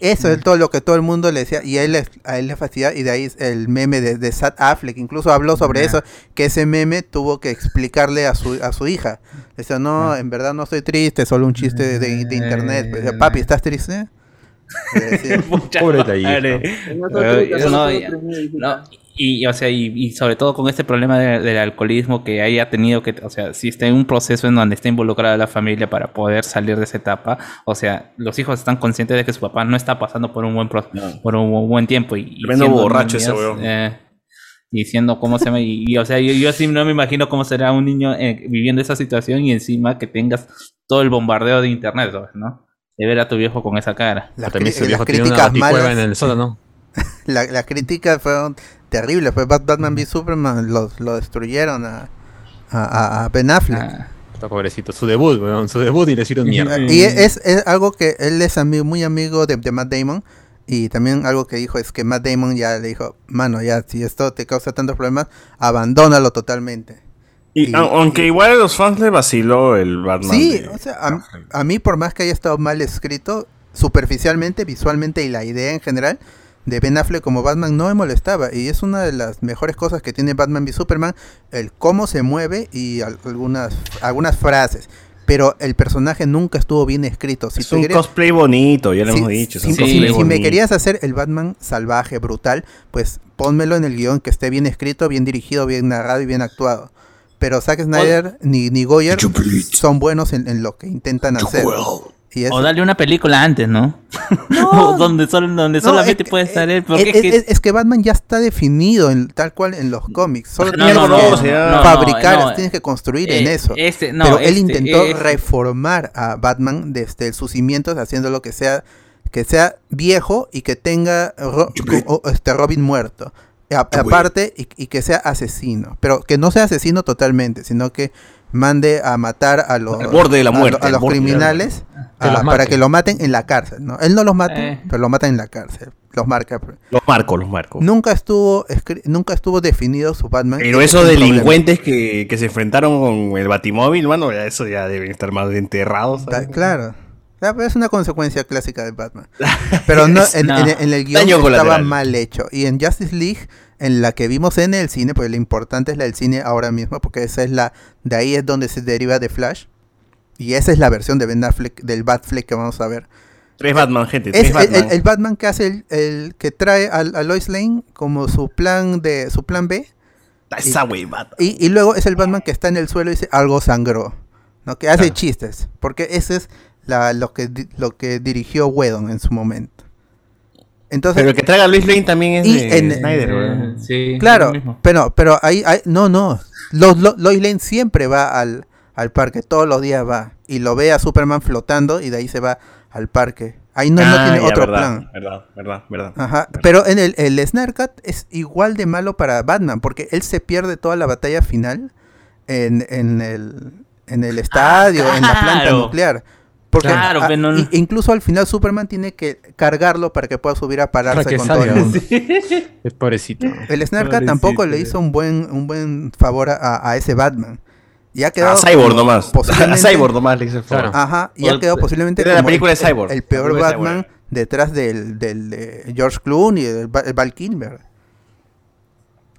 B: Eso es todo lo que todo el mundo le decía y a él, les- a él le fastidia y de ahí el meme de, de Sad Affleck, incluso habló sobre
F: Ya.
B: eso, que ese meme tuvo que explicarle a su, a su hija. Decía, no, en verdad no estoy triste, solo un chiste de, de- de internet. Pues, decía, Papi, ¿estás triste? Le decía.
F: Pucha
D: Pobre
F: madre.
D: Taller,
E: Nosotros,
F: Eh, eso no,
E: nosotros tres,
F: No, y, y, o sea, y, y sobre todo con este problema de- del alcoholismo que haya tenido que, o sea, si está en un proceso en donde está involucrada la familia para poder salir de esa etapa, o sea, los hijos están conscientes de que su papá no está pasando por un buen pro- por un bu- buen tiempo y, y
C: Tremendo
F: siendo
C: borracho ese
F: niños,
C: weón.
F: eh, y siendo cómo se llama, y, y, o sea, yo, yo así no me imagino cómo será un niño eh, viviendo esa situación y encima que tengas todo el bombardeo de internet, ¿no? De ver a tu viejo con esa cara.
B: Las,
D: También
B: cri-
D: ese viejo
B: las
D: tiene una
B: críticas
D: baticueva
B: malas,
D: en el sótano.
B: la- las críticas fueron terribles. Fue Bat- Batman v Superman, lo, lo destruyeron a, a- a- a Ben Affleck.
F: Ah,
D: Está pobrecito. Su debut, weón. Su debut y le hicieron mierda.
B: Y es, es algo que él es ami- muy amigo de, de Matt Damon. Y también algo que dijo es que Matt Damon ya le dijo, mano, ya si esto te causa tantos problemas, abandónalo totalmente.
C: Y,
B: Y-
C: a- aunque igual a los fans le vaciló el Batman.
B: Sí,
C: de-
B: o sea, a, a mí por más que haya estado mal escrito, superficialmente, visualmente y la idea en general de Ben Affleck como Batman no me molestaba y es una de las mejores cosas que tiene Batman v Superman, el cómo se mueve y al- algunas algunas frases, pero el personaje nunca estuvo bien escrito. Si
C: es
B: te
C: un
B: querías-
C: cosplay bonito, ya lo
B: si-
C: hemos dicho. es
B: si-
C: un
B: si-
C: cosplay
B: si me
C: bonito.
B: querías hacer el Batman salvaje, brutal, pues pónmelo en el guión que esté bien escrito, bien dirigido, bien narrado y bien actuado. pero Zack Snyder ni, ni Goyer son buenos en, en lo que intentan hacer. Y eso-
J: O dale una película antes, ¿no? O donde, sol- donde
B: No,
J: solamente
B: es que- eh,
J: puede estar él. Porque
B: Es,
J: es que-
B: es- es que Batman ya está definido en, tal cual en los cómics. Solo
J: No,
B: tienes
J: no, no,
B: que
J: no, no,
B: fabricar,
J: no,
B: tienes que construir
J: eh,
B: en eso.
J: este- no,
B: Pero él
J: este,
B: intentó
J: eh,
B: reformar a Batman desde sus cimientos, haciendo lo que sea, que sea viejo y que tenga Ro- o- este Robin muerto. A-
C: Ah,
B: aparte, y, y que sea asesino. Pero que no sea asesino totalmente, sino que mande a matar a los,
C: Al borde de la
B: a lo-
C: muerte,
B: a,
C: al
B: los
C: borde de la
B: criminales
D: Que
B: a-
D: los
B: para
D: mate.
B: que lo maten en la cárcel. ¿no? Él no los mata,
J: Eh.
B: pero lo matan en la cárcel. Los marca. pues.
C: Los marco, los marco.
B: Nunca estuvo escri- nunca estuvo definido su Batman.
C: Pero
B: Ah, Ese
C: esos
B: es un problema.
C: delincuentes que, que se enfrentaron con el Batimóvil, mano, ya eso ya deben estar más enterrados.
B: Ta-
C: ¿sabes?
B: claro. Ah, pero Es una consecuencia clásica de Batman. Pero no, en,
J: No.
B: en- en el guión
C: Daño
B: estaba
C: colateral.
B: mal hecho. Y en Justice League, en la que vimos en el cine, pues lo importante es la del cine ahora mismo, porque esa es la, de ahí es donde se deriva de Flash. Y esa es la versión de Ben Affleck, del Batfleck que vamos a ver.
C: Tres Batman, gente,
B: Es
C: tres
B: el-
C: Batman.
B: El, el Batman que hace el, el que trae a, a Lois Lane como su plan de su plan B
C: Ah, Esa huevada.
B: y, y luego es el Batman que está en el suelo y dice algo sangró, ¿no? Que hace
D: Claro.
B: chistes, porque ese es la, lo que di- lo que dirigió Whedon en su momento. Entonces,
C: Pero el que traiga a Luis Lane también es
B: Y
C: de
B: en-
C: Snyder,
F: Eh,
C: weón.
F: sí,
B: claro,
F: es lo mismo.
B: pero pero ahí, ahí- no no, Los- Lo- Lois Lane siempre va al al parque, todos los días va y lo ve a Superman flotando y de ahí se va al parque. Ahí no, no
C: Ah,
B: tiene
C: ya,
B: otro
C: verdad,
B: plan. Ah,
C: Verdad, verdad, verdad.
B: Ajá,
C: Claro.
B: pero en el, el Snyder Cut es igual de malo para Batman, porque él se pierde toda la batalla final en, en el, en
C: Ah,
B: el estadio, en la planta
J: claro.
B: nuclear. Porque
J: Claro,
B: ah,
J: pero no-
B: i- incluso al final Superman tiene que cargarlo para que pueda subir a
D: Para
B: pararse
D: que
B: con todo el
D: salga.
B: mundo.
D: Es pobrecito.
B: El Snyder Cut tampoco le hizo un buen, un buen favor a, a ese Batman. Y ha
C: A
B: quedado
C: Cyborg
B: como
C: nomás. A
B: posiblemente-
C: Cyborg nomás le hice el favor.
D: Claro.
B: Ajá, y ha
J: Por-
B: quedado posiblemente
C: Era la
B: como el-
C: película de Cyborg.
B: el peor
C: La película de
B: Batman
C: Cyborg.
B: detrás del, del de George Clooney y del Ba- el Val Kilmer.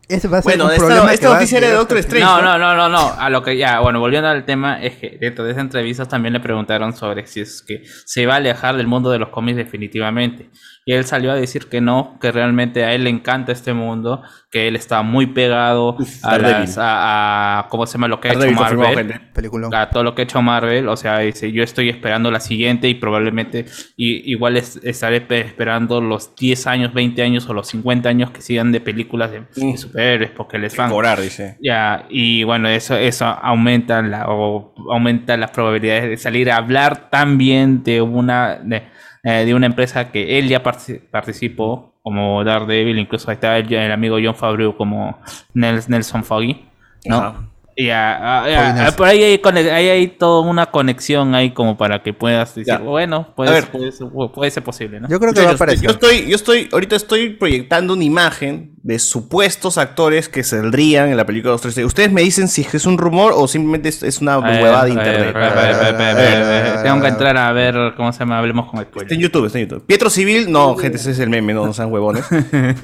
B: Ese va a ser
C: Bueno,
B: un
C: esta-
B: problema
C: esta
B: que va a
C: noticia era de
B: llegar
C: Doctor
B: hasta-
C: Strange.
F: No, no, no, no, no. A lo que ya, bueno, volviendo al tema, es que dentro de esas entrevistas también le preguntaron sobre si es que se va a alejar del mundo de los cómics definitivamente. Y él salió a decir que no, que realmente a él le encanta este mundo, que él está muy pegado
C: Uf,
F: a,
C: Daredevil.
F: las- a, a- ¿cómo se llama lo que ha hecho
C: Daredevil confirmado,
F: Marvel?
C: gente.
B: Peliculón.
F: a todo lo que ha hecho Marvel, o sea, dice, yo estoy esperando la siguiente y probablemente y- igual es- estaré pe- esperando los 10 años, 20 años o los 50 años que sigan de películas de,
C: Mm.
F: de superhéroes porque les fan.
C: Cobrar, dice.
F: Ya, y bueno, eso, eso aumenta, la, o aumenta las probabilidades de salir a hablar también de una, de, eh, de una empresa que él ya parti- participó, como Daredevil, incluso ahí está el, el amigo John Favreau como Nels- Nelson Foggy. ¿no?
C: Ajá.
F: Ya, ah, ya,
B: Coordinación.
F: ah, por ahí hay, cone- ahí hay toda una conexión ahí como para que puedas decir,
C: Ya.
F: bueno, puede,
C: A ver.
F: ser- puede ser, puede ser posible, ¿no?
B: Yo creo que va a
C: Muchachos,
B: aparecer.
C: Yo estoy, yo estoy, ahorita estoy proyectando una imagen de supuestos actores que saldrían en la película de los tres. Ustedes me dicen si es un rumor o simplemente es, es una
F: A ver,
C: huevada de
F: a ver,
C: internet.
F: a ver, a ver, a ver, a ver, a ver. Tengo que entrar a ver cómo se llama, hablemos con
C: Está
F: spoilers.
C: en YouTube, está en YouTube. Pietro Civil, no, gente, ese es el meme, no, no sean huevones.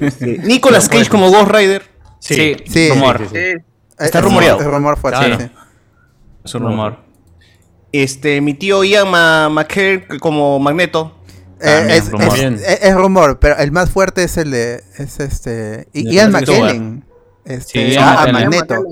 C: Este, Nicolas Cage como Ghost Rider.
F: Sí,
B: Sí,
F: rumor.
D: sí, sí, sí.
E: Sí,
C: está
B: Es- es
C: rumoreado.
B: un rumor fuerte,
F: Claro.
B: sí.
C: Es un rumor.
F: rumor.
C: Este, mi tío Ian Ma- McKellen como Magneto.
B: Eh,
F: También
B: es,
F: rumor.
B: es- es- es rumor, pero el más fuerte es el de es este I-
D: De
B: Ian
D: Patrick
B: McKellen. Este,
F: Sí,
B: ah,
F: Ian
B: a
F: McKellen.
B: Magneto.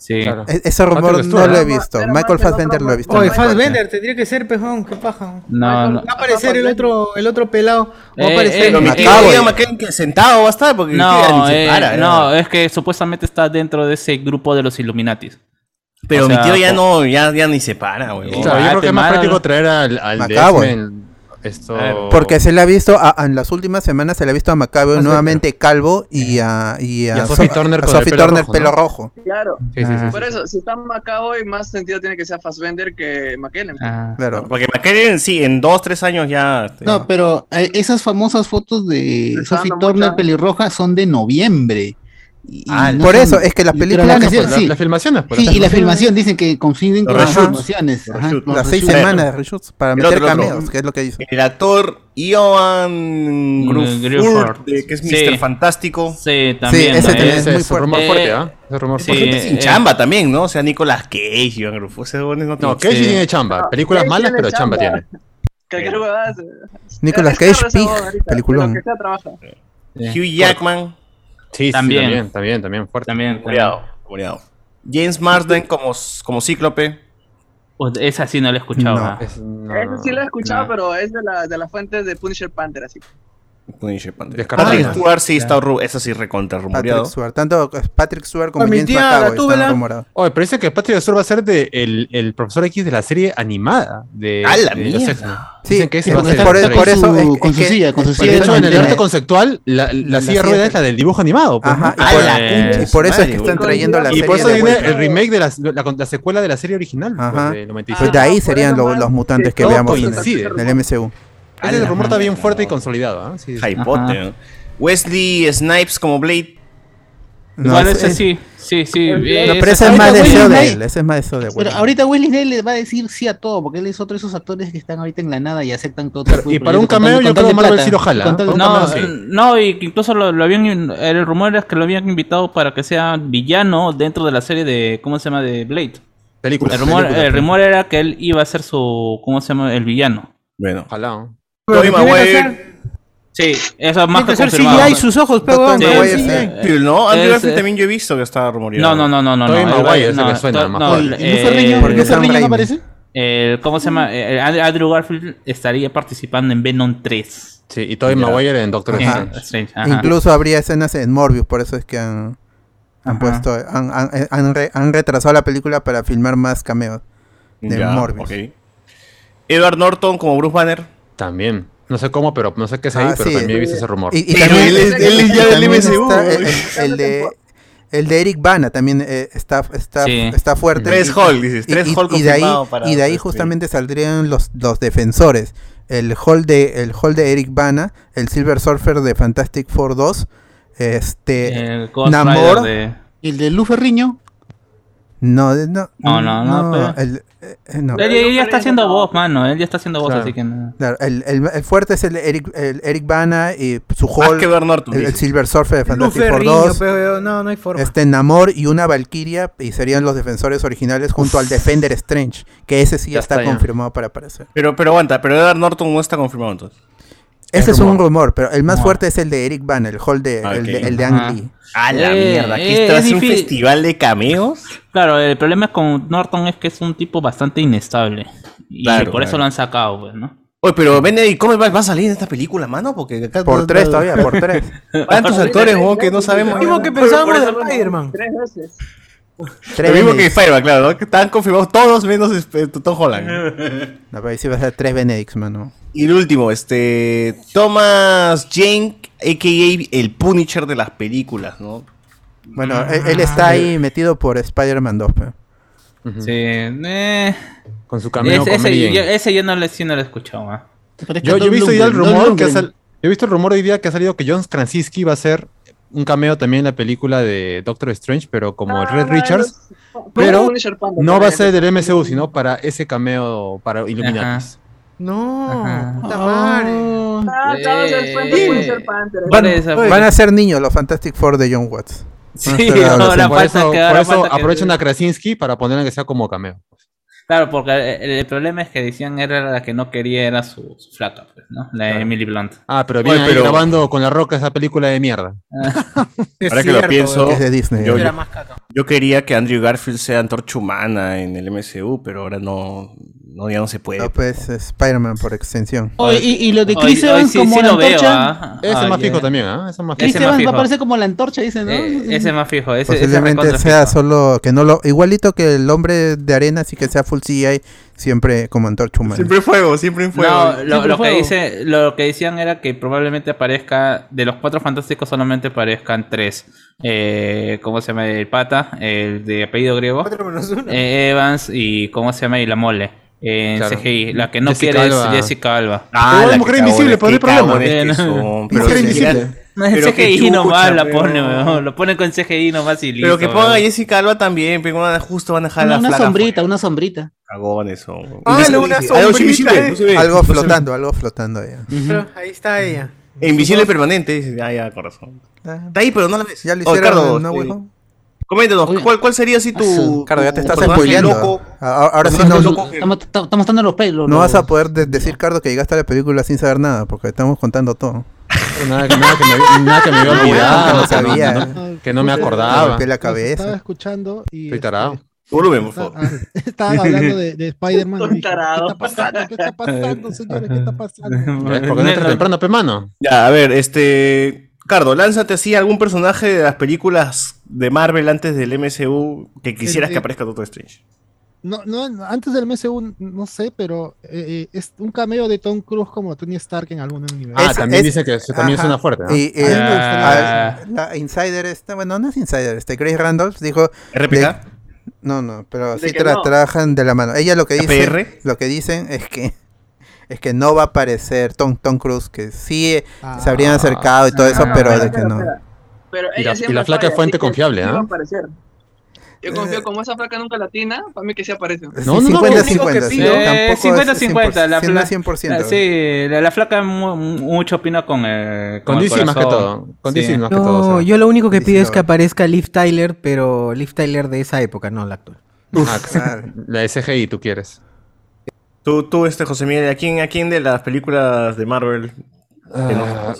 F: Sí.
D: Claro.
B: E- Ese rumor
D: Patrick
B: no
D: Stewart,
B: lo he
E: ¿no?
B: visto.
E: Pero
B: Michael
E: Michael
B: Fassbender lo he visto.
L: Oye,
B: Michael
L: Fassbender, tendría que ser pejón, qué paja.
F: No, no.
L: Va a aparecer el otro, el otro pelado. Va a
F: Eh,
L: aparecer
F: eh,
C: Pero mi
B: me
C: tío
B: acabo
C: Ian
B: de-
C: McKellen que sentado va a estar porque
F: No,
C: ni se
F: eh,
C: para,
F: no, es que supuestamente está dentro de ese grupo de los Illuminatis.
C: Pero
F: o
C: mi
F: sea,
C: tío ya
F: con-
C: no, ya, ya ni se para, huevón.
D: Claro, yo
F: Ah,
D: creo que es más
F: Temara,
D: práctico
F: ¿no?
D: traer al, al de
B: Macabo.
D: X-Men, Esto...
B: Porque se le ha visto, a- a- en las últimas semanas se le ha visto a Macabre nuevamente calvo y a, y a,
D: Ah, Eh. Y a Sophie Turner con el
B: Sophie
D: pelo
B: Turner
D: rojo,
B: pelo
D: ¿no?
B: rojo.
E: Claro.
D: Sí, sí, sí, sí.
E: Por eso, si está Macaboy, más sentido tiene que sea Fassbender que McKellen.
F: Ah.
B: Claro.
C: Porque McKellen sí, en dos, tres años ya. este,
G: No, pero eh, esas famosas fotos de
E: Está
G: Sophie
E: dando
G: Turner
E: mucha-
G: pelirroja son de noviembre. Y- y
D: Ah,
G: no
B: Por
G: son-
B: eso, es que la
G: y-
B: película
G: pero
B: no
G: la
B: fue-
G: canción-
D: pues, La-
G: sí,
D: las filmaciones, por
G: sí,
D: las
G: y la
D: filmaciones.
G: filmación dicen que coinciden con
C: Los
G: las
C: reshoots.
G: filmaciones. ajá, con
C: Los
B: Las
G: los
B: seis
G: reshoots.
B: semanas de reshoots para
C: El
B: meter
C: otro, el otro.
B: cameos, que es lo que hizo.
C: El actor Ian
F: Mm,
C: Gruffudd,
F: Gruffudd.
C: de- que es
F: Sí.
C: Mr. Fantástico.
F: Sí, también.
B: ese
F: ¿no?
B: también.
F: Eh,
D: Ese
B: muy
D: es un rumor
F: fuerte.
D: fuerte,
F: Eh,
D: ¿ah? Ese es un rumor
F: sí.
D: fuerte.
C: Gente Pues, este sin
F: eh.
C: chamba también, ¿no? O sea, Nicolas Cage, Ian Gruffudd, esos huevones no
D: No,
C: tienen-
D: Cage
F: Sí.
D: tiene chamba. Películas
E: Cage
D: malas,
E: tiene
D: pero chamba
E: chamba.
D: tiene.
E: Cualquier huevada. se-
B: Nicolas
E: Es- es
B: Cage,
E: esa voz
B: pig,
E: ahorita,
B: peliculón.
E: de Lo que sea trabaja.
C: Hugh Jackman,
D: Sí, sí,
F: También.
D: también, también, también fuerte.
F: También, también.
C: Moreado, moreado. James Marsden como, como cíclope.
F: Pues Esa sí no la he escuchado.
B: No.
F: ah.
D: Es- no,
E: Esa sí la he escuchado,
D: no.
E: pero es de la, de la fuente de Punisher Panther, así.
C: Punisher Panther.
D: Descartado.
C: Patrick Stewart sí está ru- esa sí recontra
B: Patrick
C: rumoreado.
B: Stewart. Tanto eh, Patrick Stewart como
M: Ah, mi
B: James
M: tía, la
B: McAvoy
M: tuve,
B: están
M: la-
B: rumorados.
D: Oye, pero dice que Patrick Stewart va a ser de el, el profesor X de la serie animada. De,
C: ¡A la
D: de
C: mierda!
D: Sexta.
B: Sí,
D: Dicen que ese
B: por,
D: va a ser
B: por- e-,
D: el
B: por
D: Patrick.
B: eso.
I: Con
B: es-
I: su- con
B: es
I: su
B: que-
I: silla, con su
B: es
D: Y
I: silla
B: que-
D: de hecho, en el
I: Anime.
D: arte conceptual, la, la
B: La
D: silla
B: silla
D: rueda es la del dibujo animado. pues,
B: Ajá,
D: ¿no?
B: y por, y
D: Eh,
B: por eso es
C: madre,
B: que están
E: güey.
B: trayendo la
D: Y
B: serie
D: por eso
B: de
D: viene
B: vuelta.
D: el remake de la, la, la secuela de la serie original
B: Ajá.
D: pues, de 95.
B: Pues de
E: Ah,
B: ahí
E: por
B: serían
E: eso
B: lo-
E: más-
B: los mutantes
E: sí,
B: que
D: todo
B: veamos en
D: coincide.
B: el, en el MCU.
D: Ese
F: A la
D: rumor está bien
F: mierda.
D: fuerte y consolidado. ¿ah? Sí, sí.
C: Hypote, ¿no? Wesley Snipes como Blade.
B: No,
F: Igual
B: es-
F: ese
B: es-
F: sí, sí, sí. eh,
B: no, pero ese
F: esa-
B: es más
I: ahorita
B: deseo
I: Will
B: de
I: Smith-
B: él. Ese es más deseo de
I: Pero
B: Will.
I: ahorita Will Smith le va a decir sí a todo, porque él es otro de esos actores que están ahorita en la nada y aceptan todo. tipo de
D: y para un
I: proyectos, con
D: cameo
I: tal-
D: yo
I: con tal
D: creo
I: de
D: Marvel
I: plata,
D: sí lo jala,
I: con tal de
D: ¿no?
I: plata.
F: No,
D: sí.
F: no, y que incluso lo, lo habían. El rumor es que lo habían invitado para que sea villano dentro de la serie de. ¿Cómo se llama? De Blade.
D: Película.
F: El rumor,
D: película,
F: el rumor era que él iba a ser su. ¿Cómo se llama? El villano.
C: Bueno.
D: Ojalá. ¿no?
M: Pero
C: Tobey
M: tiene que
C: Maguire.
M: hacer-
F: Sí, eso es más
M: tiene
F: que
M: que ser
F: confirmado.
M: CGI sus ojos,
B: Doctor
M: pero
B: Maguire,
F: Sí,
B: sí.
F: eh,
C: Dude, ¿no? Andrew
F: es-
C: Garfield
F: eh,
C: también yo he visto que estaba rumoreado.
F: No, no, no, no, no.
D: Tobey
F: no,
D: Maguire
F: el-
D: es el que suena
F: to-
D: más.
F: no,
I: ¿Y
F: el-
I: no Cerriño?
F: el-
I: ¿Por qué
B: eh,
I: Cerriño no
B: Sam
I: aparece?
F: el- ¿Cómo se llama? El- el Andrew Garfield estaría participando en Venom 3.
D: Sí, y Tobey Maguire en Doctor
B: Ajá.
D: Strange.
F: Strange, ajá.
B: Incluso habría escenas en Morbius, por eso es que han, han
F: Ajá.
B: puesto, han, han- eh, han re- han retrasado la película para filmar más cameos. de
C: Ya,
B: Morbius.
C: ok. Edward Norton como Bruce Banner.
D: También. No sé cómo, pero no sé qué es ahí,
B: Ah,
D: pero
B: sí.
D: también he visto ese rumor.
B: Y, y
C: Pero
B: también,
C: él es- él es ya
B: y
C: del
B: también
C: MCU,
B: está
C: güey.
B: el, el de, el de Eric Bana también eh, está, está,
F: Sí.
B: está fuerte.
C: Tres
B: Y-
C: Hulk, dices.
B: y-
C: Tres
B: y-
C: Hulk
B: y de ahí,
C: confirmado para-
B: y de ahí justamente saldrían los, los defensores. El hall de el hall de Eric Bana, el Silver Surfer de Fantastic Four 2,
D: eh,
C: Eh,
B: este
F: El Ghost
B: Namor.
F: Rider de-
I: ¿Y el de Luz Ferriño?
B: no no
F: No, no, no, pero-
B: el, eh, eh, no.
F: Él, él ya está haciendo voz, mano. Él ya está haciendo voz,
D: Claro.
F: así que. no.
B: Claro, el, el- el fuerte es el Eric el Eric Bana y su
C: Más
B: hall
C: que Edward Norton.
B: el, el
C: dices.
B: Silver Surfer de Fantastic Four
M: Luferriño,
B: 2.
M: pero no, no hay forma.
B: Este Namor y una Valkyria y serían los defensores originales junto al Defender Strange, que ese sí
D: Ya
B: está,
D: está ya.
B: confirmado para aparecer.
C: Pero, pero aguanta, pero Edward Norton no está confirmado entonces.
B: Ese es
D: rumor.
B: un rumor, pero el más
F: Wow.
B: fuerte es el de Eric Banner, el hall de,
C: Ah,
B: el, de,
C: ok.
B: el de
F: Ajá.
B: Ang Lee.
C: A
F: la Eh, mierda, aquí eh,
C: esto
F: estás es en un difícil.
C: festival de cameos.
F: Claro, el problema con Norton es que es un tipo bastante inestable. Y
C: Claro,
F: por eso
C: claro.
F: lo han sacado, pues, ¿no?
C: Oye, pero Benedict ¿cómo va a salir en esta película, mano? Porque acá
B: Por tres todavía, por tres.
C: ¿Cuántos actores, vos, que no sabemos?
M: Mismo que pensábamos de Spider-Man.
E: Tres veces.
C: Lo
B: Tres
C: mismo que
B: Benedicts.
C: Spider-Man, claro, ¿no? Que estaban confirmados todos menos este, Tom Holland.
B: No, pero ahí sí va a ser tres Benedicts, mano.
C: Y el último, este. Thomas Jane, a.k.a. el Punisher de las películas, ¿no?
B: Bueno, él, él está ahí metido por Spider-Man 2. pe.
D: Ujú.
F: Sí. eh,
D: Con su cameo
F: ese,
D: con Mary
F: ese,
D: Jane.
F: yo, eh, ese yo no le, sí no lo he escuchado ¿ah? más.
I: Pero es que
D: Yo, yo he
I: Don
D: visto ya el
I: Lundgren, Don
D: rumor que ha
I: Lundgren.
D: sal- yo he visto el rumor hoy día que ha salido que John Krasinski va a ser un cameo también en la película de Doctor Strange, pero
E: Ah,
D: como el Red Richards, pero Ah, no va a ser del MCU, sino para ese cameo para Illuminatis. Oh.
M: No,
F: Ajá.
M: puta madre.
E: Ah, estamos en
F: Eh,
E: frente Punisher Panther.
F: Van- esa-
B: Van a ser niños los Fantastic Four de John Watts.
F: Sí,
B: Van a ser-
F: ahora
D: por
F: falta
D: eso,
F: que
D: por
F: ahora
D: eso
F: falta que-
D: aprovechan a Krasinski para ponerle que sea como cameo.
F: Claro, porque eh, el, el problema es que decían era la que no quería era su, su flaca, pues, ¿no? La de Emily Blunt.
D: Ah, pero viene
C: Oye,
D: ahí
C: pero-
D: grabando con la roca esa película de mierda.
C: Ahora que lo pienso,
B: Es de Disney.
C: yo,
B: eh.
C: yo- yo quería que Andrew Garfield sea Antorcha Humana en el MCU, pero ahora no, no ya no se puede.
B: No, pues Spider-Man por extensión.
I: Oye, y, y lo de
F: Hoy-
I: Chris
F: hoy
I: Evans
F: sí,
I: como
F: sí
I: la
F: lo veo,
I: antorcha.
F: ah.
D: Ese
F: Ah,
D: más
F: ya.
D: fijo también, ¿ah? Ese más
I: Chris
F: Ese más
I: Evans va a
F: fijo.
I: aparecer como la antorcha, dicen, ¿no?
F: Eh, ese es más fijo, ese, ese
B: Posiblemente
F: recontra
B: sea
F: fijo.
B: solo que no lo igualito que el hombre de arena, así que sea full CGI siempre como antorcha humana.
C: Siempre fuego, siempre en fuego.
F: No, lo,
I: Siempre
F: lo que
I: fuego.
F: dice, lo que decían era que probablemente aparezca, de los cuatro fantásticos solamente aparezcan tres. Eh, ¿Cómo se llama? El pata, el de apellido griego,
M: Cuatro menos uno.
F: eh, Evans y ¿cómo se llama? Y la mole. eh, en
D: Claro.
F: CGI, la que no
D: Jessica
F: quiere
D: Alba.
F: es Jessica Alba.
D: Ah, la mujer invisible, pero no hay problema.
C: Pero
D: Mujer
C: que
D: invisible.
C: sea-
F: En
C: Pero que
F: CGI nomás
C: chucha,
F: la
C: pero-
F: pone, weón, lo pone con CGI nomás y listo.
C: Pero que ponga a
F: weón.
C: Jessica Alba también, pero van a- justo van a dejar a la
I: Una, una
C: flaca
I: sombrita,
C: fuera.
I: una sombrita.
C: Cagones son.
M: Ah,
C: Invisible,
M: una
C: dice. Ah, no, sí,
M: sombrita,
C: invisible,
M: eh.
C: no se ve.
B: Algo flotando, algo flotando ya.
C: Mm.
M: Pero Ahí está ella.
C: E Invisible permanente, dice. Ah, ya, corazón.
B: Ah,
C: Está ahí, pero no la ves.
B: Ya lo
C: Oh,
B: hicieron
C: Ricardo,
B: en No Way
C: este,
B: Home.
C: Coméntanos,
I: Oye. Ah,
C: ¿cuál, ¿cuál sería así tu.
B: Ricardo, ya te
C: tu
B: estás
C: personaje
B: spoileando.
C: loco?
B: Ah, Ahora sí
C: Personaje
B: no,
C: loco.
I: Estamos ta- estamos dando los pelos.
B: no vas
I: los-
B: a poder de- decir, Cardo, que llegaste a la película sin saber nada, porque estamos contando todo.
D: Nada, que- nada que me, nada que me había
B: Ah,
D: olvidado,
B: no
D: que no-
B: sabía. eh.
D: que no, que no me
B: Me
D: acordaba.
B: golpeé la
I: Estaba
B: cabeza.
I: escuchando y.
D: Estoy
I: este,
D: tarado.
C: Volumen, por
I: está-
C: favor.
I: ah, Estaban hablando de, de Spider-Man.
E: Un
I: y dije, ¿Qué
E: tarado.
I: está pasando? ¿Qué está pasando, señores? ¿Qué está pasando?
D: ¿Ves? Porque no entra temprano, pe mano.
C: Ya, a ver, este. Cardo, lánzate así algún personaje de las películas de Marvel antes del MCU que quisieras
I: El-
C: que aparezca en Doctor Strange.
I: No, no, no, antes del MCU, no sé, pero eh, eh, es un cameo de Tom Cruise como Tony Stark en algún universo.
D: Ah,
B: Es-
D: también
B: es-
D: dice que se- también
B: Ajá.
D: suena fuerte. ¿no?
B: Y
I: mí
B: el-
I: me gustaría-
B: al- la insider esta, bueno, no es insider, este Grace Randolph dijo,
C: ¿RPK?
B: no, no, pero
E: De
B: sí
E: que
B: te la
E: no.
B: trabajan de la mano. Ella lo que dice,
C: PR.
B: lo que dicen es que es que no va a aparecer Tom, Tom Cruise, que sí
I: Ah,
B: se habrían acercado y todo eso,
E: Ah, No,
B: pero
E: espera,
B: de que
E: espera,
B: no.
E: espera. Pero
D: Ah, Y la-
E: ella
D: y
E: siempre
D: la flaca
E: falla,
D: fuente
E: así que
D: confiable,
E: sí
D: ¿ah?
E: va a aparecer. Yo confío,
B: Eh.
E: como esa flaca nunca la tina, para mí que sí aparece.
D: No, no, no,
B: Sí,
D: lo
B: 50-50,
D: único
E: que
B: sí,
E: sí.
B: tampoco
F: Eh,
B: es
F: 50-50,
B: 100%,
F: la
B: sí, no
F: pla-
B: es 100%.
F: Ah, Sí, la, la flaca mu- mucho opina con el.
D: Con
F: el
D: DC más que
F: corazón.
D: todo. Con
F: Sí.
D: DC más que todo.
L: No,
D: o sea.
L: yo lo único que
B: Dice
L: pido es
B: no.
L: que aparezca Liv Tyler, pero Liv Tyler de esa época, no la actual.
D: Ah,
B: claro.
D: La de CGI tú quieres.
C: Tú, tú, este José Miguel, ¿a quién, ¿a quién de las películas de Marvel?
D: Ah,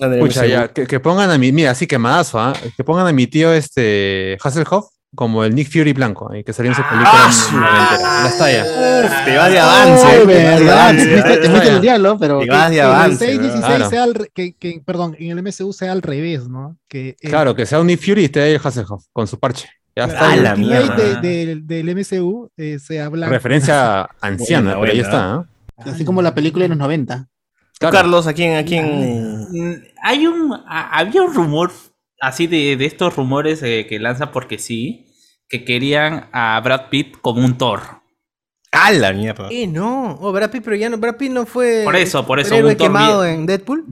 C: no, no,
D: pucha,
C: no,
D: ya,
C: no.
D: que, que pongan a mi, mira, así quemadazo, ¿ah? que pongan a mi tío este Hasselhoff como el Nick Fury blanco, ahí que salió en
C: Ah,
F: Ah,
D: su película en-
C: su
D: en noventera. La estalla.
C: Uf, te vas de
I: Ay,
F: ah,
C: avance. te vas de
I: verdad,
C: avance.
I: viste,
D: ya,
I: te fuiste
D: ya.
I: el diablo, pero
C: Te
I: que-
C: vas de
I: que en el
C: avance,
I: 6-16
D: claro.
I: sea al re- que- que, perdón, en el MCU sea al revés, ¿no? Que el-
D: Claro, que sea un Nick Fury y esté ahí el Hasselhoff con su parche. Ya está.
F: ah,
C: ¡A
I: el
C: la
I: ultimate
C: mierda!
I: de- del- del MCU eh, sea blanco.
D: Referencia anciana,
C: Buena,
D: pero ahí
C: buena. ¿eh?
D: está. ¿ah?
G: Así como la película de los 90.
C: Tú,
F: ah,
D: Claro.
C: Carlos, ¿a quién? ¿A quién?
F: Mm, Hay un. a- había un rumor así de, de estos rumores eh, que lanza porque sí. Que querían a Brad Pitt como un Thor.
C: ¡A la mierda!
L: Eh, no. Oh, Brad Pitt, pero ya no, Brad Pitt no fue.
F: Por eso, por eso,
L: superhéroe
F: un Thor
L: quemado
F: bien.
L: en Deadpool.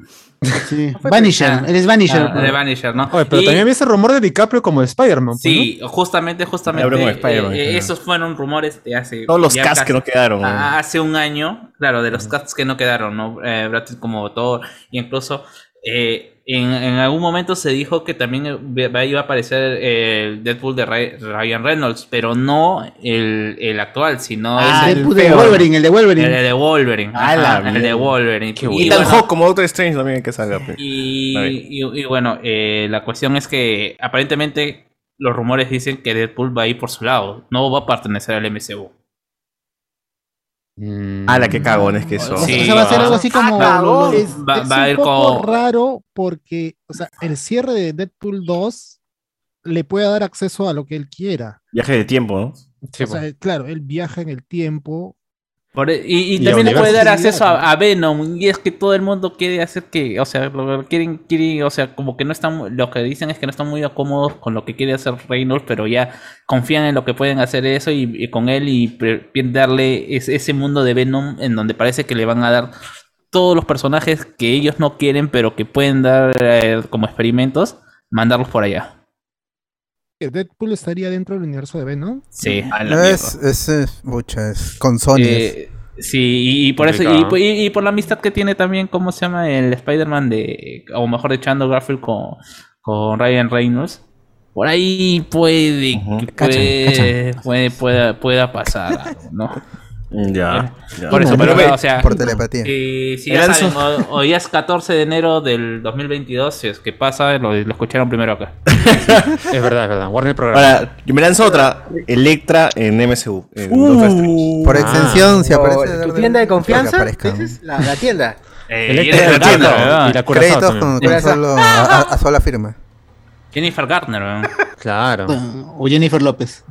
G: Sí. Vanisher,
I: pues,
F: Ah,
G: eres Vanisher. pues.
F: Ah, de Vanisher, ¿no?
D: Oye, pero
F: Y-
D: también había ese rumor de DiCaprio como Spider-Man. pues,
F: Sí, justamente, justamente.
C: Hablamos de
F: eh,
C: Spider-Man,
F: eh,
C: claro.
F: esos fueron rumores de hace.
C: Todos los
F: ya
C: cast
F: casi-
C: que no quedaron.
F: Ah, hace un año, claro, de los cats que no quedaron, ¿no? Eh, Brad Pitt como Thor, y incluso eh, en, en algún momento se dijo que también iba iba a aparecer eh, el Deadpool de Ray- Ryan Reynolds, pero no el, el actual, sino
G: Ah,
F: ese-
G: el de Wolverine, el de
F: el,
G: Wolverine.
F: el de Wolverine.
C: Ah,
F: ajá,
C: la
F: el de
C: mierda.
F: Wolverine.
C: Y
F: bueno,
C: tan Hawk como Doctor Strange también hay que salga. pues. pe.
F: y,
C: Está
F: y- y bueno, eh, la cuestión es que aparentemente los rumores dicen que Deadpool va a ir por su lado, no va a pertenecer al MCU.
D: ¿no? Mm.
C: ¡A la que cagones que son!
G: O sea,
F: Sí,
G: o sea, va a ser
F: va.
G: algo así como.
E: cagón.
I: Es,
F: Va-
I: es
F: va a
I: un
F: ir
I: poco
F: con-
I: raro porque, o sea, el cierre de Deadpool 2 le puede dar acceso a lo que él quiera.
C: Viaje de tiempo, ¿no?
D: Sí,
I: o sea,
D: pues.
I: claro, él viaja en el tiempo.
F: Por- e, y, y
D: Y
F: también le puede dar
I: universo.
F: acceso a, a Venom y es que todo el mundo quiere hacer que o sea lo- lo quieren quieren o sea como que no están mu- lo que dicen es que no están muy cómodos con lo que quiere hacer Reynolds pero ya confían en lo que pueden hacer eso y, y con él y pre- darle es- ese mundo de Venom en donde parece que le van a dar todos los personajes que ellos no quieren pero que pueden dar eh, como experimentos mandarlos por allá
I: Que Deadpool estaría dentro del universo de Venom.
F: sí
C: A la
B: No
C: mierda.
B: es, es, es, mucha, es con Sony. es.
F: Eh, sí, y, y por eso, y,
D: Complicado.
F: y- y por la amistad que tiene también, ¿cómo se llama? El Spider-Man de, o mejor dicho, Andrew Garfield con, con Ryan Reynolds. Por ahí puede,
C: Ujú.
F: que puede, puede- pueda, pueda pasar algo, ¿no?
C: Ya. ya.
F: Por eso,
C: Eh, Pero
F: pero,
C: ve,
F: o sea,
B: por telepatía.
F: eh, si
C: El
F: ya
C: Anzo.
F: saben, o- hoy es 14 de enero del 2022, si es que pasa, lo, lo escucharon primero acá.
D: Es verdad, es verdad. Guarden el programa.
C: Ahora, yo me lanzo otra. Electra en MCU. En Doctor Strange.
B: Por
D: Ah.
B: extensión, si aparece.
L: Oh, ¿Tu
B: Daredevil,
L: tienda de
B: creo que
L: confianza?
B: aparezca.
L: Esa es la, la tienda.
F: Eh,
D: Electra
F: Jennifer
D: de Gato
F: Garner, ¿verdad?
D: y la curazao
B: Créditos
D: también.
B: con, con
L: Corazón.
B: solo, a, a- a sola firma.
F: Jennifer Garner, ¿verdad?
D: Claro.
G: O Jennifer López.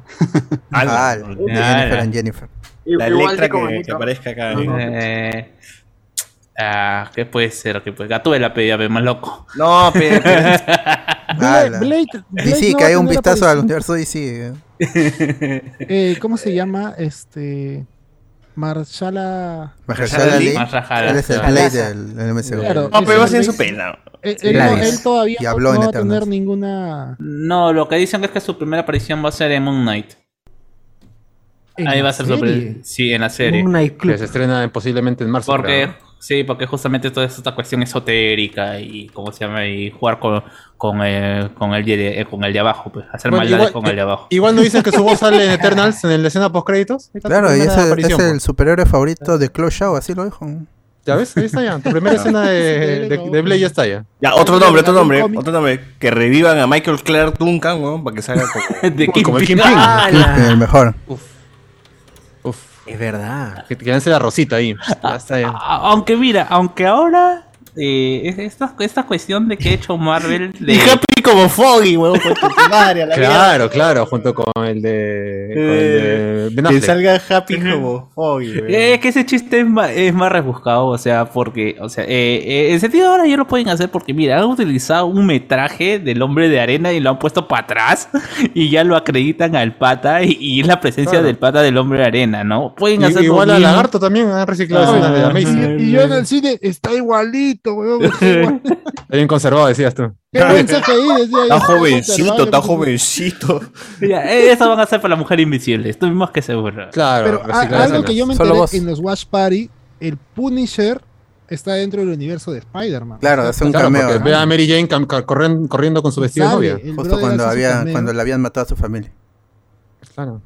C: Ah,
B: Ah,
C: la-
B: de Jennifer and Jennifer.
C: La
E: Igual
C: Electra
E: sí como
C: que,
E: Nico.
C: que aparezca acá. ¿eh?
F: Eh, ah, ¿qué puede ser? Ah, ¿Qué puede? Gatúbela pedía, más loco.
C: No, pero.
B: Ah, la- DC,
I: no
B: que
I: va a
B: hay un
I: tener
B: vistazo al
I: aparición.
B: universo DC. eh.
I: Eh, ¿Cómo se llama? Este. Marshala.
B: Mahershala Ali.
F: Más rajada.
B: Él es el
F: Claro.
B: play del del MCU.
I: Claro.
C: No, pero va a ser en
I: Sí.
C: su pena.
I: Eh, él, no-
B: Gladys.
I: él todavía
B: Y
I: no,
B: habló en
I: no va a
B: Eternals.
I: tener ninguna.
F: No, lo que dicen es que su primera aparición va a ser en Moon Knight.
I: en
F: Ahí
I: la
F: va a ser su
I: serie.
F: pri- Sí, en la serie.
L: Un
D: Que
L: nightclub.
D: se estrena en- posiblemente en marzo.
F: Porque,
D: creo.
F: sí, porque justamente toda esta cuestión esotérica y cómo se llama, y jugar con, con, el, con, el, de- eh, con el de abajo, pues, hacer
D: Bueno,
F: maldades
D: igual-
F: con el de abajo.
D: Igual no dicen que su voz sale en Eternals en la escena post créditos.
B: Claro, y ese es el superhéroe favorito de Claw Shaw, así lo dijo.
D: ¿Ya ves? Ahí está ya. Tu primera escena de, de, de Blade ya está ya.
C: Ya, otro nombre, otro nombre, otro nombre. Que revivan a Michael Clark Duncan, weón, para que salga como,
F: De
C: como el
F: Kingpin.
C: Kingpin.
F: Ah, la-
B: El mejor.
L: Es verdad.
D: Que te quedan la rosita ahí. Ya está ya.
F: A- Aunque mira, aunque ahora eh, es- esta, esta cuestión de que ha hecho Marvel de
C: Y Happy como Foggy, weón, pues, con tu madre, a la mierda.
D: Claro, claro, junto con el de. Con
C: Eh,
D: el de Ben
C: Que
D: Affleck.
C: salga Happy como Foggy, weón.
F: Eh, es que ese chiste es más, es más rebuscado, o sea, porque, o sea, eh, eh, en sentido ahora ya lo pueden hacer porque, mira, han utilizado un metraje del hombre de arena y lo han puesto para atrás y ya lo acreditan al pata y, y es la presencia
D: Claro.
F: del pata del hombre de arena, ¿no? Pueden
D: Y-
F: hacer lo
D: igual a
F: mismo.
D: Lagarto también han reciclado
F: Ah,
D: escenas de
I: Y,
D: Amazing.
I: y yo en el cine, está igualito, weón. está igual.
D: Está bien conservado, decías tú.
I: ¿Qué mensaje ahí? Decía,
C: Está
I: está
C: jovencito,
I: conservado,
C: está jovencito.
F: Mira, eh, eso van a hacer para la mujer invisible, estoy más que seguro.
D: Claro,
I: Pero a-
D: reciclar
I: algo
D: escenas.
I: que yo me
B: Solo
I: enteré
B: vos.
I: en los Watch Party, el Punisher está dentro del universo de Spider-Man.
B: Claro, hace un
D: Claro,
B: cameo.
D: porque
B: ¿no?
D: ve a Mary Jane cam- cor- corren- corriendo con su vestido de
I: Sale,
D: novia.
I: el
B: Justo
I: brother
B: cuando
I: hace su
B: había,
I: cameo.
B: cuando le habían matado a su familia.
D: Claro.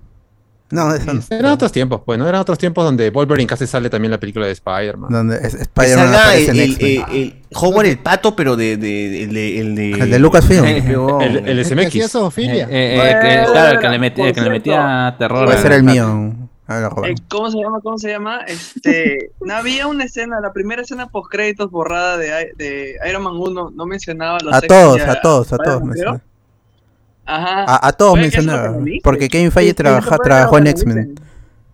B: No, eso no.
D: Eran otros tiempos, pues, ¿no? Eran otros tiempos donde Wolverine casi sale también la película de Spider-Man.
B: Donde es-
C: Que
B: Spider-Man
C: salga
B: aparece
C: el,
B: en
C: el,
B: X-Men.
C: el- el Howard el pato, pero de, de, de- el de, el de.
B: El de Lucasfilm.
C: weón.
D: El, el
I: El que hacía
D: SMX.
F: Eh,
I: zoofilia.
F: eh, eh, que- claro, el que le metía, el que le metía terror.
B: Puede
F: al-
B: ser el mío. A ver,
E: Eh,
B: joven.
E: ¿Cómo se llama? ¿Cómo se llama? Este, no había una escena, la primera escena post créditos borrada de, I- de Iron Man 1, no mencionaba los
B: A
E: X
B: todos,
E: y
B: a todos, a todos.
E: Spider-Man,
B: mencionaba.
E: Ajá.
B: A, a todos
E: Oye, Ah, que eso
B: mencionaba.
E: lo canonice.
B: Porque Kevin
E: Sí,
B: Feige
E: sí, eso
B: trabaja,
E: puede
B: trabajó en
E: que lo
B: X-Men.
E: canonicen.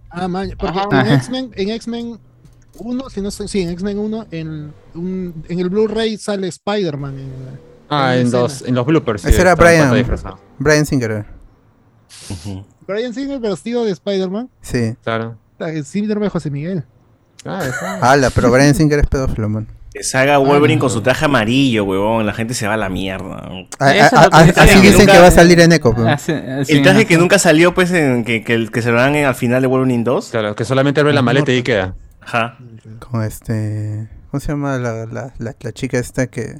I: Ah, man, porque
E: Ajá.
I: en X-Men, en X-Men 1, si no estoy, sí, en X-Men 1, en, un- en el Blu-ray sale Spider-Man. en-
D: Ah, en
I: Escena.
D: los, en los bloopers. sí,
B: Ese era
D: estaba en
B: Brian.
D: pantalla disfrazada.
B: Brian Singer.
I: Brian Singer vestido de Spider-Man.
B: Sí.
D: Claro.
I: El síndrome de José Miguel.
D: Ah, está.
B: Ala, pero Brian Singer es pedófilo, man.
C: Que salga Wolverine con su traje amarillo, weón. La gente se va a la mierda.
B: A- a-
F: Eso es lo que
B: a-
F: dicen
B: Así
C: que
B: dicen que
C: nunca-
B: va a salir en Echo.
F: Ah,
B: pero-
F: sí, ah, sí,
C: El traje
F: ajá.
C: que nunca salió, pues, en, que, que, el- que se lo dan en- al final de Wolverine 2.
D: Claro, que solamente abre la maleta y queda.
C: Ajá.
B: Con este. ¿Cómo se llama la, la, la, la chica esta que.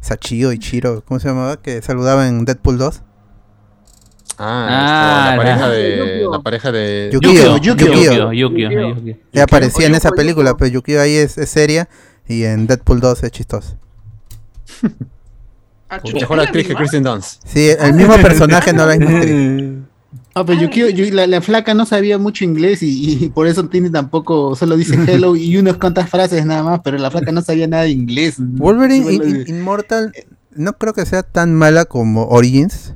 B: Sachio y Chiro, ¿cómo se llamaba? Que saludaba en Deadpool 2.
D: Ah, esto,
F: Ah,
D: la, pareja
F: la-
D: de, la pareja de.
B: Yukio,
F: Yukio,
B: Yukio.
F: Yukio, Yukio.
B: Que aparecía en
E: Oye,
B: esa
E: oye,
B: película,
E: oye.
B: pero Yukio ahí es, es seria y en Deadpool 2 es chistoso.
E: Ah, chucha,
D: Mejor
E: ¿es la
D: actriz que
E: misma?
D: Kristen Dunst.
B: Sí, el mismo personaje, no la misma actriz.
G: Ah, pero Yukio- Yu- la, la flaca no sabía mucho inglés y, y por eso tiene tampoco, solo dice hello y unas cuantas frases nada más, pero la flaca no sabía nada de inglés.
B: Wolverine
G: Bueno,
B: in- in- Immortal
C: Eh,
B: no creo que sea tan mala como Origins.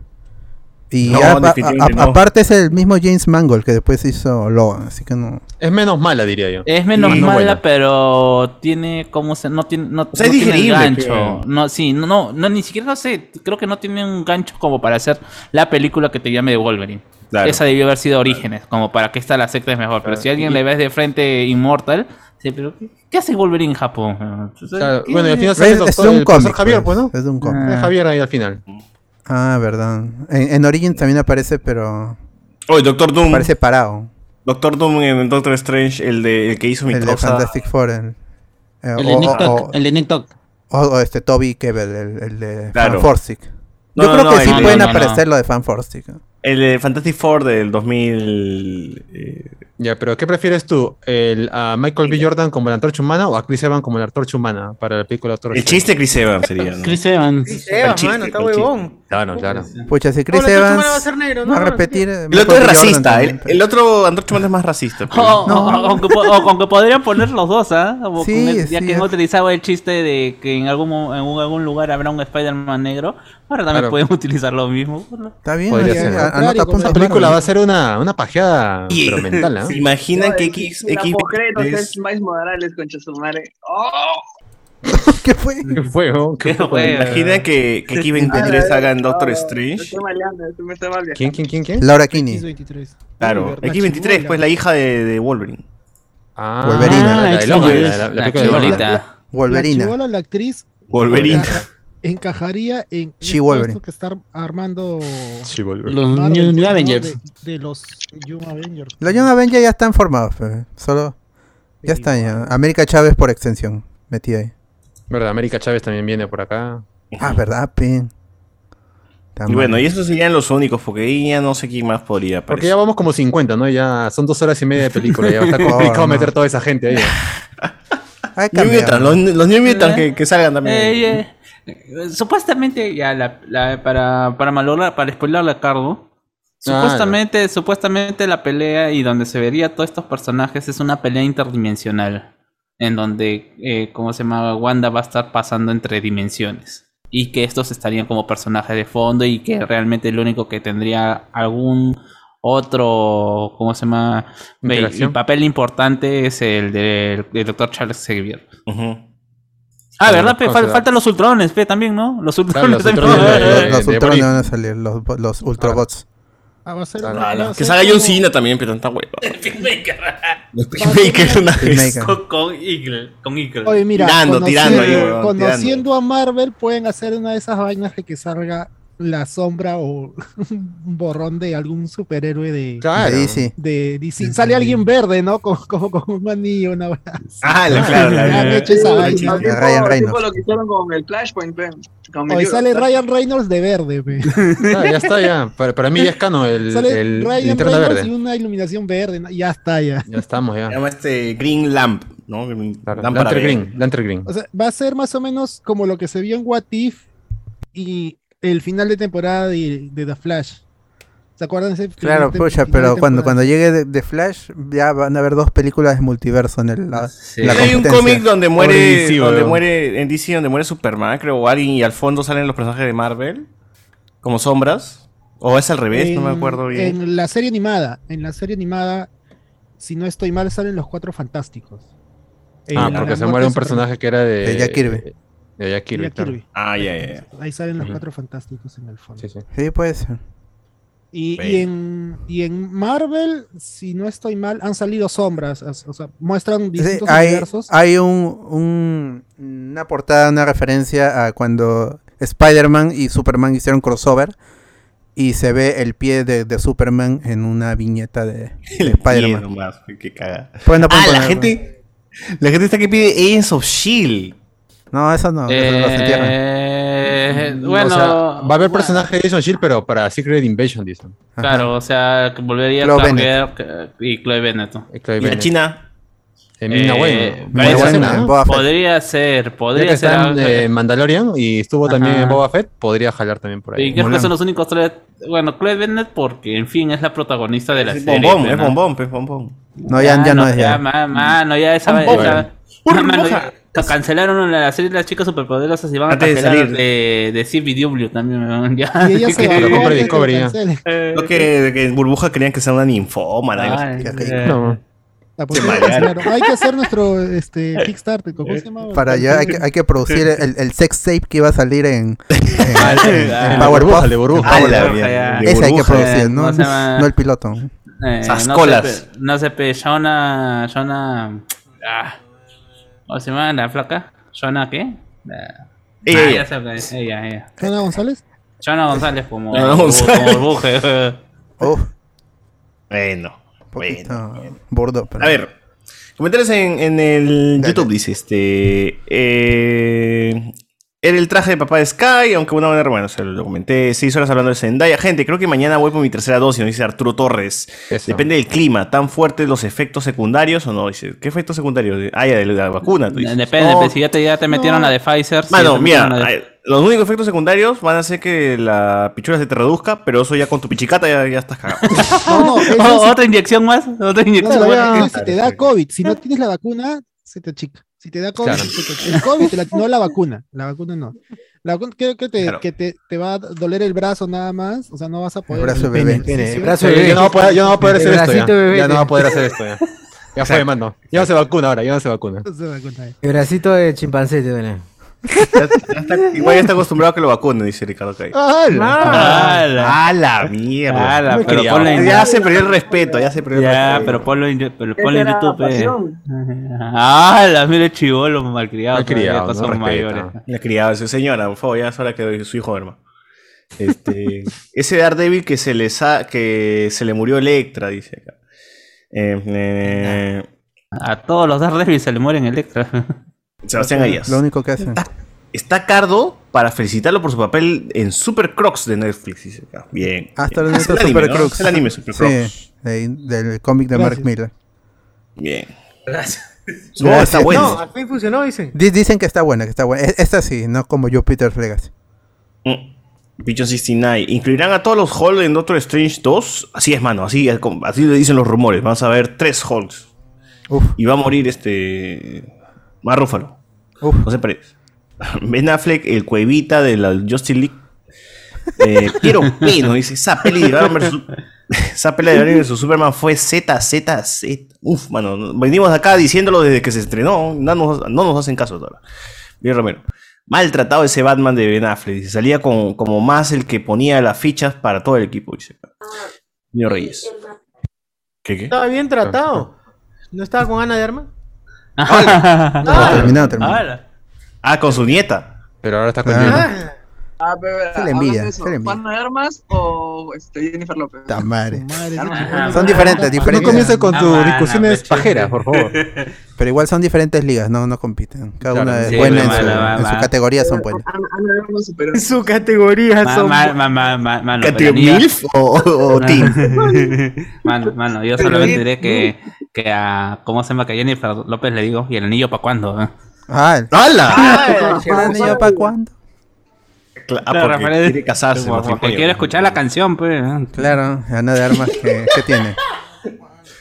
B: Y
C: No,
B: a- a-
C: definitivamente
B: a-
C: no.
B: aparte es el mismo James Mangold que después hizo Logan, así que no.
D: Es menos mala, diría yo.
F: Es menos
D: Y no
F: mala,
D: buena.
F: pero tiene como se no tiene no,
C: sea,
F: no
C: es
F: tiene el
C: digerible,
F: gancho.
C: pero-
F: No, sí, no, no, no, ni siquiera no sé, creo que no tiene un gancho como para hacer la película que te llame de Wolverine.
C: Claro.
F: Esa debió haber sido Orígenes, como para que esta la secta es mejor, pero si alguien le ves de frente Immortal, sí, pero ¿qué- ¿qué hace Wolverine en Japón? O sea,
D: Claro,
F: ¿qué-
D: Bueno, y al final
B: Es,
D: sale el
B: es
D: doctor,
B: un
D: el profesor
B: cómic.
D: Javier,
B: pues,
D: pues, ¿no?
B: Es un cómic.
D: Es Javier ahí al final.
B: Ah, verdad. En, en Origins también aparece, pero
C: Oye, Doctor Doom.
B: aparece parado.
C: Doctor Doom en Doctor Strange, el, de, el que hizo mi
B: El de
C: causa.
B: Fantastic Four. El, eh,
G: el
B: o,
G: de Nick
B: o-
G: Tuck, el de Nick Tuck.
B: o- o este Toby Kebbell, el, el de
C: Claro.
B: Fanforsic.
C: No,
B: Yo
C: no,
B: creo
C: no,
B: que
C: el-
B: sí
C: no,
B: pueden
F: no, no.
B: aparecer lo de Fanforsic.
C: El de Fantastic Four del 2000. eh,
D: Ya, pero ¿qué prefieres tú? ¿El, ¿A Michael B. Jordan como la antorcha humana o a Chris Evans como la antorcha humana para la película Doctor
C: el
D: Strange?
C: chiste de Chris Evans sería, ¿no?
G: Chris Evans.
C: El
N: Eva,
C: chiste,
N: mano, está
C: el chiste.
N: huevón.
D: Claro, Ah, claro.
B: Pucha, si Chris
N: Hola, Tocho Humano
B: Evans
N: va a ser negro, ¿no?
B: va a
N: No, no sé
B: repetir. eh,
C: El otro es
B: Michael B. Jordan
C: racista.
B: también, pues.
C: El,
B: pero-
C: el otro Android Man es más racista. pues.
F: O,
C: pero-
F: o- o- aunque, po- o- aunque podrían poner los dos, ¿ah? O
B: Sí,
F: con el- ya
B: sí,
F: que han
B: es-
F: utilizado el chiste de que en algún, mo- en un- algún lugar habrá un Spider-Man negro, ahora también
D: Claro.
F: pueden utilizar lo mismo. ¿no?
B: Está bien,
D: Podría
B: sí,
D: ser.
B: a- anota
I: Contrario, como
B: puntos
D: Esa
I: Esa
D: película
B: Marvel.
D: va a ser una, una pajeada, pero mental, ¿ah?
C: ¿Se imaginan que X.
E: La
C: X
E: postcréditos es
C: es-
E: Miles Morales, concha su madre. ¡Oh!
B: ¿Qué fue?
D: ¿Qué fue? oh? ¿Qué
F: Qué
D: fue?
F: fue.
C: Imagina que, que X23 haga en Doctor Strange.
E: Me Oh, estoy maleando, estoy- me estoy mal viajando.
D: ¿Quién, quién, quién, quién?
B: Laura Kinney.
I: X23.
C: Claro. X23, pues la hija de, de Wolverine.
D: Ah,
B: Wolverine.
D: la de Logan, la, la- la
F: La
D: película de Logan.
F: chibolita.
I: Wolverine. La
B: Wolverina.
I: chibola, la actriz,
C: Wolverine.
I: encaja- encajaría en
B: She
I: todo
B: Wolverine.
I: esto que está armando
D: Sí, Wolverine.
G: Los
I: Marvel,
G: New, New
I: ¿no?
G: Avengers.
I: De, de los Young Avengers.
B: Los Young Avengers ya están formados, pues, solo. Ya están, ya. América Chávez por extensión, metida ahí.
D: Verdad, América Chávez también viene por acá.
B: Ah, verdad, pin. Está
C: Y
B: mal.
C: bueno, y esos serían los únicos, porque ahí ya no sé quién más podría
D: Porque
C: aparecer.
D: ya vamos como 50, ¿no? Ya son dos horas y media de película. Ya va a estar
B: Por favor,
D: complicado
B: no.
D: meter toda esa gente ahí. ¿eh?
B: Hay
C: New
B: cameo.
C: Mutants, los, los New Mutants que, que salgan también.
F: Eh, eh, supuestamente, ya, la, la- para, para malograr, para spoilerle a Cardo,
D: Ah,
F: supuestamente, supuestamente la pelea y donde se vería todos estos personajes es una pelea interdimensional. En donde, eh, ¿cómo se llama? Wanda va a estar pasando entre dimensiones. Y que estos estarían como personajes de fondo y que realmente el único que tendría algún otro, ¿cómo se llama? Ve-
D: Interacción.
F: El papel importante es el del, doctor Charles Xavier.
C: Ujú.
F: Ah,
D: Sí,
F: ¿verdad? pe?
D: no,
F: Fal-
D: o sea-
F: faltan los Ultrones, pe, también, ¿no? Los Ultrones
D: los
F: también.
D: Ultrones,
F: Ah,
D: eh,
B: Los
D: de
B: Ultron
D: Boris.
B: van a salir, los, bo- los Ultrabots.
I: Ah, va a ser
D: Claro.
I: una-
C: Ala,
I: va a
C: que
I: ser
C: salga John
I: como-
C: Cena también, pero tanta hueva. Los
I: Peacemaker.
C: Peacemakers una vez.
B: Filmmaker.
F: Con, con Eagle. Con Eagle.
I: Oye, mira,
C: Tirando, tirando ahí,
I: conociendo-
C: huevón,
I: conociendo a Marvel, pueden hacer una de esas vainas de que salga la sombra o un borrón de algún superhéroe de,
D: Claro.
B: Sí, sí.
I: de DC. Sale alguien verde, ¿no? Como, como, como un anillo, una vaina.
C: Ah, la- claro, la-
I: Han hecho esa
C: la-
I: vaina.
E: Al
B: De
E: tipo-
B: Ryan
E: al tipo
B: Reynolds.
E: lo que hicieron con el Flashpoint, pe. Con
I: Hoy
E: Meliu-
I: sale Ryan Reynolds de verde, pe.
D: Ah, ya está, ya. Para, para mí ya es cano el,
I: Sale
D: el
I: Ryan
D: linterna
I: Reynolds y
D: verde.
I: una iluminación verde. ¿no? Ya está, ya.
D: Ya estamos,
C: Se
D: ya.
C: llama este Green Lamp, ¿no? Lámpara
D: Claro. Lantern
C: de-
D: Green, Lantern Green.
I: O sea, va a ser más o menos como lo que se vio en What If y el final de temporada de, de The Flash. ¿Se acuerdan de ese final
B: Claro,
I: de-
B: pucha,
I: final
B: pero
I: de
B: cuando,
I: temporada?
B: cuando llegue de, de Flash ya van a haber dos películas de multiverso en el, la,
F: Sí.
B: la
C: hay un
B: competencia.
C: cómic donde muere,
D: Pobre DC,
C: donde
D: weón.
C: muere en DC donde muere Superman, creo, o alguien, y al fondo salen los personajes de Marvel como sombras. O es al revés, no me
I: En-
C: acuerdo bien.
I: En la serie animada, en la serie animada, si no estoy mal, salen los cuatro fantásticos.
D: Ah,
I: En la
D: porque se
I: muerte
D: muere
I: de
D: un personaje que era de.
B: De Jack Kirby.
D: De Jack Kirby,
I: Superman,
D: claro.
I: Kirby.
C: Ah, ya, ya, ya.
I: Ahí salen los
D: Ujú.
I: cuatro fantásticos en el fondo.
D: Sí, sí.
B: Sí, puede ser.
I: Y, y
C: Ve.
I: en, y en Marvel, si no estoy mal, han salido sombras. as- O sea, muestran
B: Sí,
I: distintos
B: hay
I: universos.
B: hay un, un- una portada, una referencia a cuando Spider-Man y Superman hicieron crossover y se ve el pie de, de Superman en una viñeta de, de
C: Bien,
B: Spider-Man.
C: nomás, qué cagada.
B: Pues no pueden
C: Ah, la
B: ponerlo.
C: gente. La gente está que pide Agents of Shield.
B: No, eso no, eso no se entierra.
F: Eh, bueno,
D: Mm, O sea, va a haber
F: bueno,
D: personaje de Jason Shield, pero para Secret Invasion, dicen.
F: Claro, o sea, que volvería
B: Chloe
F: Clark
B: Bennett.
F: Gable, eh, y Chloe Bennett. ¿no?
D: Eh, Chloe
C: Y la
D: Bennett.
C: China.
D: Eh, Mina
F: Eh,
D: Wayne, ¿no? Mina
F: parece
B: Bueno,
F: ser,
D: Wayne,
B: en
D: ¿no?
B: Boba Fett.
F: Podría ser,
D: Ya que
F: podría ser.
D: está en
F: algo-
D: eh, Mandalorian y estuvo también
F: Ajá.
D: en Boba Fett, podría jalar también por
F: y
D: ahí.
F: creo que
B: Mulan.
F: son los únicos tres. Bueno, Chloe Bennett, porque en fin, es la protagonista de la
C: Es
F: serie.
C: bombón,
F: pues,
C: es
F: ¿no?
C: bombón, es bombón.
B: No, ya, ya no es ya.
F: ma- mano, ya esa.
C: Bombón.
F: esa-
C: Bueno.
F: mano,
C: Burbuja.
F: ya- ca- cancelaron la serie de las chicas superpoderosas y van a
C: Antes de
F: cancelar
C: salir.
F: de, de CBW también. ¿no? Ya.
I: Y ella se
F: Que-
I: bajó
D: compre
I: antes de
D: Discovery,
I: que
D: ya.
I: cancelen.
F: Eh,
C: Lo que, que en Burbuja querían que sea una ninfómana. y no sé
F: ay,
B: qué rico.
F: eh,
D: No.
I: La pusieron a
C: marearon.
I: cancelar. Hay que hacer nuestro este, Kickstarter. ¿Cómo se llama?
B: Para allá hay que, hay que producir el, el sex tape que iba a salir en, en-
D: Ah, el-
B: en
D: el de
B: Powerpuff.
D: burbuja, el de burbuja.
C: Ah,
F: Ah,
C: la
F: la
C: mierda,
F: ya.
C: de
B: Ese hay que
C: burbuja.
B: producir, no,
F: ¿Cómo se llama?
B: no el piloto.
F: Eh,
C: Esas
F: no
C: colas.
F: Sé, pe- no sé, pe, Shauna. Shauna. Ah, ¿Cómo se llama la flaca? ¿Shauna qué? La-
C: Ella,
F: Ah,
C: ella.
F: ya sé, pe, ella, ella.
I: ¿Ana González?
F: Shauna González como.
C: Shauna
F: como-
C: González.
F: Como buje.
B: Uf,
C: Bueno, bueno.
B: poquito burdo. pero-
C: A ver, comentarios en, en el
B: Dale.
C: YouTube, dice este. eh, era el traje de papá de Sky, aunque una manera, bueno, se lo comenté. Seis horas hablando de Zendaya. Gente, creo que mañana voy por mi tercera dosis, nos dice Arturo Torres.
D: Eso.
C: Depende del clima, ¿tan fuertes los efectos secundarios o no? Dice, ¿qué efectos secundarios? Ah, ya, de la vacuna, tú dices.
F: Depende,
C: No,
F: pe, si ya te, ya te metieron
I: Oh. no.
F: la de Pfizer. si ya
C: Mano,
F: te
C: mira,
F: metieron la de-
C: ay, los únicos efectos secundarios van a ser que la pichura se te reduzca, pero eso ya con tu pichicata ya, ya estás cagado.
I: No, no, eso
F: Oh,
I: sí-
F: ¿Otra inyección más? ¿Otra
I: no,
F: inyección
I: la
F: más?
I: vacuna, si te da COVID, si no tienes la vacuna, se te achica. Si te da COVID,
D: Claro.
I: se te achica. El COVID, te la- no la vacuna. La vacuna no. La vacuna creo que, te,
C: Claro.
I: que te, te va a doler el brazo nada más. O sea, no vas a poder.
B: brazo
I: hacer
B: bebé.
I: ejercicio.
L: Pene, brazo-
D: Sí, yo, no voy a poder, yo no voy a poder hacer
L: El
D: esto.
L: bracito,
D: Ya.
L: bebé.
D: Ya no voy a poder hacer esto. Ya, ya fue, mano. Ya no se vacuna ahora, ya no se vacuna.
I: No se vacuna.
L: El bracito de chimpancé te duele.
C: Ya- ya está- igual ya está acostumbrado a que lo vacunen, dice Ricardo Calle.
L: Ah,
F: ¡Hala!
C: ¡A la mierda!
F: ¡Hala! Pero
D: quería.
F: ponlo en-
C: Ya se perdió el respeto, ya se perdió
F: Ya,
C: el respeto.
F: pero ponlo en, pero
E: Esa
F: ponlo en
E: era
F: YouTube. eh. pe.
E: pasión.
F: ¡Hala! Mire, chivolo, malcriado.
D: Malcriado,
F: todavía,
D: no
F: todos son
D: respeta.
F: mayores.
C: La criada, su señora, por favor, ya es hora que su hijo duerma. Este, ese Daredevil que se les ha, que se le murió Electra, dice acá. Eh, eh,
F: A todos los Daredevil se le mueren Electra.
C: Sebastián Ayas.
B: Lo único que
C: Ah,
B: hacen.
C: Está Cardo para felicitarlo por su papel en Super Crocs de Netflix, dice acá. Bien.
B: Hasta el
C: Bien. Es
B: momento
C: el anime,
B: Super
C: ¿no?
B: Crux.
C: Es el anime Super Crocs.
B: Sí, de- del cómic de
I: Gracias.
B: Mark Miller.
C: Bien.
B: No, está buena.
N: No, al fin funcionó, dicen.
B: Di- Dicen que está buena, que está buena. E- Esta sí, no como Jupiter's Legacy.
C: Pichon 69. Mm. ¿Incluirán a todos los Hulk en Doctor Strange 2? Así es, mano. Así, es como- así le dicen los rumores. Vamos a ver tres Hulks. Y va a morir este. Más Rúfalo. José Pérez. Ben Affleck, el cuevita de la Justin League. Eh, Piero Pino dice: Esa peli de Batman versus- Esa peli de Batman versus Superman fue ZZZ. Uf, mano. no- Venimos acá diciéndolo desde que se estrenó. No nos, no nos hacen caso ahora. Bien, Romero. Maltratado ese Batman de Ben Affleck. dice, Salía con, como más el que ponía las fichas para todo el equipo. Dice. Niño Reyes. ¿Qué, qué?
N: Estaba bien tratado. ¿No estaba con Ana de Armas?
C: Ah,
B: terminado,
C: Ah, con su nieta.
D: Pero ahora está
C: con
E: Ah, pero
B: Se le envidia, se le envidia.
E: ¿Juan de Armas o este, Jennifer López?
B: Tamare.
E: Armas.
B: Son diferentes, diferentes.
D: No comiences con tus discusiones pajeras, por favor.
B: Pero igual son diferentes ligas, no, no compiten. Cada
D: Claro,
B: una es
D: sí,
B: buena
D: va,
B: en su,
D: va,
B: en su
D: va.
B: categoría, son buenas.
N: En su categoría
F: Ma-
N: son.
F: ma- ma- ma- ma- mano,
B: ¿Categoría
F: pero ni-
B: MILF o- o- o
F: Mano, Mano, mano, yo solamente diré que, que a. ¿Cómo se llama? Que a Jennifer López le digo, ¿y el anillo para cuándo? eh?
B: Ah,
N: ¡Hala!
B: para cuándo?
C: Ah,
F: Claro,
C: porque
F: Rafael,
C: quiere casarse.
F: porque
C: matrimonio.
F: quiero escuchar la canción, pues.
B: Claro, Ana de Armas, ¿qué, qué tiene?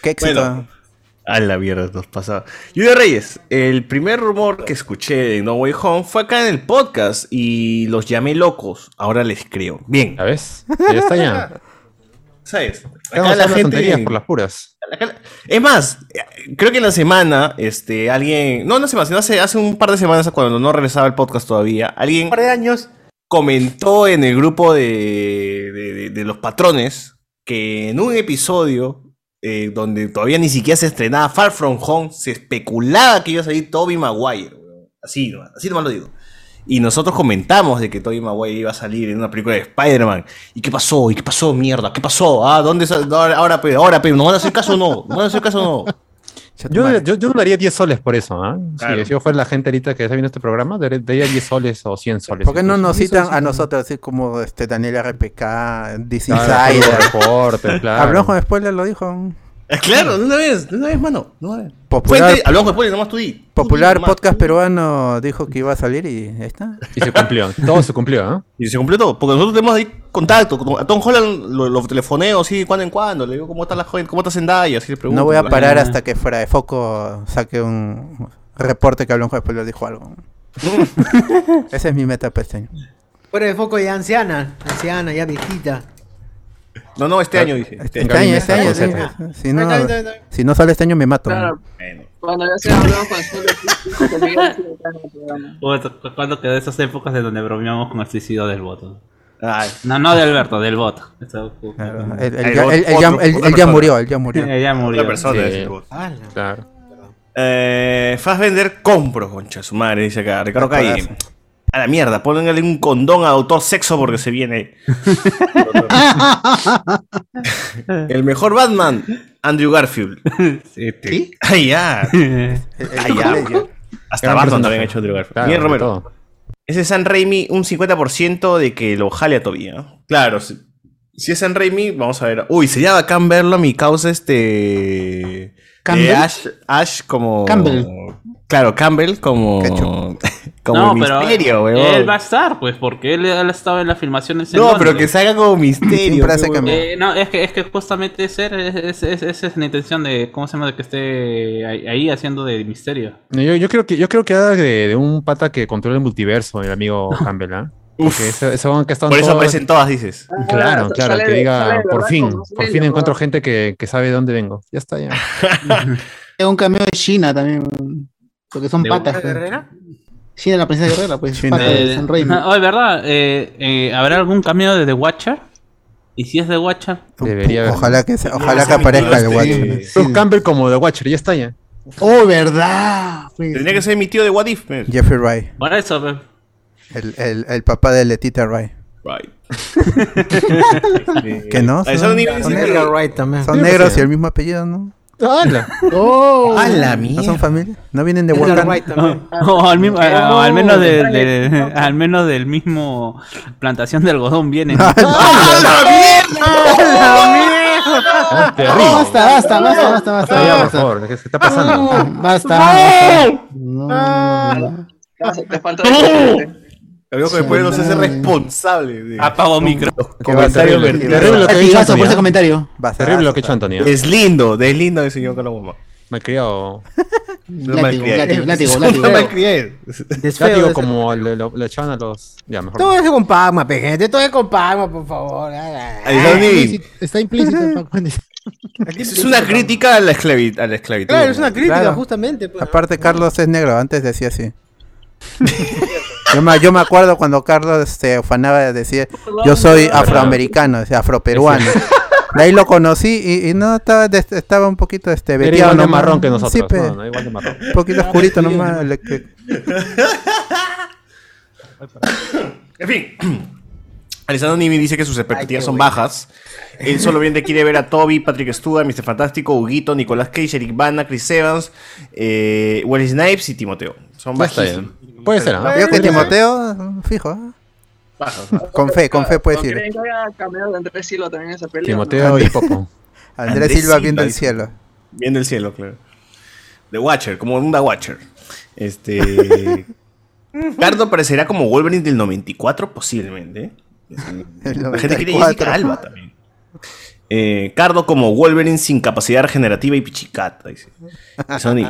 B: ¿Qué éxito?
C: Bueno, a la mierda, nos pasaba. Junior Reyes, el primer rumor que escuché de No Way Home fue acá en el podcast y los llamé locos. Ahora les creo. Bien.
D: ¿Sabes? Ya está ya.
C: ¿Sabes?
D: Estamos
C: Acá la
D: hablando tonterías
C: gente.
D: por las puras.
C: Es más, eh, creo que en la semana, este, alguien. No, no semana, sino hace, hace un par de semanas cuando no regresaba el podcast todavía. Alguien.
N: Un par de años.
C: comentó en el grupo de, de- de- de los patrones que en un episodio eh, donde todavía ni siquiera se estrenaba Far From Home, se especulaba que iba a salir Toby Maguire. weón. Así nomás, así nomás lo digo. Y nosotros comentamos de que Toby Maguire iba a salir en una película de Spider-Man. ¿Y qué pasó? ¿Y qué pasó? Mierda, ¿qué pasó? Ah, ¿dónde sa- ahora, ahora, pe- ahora, pe, ¿nos van a hacer caso o no? ¿Nos van a hacer caso o no?
D: Yo, no- yo, yo no daría 10 soles por eso, ¿ah?
C: Claro.
D: Si yo fuera la gente ahorita que está viendo este programa, daré- daría 10 soles o 100 soles.
B: ¿Por qué no nos
D: incluso.
B: citan a nosotros, así como este Daniel RPK, This
D: Ah, Claro,
B: Insider?
D: con reportes, claro.
B: Hablamos con spoiler, lo dijo.
C: Eh, Claro, de una vez, de una vez, mano. de una vez.
B: Popular-
C: Fuente, hablamos después, nomás tú di. Tú di
B: Popular
C: nomás.
B: podcast peruano dijo que iba a salir y ahí está.
D: Y se cumplió. Todo se cumplió, ¿ah? ¿no?
C: Y se cumplió todo, porque nosotros tenemos ahí contacto. con- A Tom Holland lo, lo telefoneo así de cuando en cuando, le digo cómo está la joven, cómo está Zendaya, así le pregunto.
B: No voy a
C: La-
D: Ah.
B: parar hasta que fuera de foco saque un reporte que habló un spoiler dijo algo. Esa es mi meta para este año.
N: Fuera de foco ya anciana. Anciana, ya viejita.
C: No, no, este año dije.
B: Este año, este año, sí. Si no,
N: Está bien, está bien, está bien.
B: si no sale este año me mato.
E: Claro.
C: Bueno.
E: Cuando ya se habló con el sol, dijo que me iba a decir acá en el programa.
F: ¿Cuándo quedó esas épocas de donde bromeamos con el suicidio del voto?
C: Ay,
F: No, no de Alberto, del voto. Eso-
B: Claro, Él
C: Ahí
B: él ya-
C: va
B: él- él
C: otro-
B: ya- él-
C: otra
B: él ya
C: persona.
B: murió, él ya murió.
C: eh,
F: Ella murió.
C: otra persona.
D: Sí.
C: es el bot.
N: ¡Hala!
D: Claro.
C: Eh, Fassbender, compro, concha de su madre, dice acá. Ricardo Calle.
B: Acordazo.
C: A la mierda, pónganle un condón a autor sexo porque se viene. el mejor Batman, Andrew Garfield.
F: Sí, te-
C: Ay, ya.
B: Él- él-
C: Ay, ya. Hasta
D: Gran
C: Barton
D: personaje.
C: también ha hecho Andrew Garfield.
D: Claro,
C: Bien,
D: sobre
C: Romero.
D: todo.
C: Ese San Raimi, un 50% de que lo jale a Toby, ¿no? Claro, si, si es San Raimi, vamos a ver. Uy, sería bacán verlo a mi causa este.
N: ¿Campbell?
C: eh, Ash, Ash como.
N: Campbell.
C: Claro, Campbell como. como misterio, weón.
F: Él va a estar, pues, porque él, él ha estado en las filmaciones. en
C: No, pero que
F: Londres.
C: salga como misterio.
B: Siempre hace
C: weón.
B: cambiar.
F: Eh, no, es que, es que justamente ser, es- es- es- esa es la intención de, ¿cómo se llama? De que esté ahí, ahí haciendo de misterio.
D: No, Yo, yo creo que yo creo que era de, de un pata que controla el multiverso, el amigo Campbell, ¿ah?
C: Uf.
D: Porque ese, ese man que está en
C: Por eso
D: todo-
C: aparecen todas, dices.
D: Claro, claro,
E: Sale
D: que
E: de- sale
D: diga,
E: de
D: por
E: verdad
D: fin,
E: como
D: por fin
E: sello,
D: encuentro
E: ¿no?
D: gente que, que sabe de dónde vengo. Ya está, ya.
F: Eh,
G: Es un cameo de China también. Porque son
F: ¿De
G: patas.
N: ¿La
G: pues.
N: guerrera?
G: China, la princesa guerrera, pues.
B: China.
G: patas de
F: Eh,
G: San Raimi.
F: ajá, oh, es verdad, eh, eh, ¿habrá algún cameo de The Watcher? ¿Y si es The Watcher?
D: Debería haber.
B: Ojalá que, sea- ojalá
C: ese
B: que aparezca el
C: mito este-
B: Watcher.
D: Bruce Campbell como The Watcher, ya está, ya.
G: ¡Oh, verdad! Pues,
C: Tendría que ser mi tío de What If. man.
B: Jeffrey Wright,
F: Por eso, pues.
B: el, el, el papá de Letita Wright.
C: Right.
B: Que no,
C: Ahí
B: son-
C: son niveles
B: son
C: de-
B: negros.
N: Edgar Wright también.
B: Son negros y el mismo apellido, ¿no?
D: ¡Hala!
G: ¡Oh!
C: A la mierda.
B: ¿No son familia? ¿No vienen de
N: Edgar
B: Wakanda?
N: Wright también.
F: O al, mismo- a- al menos de- de- al menos del mismo plantación de algodón viene.
C: ¡A la mierda!
N: ¡A la mierda!
D: Terrible.
G: Basta, basta, basta, basta, basta.
I: Ah.
D: Ya, por
G: basta.
D: favor, ¿qué se está pasando?
G: Basta.
E: Te falta
C: Amigo, que después no se hace responsable. de-
D: Ah,
F: Apago micro.
C: Comentario
D: terrible,
C: vertido.
D: terrible lo que ha dicho Antonio. Terrible lo que ha
C: hecho
D: dicho Antonio.
C: Es lindo, es lindo el señor Calabomba.
D: Malcriado.
C: No malcriado.
G: látigo,
C: No
G: látigo.
C: malcriado.
G: Desfeo,
D: Látigo
G: desfeo.
D: como le, lo- le echaban a los. Ya, mejor.
N: Todo eso con Pacma, pe, gente. Todo es con Pacma, por favor. Ah, ah.
C: Está implícito-
I: Está implícito el Pac-Man.
C: Es una crítica a la, esclavi- a la esclavitud.
N: Claro, es una crítica,
B: Claro.
N: justamente. pues.
B: Aparte, Carlos es negro, antes decía así. Yo me, yo me acuerdo cuando Carlos se ufanaba de decir, yo soy afroamericano, o sea, afroperuano. De ahí lo conocí y, y no estaba, des- estaba un poquito este
D: Era
B: veteado
D: igual de
B: nomás.
D: marrón que nosotros.
B: Sí, pues. pe,
D: no, no, igual de marrón.
B: un poquito oscurito nomás. le- que-
C: En fin. Alessandro Nimi dice que sus expectativas son bajas. Él solamente quiere ver a Toby, Patrick Stewart, Mr. Fantástico, Huguito, Nicolás Cage, Eric Bana, Chris Evans, eh, Wesley Snipes y Timoteo. Son
D: Está
C: bajísimas.
D: bien. Puede ser, ¿ah?
B: Digo que Timoteo, fijo. ¿eh? Con fe, con fe puedes
E: ¿No
B: ir.
E: creen que haya cameo de Andrés Silva también en esa película?
D: Timoteo y Popo.
B: Andrés Silva viendo el
C: dice.
B: cielo.
C: Viendo el cielo, claro. The Watcher, como un The Watcher. Este. Cardo aparecerá como Wolverine del 94, posiblemente. La gente quiere Jessica
B: 94.
C: Alba también. Eh, Cardo como Wolverine sin capacidad regenerativa y pichicata, dice. Sony.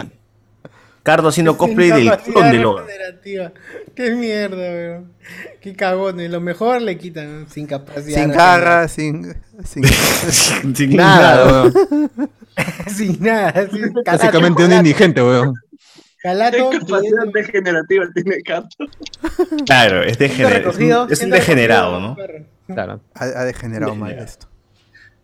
C: Cardo haciendo cosplay
N: Sin
C: del
N: capacidad
C: clon de Logan.
N: regenerativa. Qué mierda, weón. Qué cagones. Lo mejor le quitan sin capacidad.
B: Sin garra, sin. Sin,
C: Sin nada, weón.
N: sin nada. Sin
D: Básicamente un indigente, weón.
N: Calato.
E: ¿Qué capacidad degenerativa tiene Carto?
C: Claro, es degenerado. Es un, es un degenerado, ¿no? Claro.
B: Ha, ha degenerado mal esto.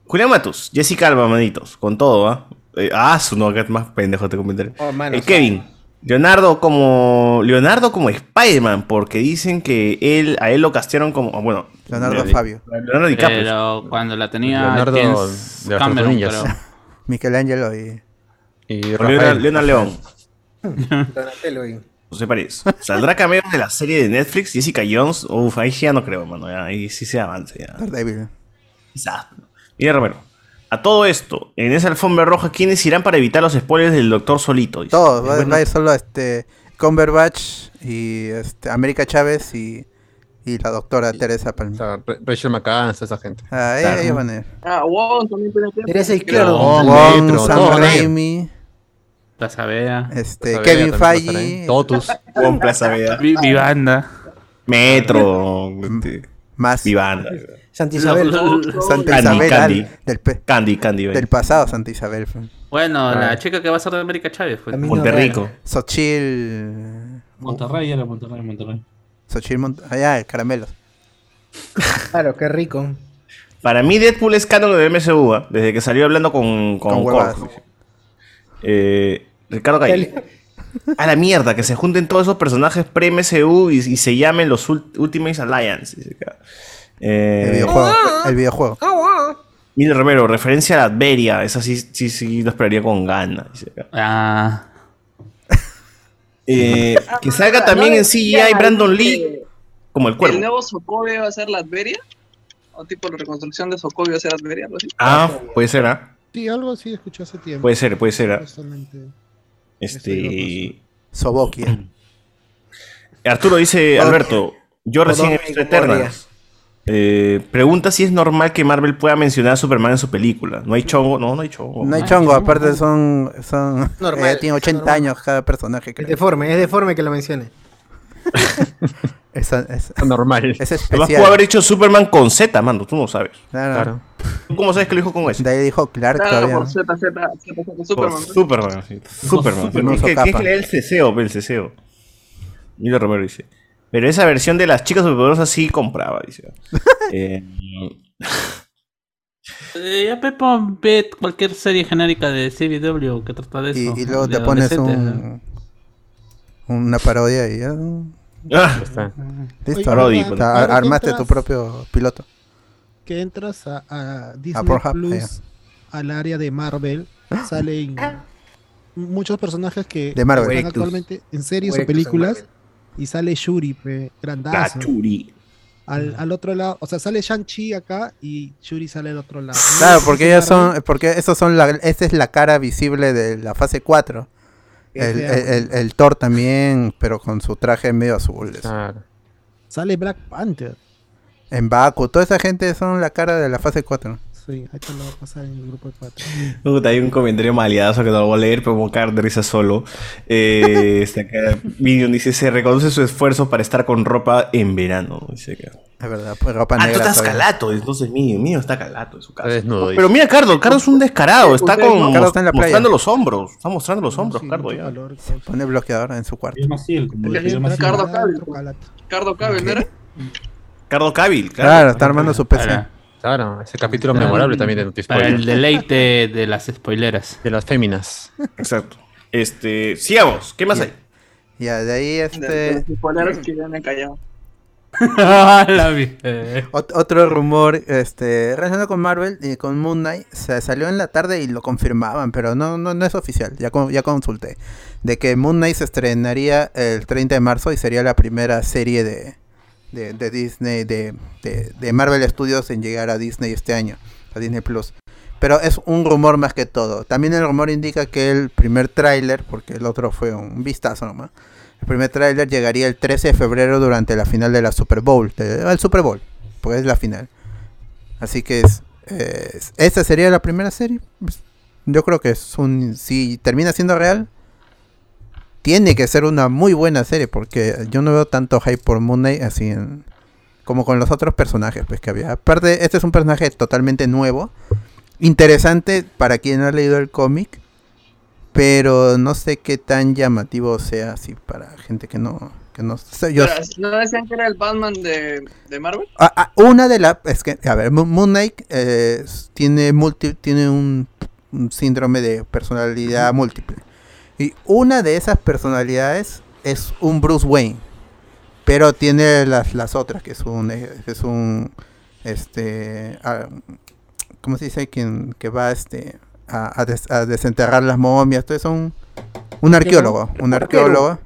C: Julián Matus, Jessica Alba, manitos, con todo, ¿ah? Eh, ah, su no, que más pendejo te comentario.
N: Oh, mano,
C: Eh,
N: sí.
C: Kevin, Leonardo como Leonardo como Spider-Man, porque dicen que él a él lo castearon como ah, bueno,
B: Leonardo
C: Leonardo-
B: Fabio.
C: Leonardo
F: Eh,
C: DiCaprio.
F: Pero cuando la tenía
D: Leonardo
F: James
D: de las
F: Cameron,
D: Tortugas
F: creo.
D: Ninjas.
B: Michelangelo y.
C: O
D: Y
C: Leonardo,
D: Rafael.
C: Leonardo León,
N: Donatello, weón.
C: José París. ¿Saldrá cameo de la serie de Netflix Jessica Jones? Uf, ahí sí ya no creo, mano, ya, ahí sí se avanza ya.
B: Daredevil.
D: Ah,
C: Quizás. Mira, Romero. A todo esto, en esa alfombra roja, ¿quiénes irán para evitar los spoilers del Doctor Solito? Dice.
B: Todos, va,
C: Bueno,
B: va a ir solo este Cumberbatch y este, América Chávez y, y la doctora Teresa Palmer.
D: Ra- Rachel McCann, toda esa gente.
B: Ah, eh,
D: Claro.
B: ellos van a ir.
E: Ah, Wong también tiene tiempo.
N: Teresa Izquierdo.
D: Oh,
B: Wong,
D: Metro,
B: Sam
D: todos van a ir.
B: Raimi,
F: Plaza Bea.
B: este,
D: Plaza Vega
B: Kevin
D: también va a estar ahí.
B: Feige,
D: Totus.
C: Juan Plaza Vega.
F: Vi- Vivanda.
C: Metro. este,
B: más
C: Vivanda.
N: Santa Isabel.
B: Santa
C: Candy,
B: Isabel
C: Candy.
B: al- del, pe-
C: Candy, Candy.
B: del
C: Del
B: pasado Santa Isabel.
F: Bueno, la chica que va a ser de América Chávez. Pues.
N: Camino
C: Monte
N: real.
C: Rico.
B: Sochil.
F: Monterrey era Monterrey, Monterrey.
B: Sochil Mont allá, ah, el caramelo.
N: Claro, qué rico.
C: Para mí, Deadpool es canon de MSU, ¿ah? desde que salió hablando con, con,
B: Con huevas.
C: Korg. Eh, Ricardo Calle. A la mierda, que se junten todos esos personajes pre-MCU y, y se llamen los Ult- Ultimate Alliance. dice acá. Eh,
B: El videojuego. El videojuego.
C: Mire Romero, referencia a la Adveria, esa sí, sí, sí lo esperaría con gana. dice acá.
F: Ah.
C: Eh, que salga
E: Ah,
C: también
E: ¿no
C: en
E: decían
C: CGI Brandon
E: que
C: Lee como el
E: ¿El
C: cuervo.
E: nuevo Sokovia va a ser la Adveria? ¿O tipo la reconstrucción de Sokovia va a ser Adveria? algo así?
C: Ah, puede ser, ¿ah?
I: Sí, algo así escuché hace tiempo.
C: Puede ser, puede ser. ¿ah?
I: Justamente.
C: Este.
B: Soboki.
C: Arturo dice, Alberto, yo recién he visto Eternals. Eh, pregunta si es normal que Marvel pueda mencionar a Superman en su película. No hay chongo, no, no hay chongo.
B: No hay chongo, aparte son. son
N: Normal,
B: eh, tiene 80
N: normal.
B: años cada personaje,
N: Es
B: creo.
N: deforme, es deforme que lo mencione.
B: Esa- esa-
D: Normal.
B: es
C: Además, pudo
B: especial.
C: haber hecho Superman con Z, mando, tú no sabes.
B: Claro.
D: Claro.
C: ¿Tú cómo sabes que lo dijo con S?
B: De ahí dijo Clark
E: Claro,
B: todavía.
E: por ZZ, ZZ,
C: Por
E: Superman.
C: Superman. sí. Superman.
B: Superman
C: Tienes que-
B: Socapa.
C: tienes que leer el ceseo, el ceseo. Mira Romero dice. Pero esa versión de las chicas superpoderosas sí compraba, dice. Eh,
F: Eh, ya Pepo ve cualquier serie genérica de CW que trata de eso.
B: Y, y luego
F: de
B: te pones
F: adolescentes, ¿no?
B: un, una parodia y ya.
C: ah,
D: Está.
I: Oye,
B: Listo,
C: Parodi,
I: ¿verdad?
B: O sea,
I: Ahora que
B: armaste tu
I: entras-
B: propio piloto.
I: Que entras a, a Disney
G: ah,
B: Pornhub,
I: Plus,
B: allá.
I: al área de Marvel, salen muchos personajes que
B: De Marvel.
I: están
B: Directus.
I: actualmente en series
N: Directus
I: o
N: en Ah,
I: películas. Y sale Shuri, pe,
C: la
I: grandazo.
C: churi.
I: al, al otro lado. O sea, sale Shang-Chi acá y Shuri sale al otro lado.
B: Claro, porque ellos
G: eh,
B: son, porque esos son la, esta es la cara visible de la fase 4. El, el, el- el Thor también, pero con su traje medio azul. eso.
I: Sale Black Panther.
B: En Baku, toda esa gente son la cara de la fase 4.
I: Sí, ahí te lo va a pasar en el grupo de cuatro.
O: Puta, hay un comentario maleadazo que no lo voy a leer, pero voy a caer de risa solo. Eh, este acá, Minion dice, se reconoce su esfuerzo para estar con ropa en verano. Dice acá.
B: Es verdad, pues ropa
O: Ah, tú
B: negra.
O: estás
B: todavía.
O: calato, entonces Minion, Minion está calato en su casa.
B: desnudo,
O: pero mira, Cardo, Cardo es un descarado, está
B: Ustedes
O: con
B: no. Cardo está en la playa.
O: mostrando los hombros, está mostrando los hombros, Cardo ya.
B: Se
I: pues.
B: pone bloqueador en su cuarto.
E: Cardo Cable. Cardo Cable, ¿no era?
O: Cardo Cabil,
B: claro. está armando su PC.
D: Claro, claro, ese capítulo memorable también de Noticias.
F: Para el deleite de las spoileras.
D: De las féminas.
O: Exacto. Este, sigamos, ¿qué más hay?
B: Ya, de ahí
E: De
B: este.
E: los spoileros que ya me han callado.
F: Ah,
B: Ot- otro rumor este relacionado con Marvel y con Moon Knight se salió en la tarde y lo confirmaban, pero no no, no es oficial, ya con- ya consulté de que Moon Knight se estrenaría el 30 de marzo y sería la primera serie de, de, de Disney de, de- de Marvel Studios en llegar a Disney este año, a Disney Plus. Pero es un rumor más que todo. También el rumor indica que el primer tráiler, porque el otro fue un vistazo nomás, el primer tráiler llegaría el 13 de febrero durante la final de la Super Bowl. de- El Super Bowl, pues es la final. Así que es, eh, es- esta sería la primera serie. Pues, Yo creo que es un si termina siendo real tiene que ser una muy buena serie porque yo no veo tanto hype por Moon Knight así en- como con los otros personajes pues que había. Aparte, este es un personaje totalmente nuevo, interesante para quien no ha leído el cómic, pero no sé qué tan llamativo sea así para gente que no que no o sea, yo-
E: Pero, ¿No decían que era el Batman de, de Marvel?
B: Ah, ah, una de las es que a ver Mo- Moon Knight eh, s- tiene multi- tiene un, un síndrome de personalidad múltiple y una de esas personalidades es un Bruce Wayne pero tiene las, las otras que es un eh, es un este ah, cómo se dice quien que va este a, a des- a desenterrar las momias todo eso un, un arqueólogo un arqueólogo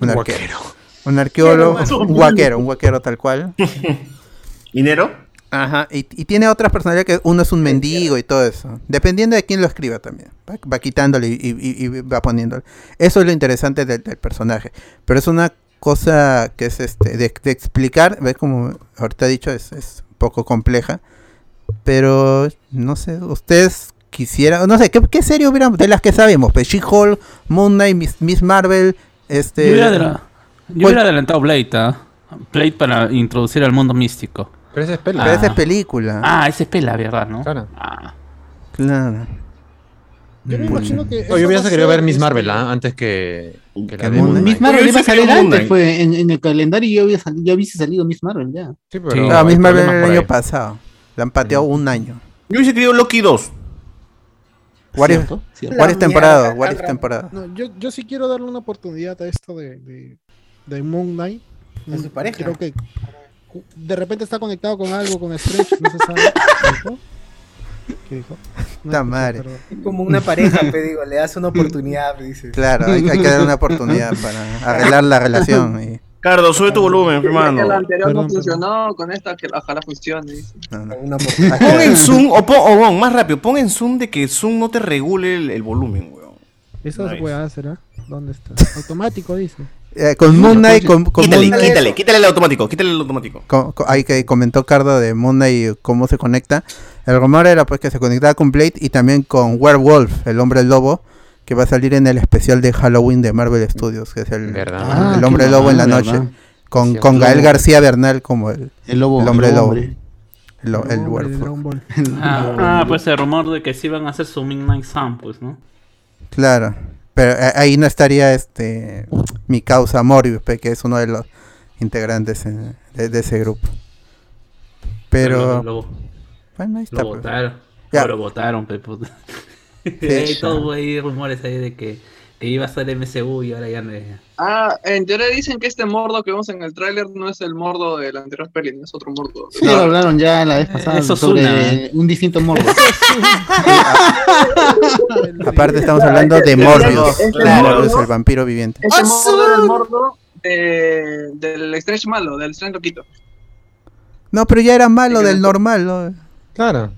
B: un arquero un arqueólogo un vaquero un vaquero tal cual
O: minero
B: ajá y, y tiene otras personalidades que uno es un mendigo y todo eso dependiendo de quién lo escriba también va, va quitándole y, y- y va poniéndole eso es lo interesante del, del personaje pero es una cosa que es este de, de explicar ves como ahorita he dicho es, es un poco compleja pero no sé, ustedes quisieran, no sé, ¿qué, qué serie hubieran de las que sabemos? Pues She-Hulk, Moon Knight, Miss, Miss Marvel, este
F: Yo hubiera, adela- yo hubiera adelantado Blade, ¿ah? Blade para introducir al mundo místico.
D: Pero esa es pela.
B: Pero esa es película.
F: Ah, esa es pela, ¿verdad? ¿no? Ah,
D: Claro.
B: Ah, Claro. Mm.
I: Yo me imagino que.
D: No, yo
I: eso va
D: hubiera
I: a
D: querido
I: ser-
D: ver Miss Marvel ¿ah? antes que, que la de
B: Moon
D: Moon
B: Knight.
G: Miss
D: Knight.
G: Marvel iba a salir
D: Moon
G: antes,
D: Knight.
B: pues.
G: fue en, en el calendario yo había, sali- ya hubiese salido Miss Marvel ya.
D: Sí,
B: Sí. No, Miss Marvel el año pasado. La han pateado un año.
O: Yo hubiese querido Loki 2.
B: Varias,
O: Cierto, cierto.
B: varias
O: La
B: temporadas,
O: mierda,
B: varias
O: Sandra.
B: temporadas.
I: No, yo, yo sí quiero darle una oportunidad a esto de, de, de Moon Knight. Mm,
N: A su pareja.
I: Creo que de repente está conectado con algo, con Strange, no se sabe. ¿Qué dijo? ¿Qué dijo? No
B: Ta
I: escuché,
B: madre.
I: perdón.
N: Es como una pareja, pe, digo, le das una oportunidad, dices.
B: Claro, hay, hay que dar una oportunidad para arreglar la relación. y-
O: Cardo, sube tu volumen,
E: Que
O: hermano.
E: la anterior
B: Perdón,
E: no funcionó, con esta que ojalá funcione. dice.
O: Pon en zoom, o pon, o pon, más rápido, pon en zoom de que zoom no te regule el, el volumen, weón.
I: Esas
O: Nice.
I: huevadas, será. ¿Dónde está? Automático, dice.
B: Eh, con Moon Knight, con,
C: Pues
B: con
O: Quítale,
B: Moon Knight-
O: quítale, quítale el automático, quítale el automático.
B: co- co- ahí que comentó Cardo de Moon Knight y cómo se conecta. El rumor era pues que se conectaba con Blade y también con Werewolf, el hombre lobo, que va a salir en el especial de Halloween de Marvel Studios, que es el,
G: ¿Verdad?
B: el
G: Ah,
B: hombre
G: qué
B: lobo en la
G: bacán,
B: noche.
G: ¿verdad?
B: Con,
G: Cierto.
B: con Gael García Bernal como el,
G: El lobo,
B: el hombre
G: el
B: lobo.
G: hombre.
B: El, lo- el werewolf.
F: Ah, ah, pues el rumor de que sí van a hacer su Midnight Sun, pues, ¿no?
B: Claro. Pero eh, ahí no estaría este mi causa Morbius, pe, que es uno de los integrantes en- de, de ese grupo. Pero
F: Lo, lo-
B: bueno, ahí está.
F: lo
B: pues.
F: votaron.
B: Ya.
F: No, Lo votaron, pe puta. Hay
B: ya.
F: todo hay rumores ahí de que, que iba a estar MCU y ahora ya no es.
E: Ah, en teoría dicen que este mordo que vemos en el tráiler no es el mordo de la anterior peli, no es otro mordo.
G: Sí, lo hablaron ya la vez pasada
E: eso es
G: sobre
E: una.
G: un distinto morbo.
B: Aparte estamos hablando
E: Este
B: de Morbius.
E: Claro.
B: Morbius, el vampiro viviente.
E: Este mordo era el mordo de- del Strange malo, del Strange loquito.
B: No, pero ya era malo del normal, ¿no?
D: Claro.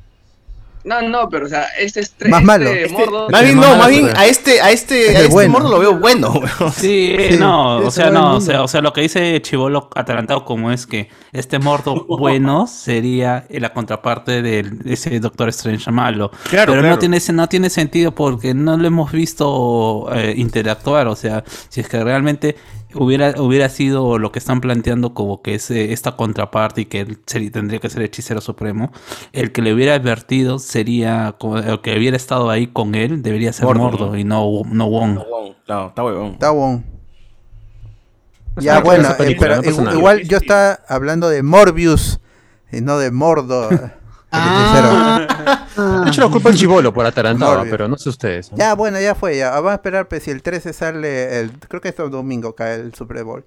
E: No, no, pero o sea, este es tre-
B: Más
E: este
B: malo.
E: Mordo-
C: Más bien, no, más bien a este, a este,
B: Es
C: a este
B: bueno.
C: mordo lo veo bueno. weón.
F: Sí, eh,
C: Sí,
F: no,
C: sí,
F: o
C: se
F: sea,
C: va el
F: no, o
C: mundo.
F: sea, o sea, lo que dice Chivolo atarantado como es que este mordo bueno sería la contraparte de ese Doctor Strange malo.
J: Claro,
F: Pero
J: claro.
F: no tiene ese- no tiene sentido porque no lo hemos visto eh, interactuar, o sea, si es que realmente hubiera hubiera sido lo que están planteando como que es eh, esta contraparte y que él sería- tendría que ser hechicero supremo, el que le hubiera advertido sería como- el que hubiera estado ahí con él debería ser
C: Mordo,
F: Mordo, y no no Wong.
C: Claro, está huevón.
B: Está bueno.
F: No
B: Ya,
F: pasa nada,
B: bueno,
F: esa
B: eh,
F: película,
B: pero
F: no pasa
B: igu-
F: nada.
B: igual yo estaba hablando de Morbius y no de Mordo. eh, el hechicero.
D: De hecho, la culpa es Chivolo por atarantado, pero no sé ustedes. ¿no?
B: Ah. Ya, bueno, ya fue, ya. Vamos a esperar, pues, si el 13 sale, el, creo que este domingo cae el Super Bowl.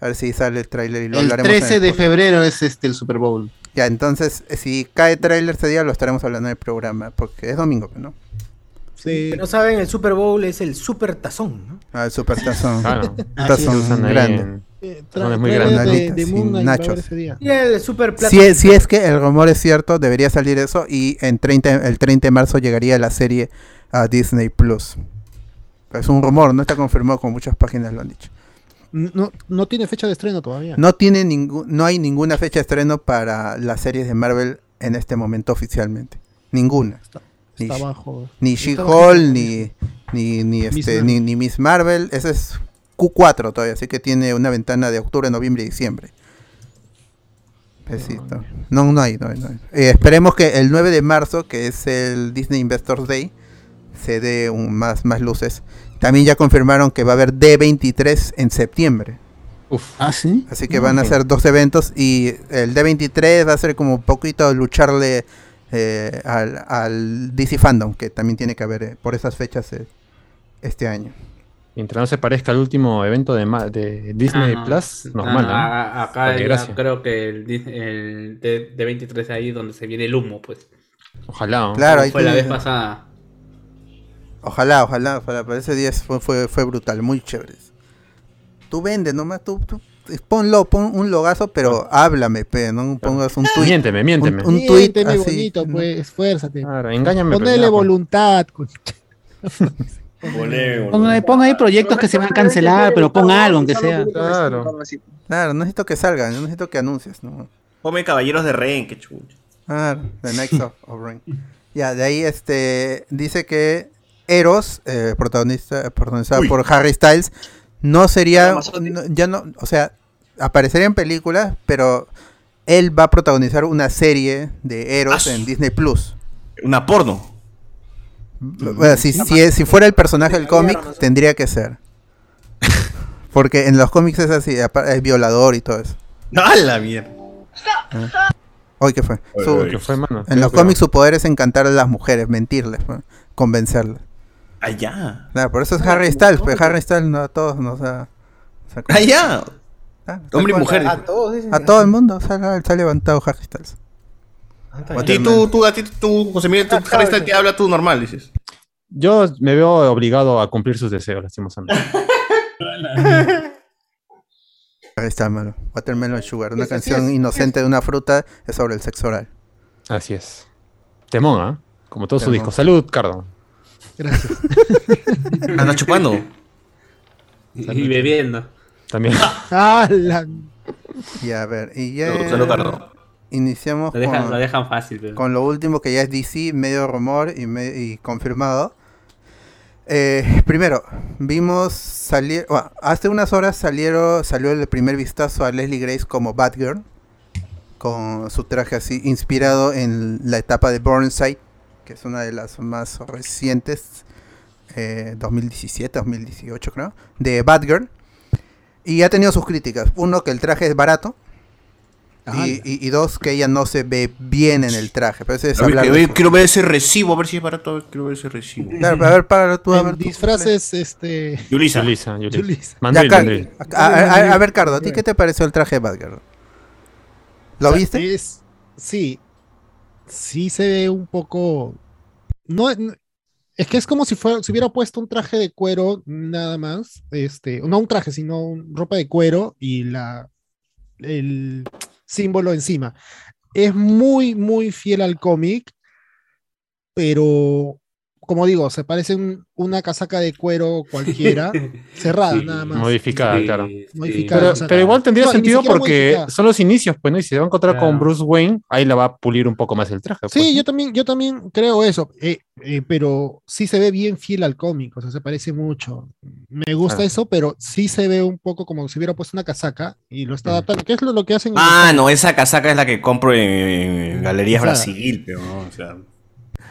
B: A ver si sale el tráiler y lo
G: El
B: hablaremos. en
G: 13 de
B: podcast.
G: febrero es este el Super Bowl.
B: Ya, entonces, eh, si cae tráiler ese día, lo estaremos hablando en el programa, porque es domingo, ¿no?
N: Si no saben, el Super Bowl es el Super Tazón, ¿no?
B: Ah, el Super Tazón.
N: Claro.
B: Tazón
D: Así es.
B: grande.
N: Eh, tra-
D: Tazón es muy
N: trailer
D: grande.
N: de-
B: Alitas
N: de
B: y
N: Moon Knight va a
B: nachos.
N: haber ese día. Mira el Super Plata.
B: Si es, si es que el rumor es cierto, debería salir eso y en 30, el 30 de marzo llegaría la serie a Disney Plus. Es un rumor, no está confirmado, como muchas páginas lo han dicho.
I: No, no tiene fecha de estreno todavía.
B: No tiene ningún, no hay ninguna fecha de estreno para las series de Marvel en este momento oficialmente. Ninguna. Ni,
I: está bajo.
B: ni
I: Está
B: She-Hulk, ni, ni, ni, este, ni, ni Miss Marvel. Ese es Q4 todavía, así que tiene una ventana de octubre, noviembre y diciembre. Pesito. No, no hay, no hay, no hay. Eh, esperemos que el 9 de marzo, que es el Disney Investors Day, se dé un- más, más luces. También ya confirmaron que va a haber D23 en septiembre.
G: Ah, sí.
B: Así que van a ser dos eventos y el D23 va a ser como un poquito lucharle eh, al, al DC Fandom, que también tiene que haber eh, por esas fechas eh, este año.
D: Mientras no se parezca al último evento de, ma- de Disney Plus, ¿eh? nos
F: Ah,
D: mandan.
F: a- a- Acá
D: Porque
F: ya
D: gracias.
F: creo que el, di- el de, de 23 ahí es donde se viene el humo, pues.
D: Ojalá. ¿eh? ¿no?
B: Claro, ahí
F: Fue la
B: tiene-
F: vez pasada.
B: Ojalá, ojalá, ojalá, para ese 10 fue, fue, fue brutal, muy chévere. Tú vende nomás, tú, tú ponlo, pon un logazo, pero
F: Ah.
B: háblame, pe, no pongas un tweet.
D: Miénteme, miénteme.
B: Un, un tweet
I: Siénteme
B: así.
I: bonito, pues, esfuérzate.
D: engáñame, pero
I: Ponele
D: ya, pues.
I: voluntad. concha.
G: Pon ahí, pon ahí proyectos que se van a cancelar, pero pon algo, aunque sea.
B: Claro. Claro, no necesito que salgan, no necesito que anuncies, no.
C: Ponme caballeros de rehén, que chucha.
B: Ah, The Knights of, of Ren. Ya, de ahí este dice que Eros, eh, protagonista, protagonizada
A: Uy.
B: por Harry Styles, no sería, no- ya no, o sea, aparecería en películas, pero él va a protagonizar una serie de Eros en Disney Plus.
C: Una porno.
B: Bueno, si, si, es- si fuera el personaje del cómic, tendría que ser. Porque en los cómics es así, apa- es violador y todo eso.
C: ¡A la mierda!
B: Hoy que fue.
D: Oye,
B: Su-
D: oye, ¿qué fue, mano?
B: En
D: Ten
B: los
D: cuidado.
B: cómics su poder es encantar a las mujeres, mentirles, pues, convencerlas.
C: Allá.
B: Claro, por eso es Harry Styles, pues Harry Styles no a todos nos ha... Ah,
C: Ah, ya. Hombre y mujer.
B: A, todo el mundo se ha, se ha levantado Harry Styles.
C: A ti, tú, tú, a ti, tú, José Miguel, tú, Harry Styles, te habla tú normal, dices.
D: Yo me veo obligado a cumplir sus deseos, lastimosamente.
B: Harry Styles, mano. Watermelon Sugar, una
D: Pues así
B: canción
D: es,
B: inocente de una fruta es sobre el sexo oral.
D: Así es. Temón, ¿ah? Como todo su
B: Temón.
D: disco. Salud, Cardo.
I: Gracias.
C: Anda chupando.
F: Y bebiendo.
D: También.
I: Ah, la-
B: Y a ver, y ya...
F: Salud, salud, Cardo.
B: Iniciamos
F: Lo dejan,
B: con,
F: lo dejan fácil, pero.
B: con lo último que ya es DC, medio rumor y, me- y confirmado. Eh, primero, vimos salir, bueno, hace unas horas salieron, salió el primer vistazo a Leslie Grace como Batgirl, con su traje así inspirado en la etapa de Burnside, que es una de las más recientes, eh, 2017, 2018 creo, de Batgirl. Y ha tenido sus críticas. Uno, que el traje es barato. Y, y- y dos, que ella no se ve bien en el traje. Pero eso es
C: A ver,
B: hablar
C: que
B: de
C: ve-
B: su-
C: quiero ver ese recibo, a ver si es barato, a ver, quiero ver ese recibo.
B: Claro, a ver, para tú, a
I: en
B: ver. tú.
I: disfraces, este.
C: Yulisa.
D: Yulisa, Yulisa.
I: Yulisa.
D: Mandril,
B: Ya, Car-
D: mandril.
B: a, a- a- a ver, Cardo, ¿a ti qué te pareció el traje de Batgirl? ¿Lo
I: O sea,
B: viste?
I: es- sí. Sí se ve un poco. No, n- es que es como si, fuera, si hubiera puesto un traje de cuero, nada más. Este, no un traje, sino un- ropa de cuero y la. El símbolo encima. Es muy, muy fiel al cómic, pero como digo, se parece un- una casaca de cuero cualquiera, cerrada nada más.
D: Modificada, claro.
I: Modificada,
D: pero,
I: o sea,
D: pero igual tendría
I: no, ni
D: sentido
I: siquiera
D: porque
I: modificada.
D: son los inicios, pues, ¿no? Y si se va a encontrar
I: Claro.
D: con Bruce Wayne, ahí la va a pulir un poco más el traje. pues.
I: Sí, yo también, yo también creo eso, eh, eh, pero sí se ve bien fiel al cómic, o sea, se parece mucho. Me gusta
C: Claro.
I: eso, pero sí se ve un poco como si hubiera puesto una casaca y lo está adaptando, que es lo, lo que hacen. en
C: Ah,
I: los-
C: no, esa casaca es la que compro en, en Galerías
I: O sea,
C: Brasil, pero, o sea,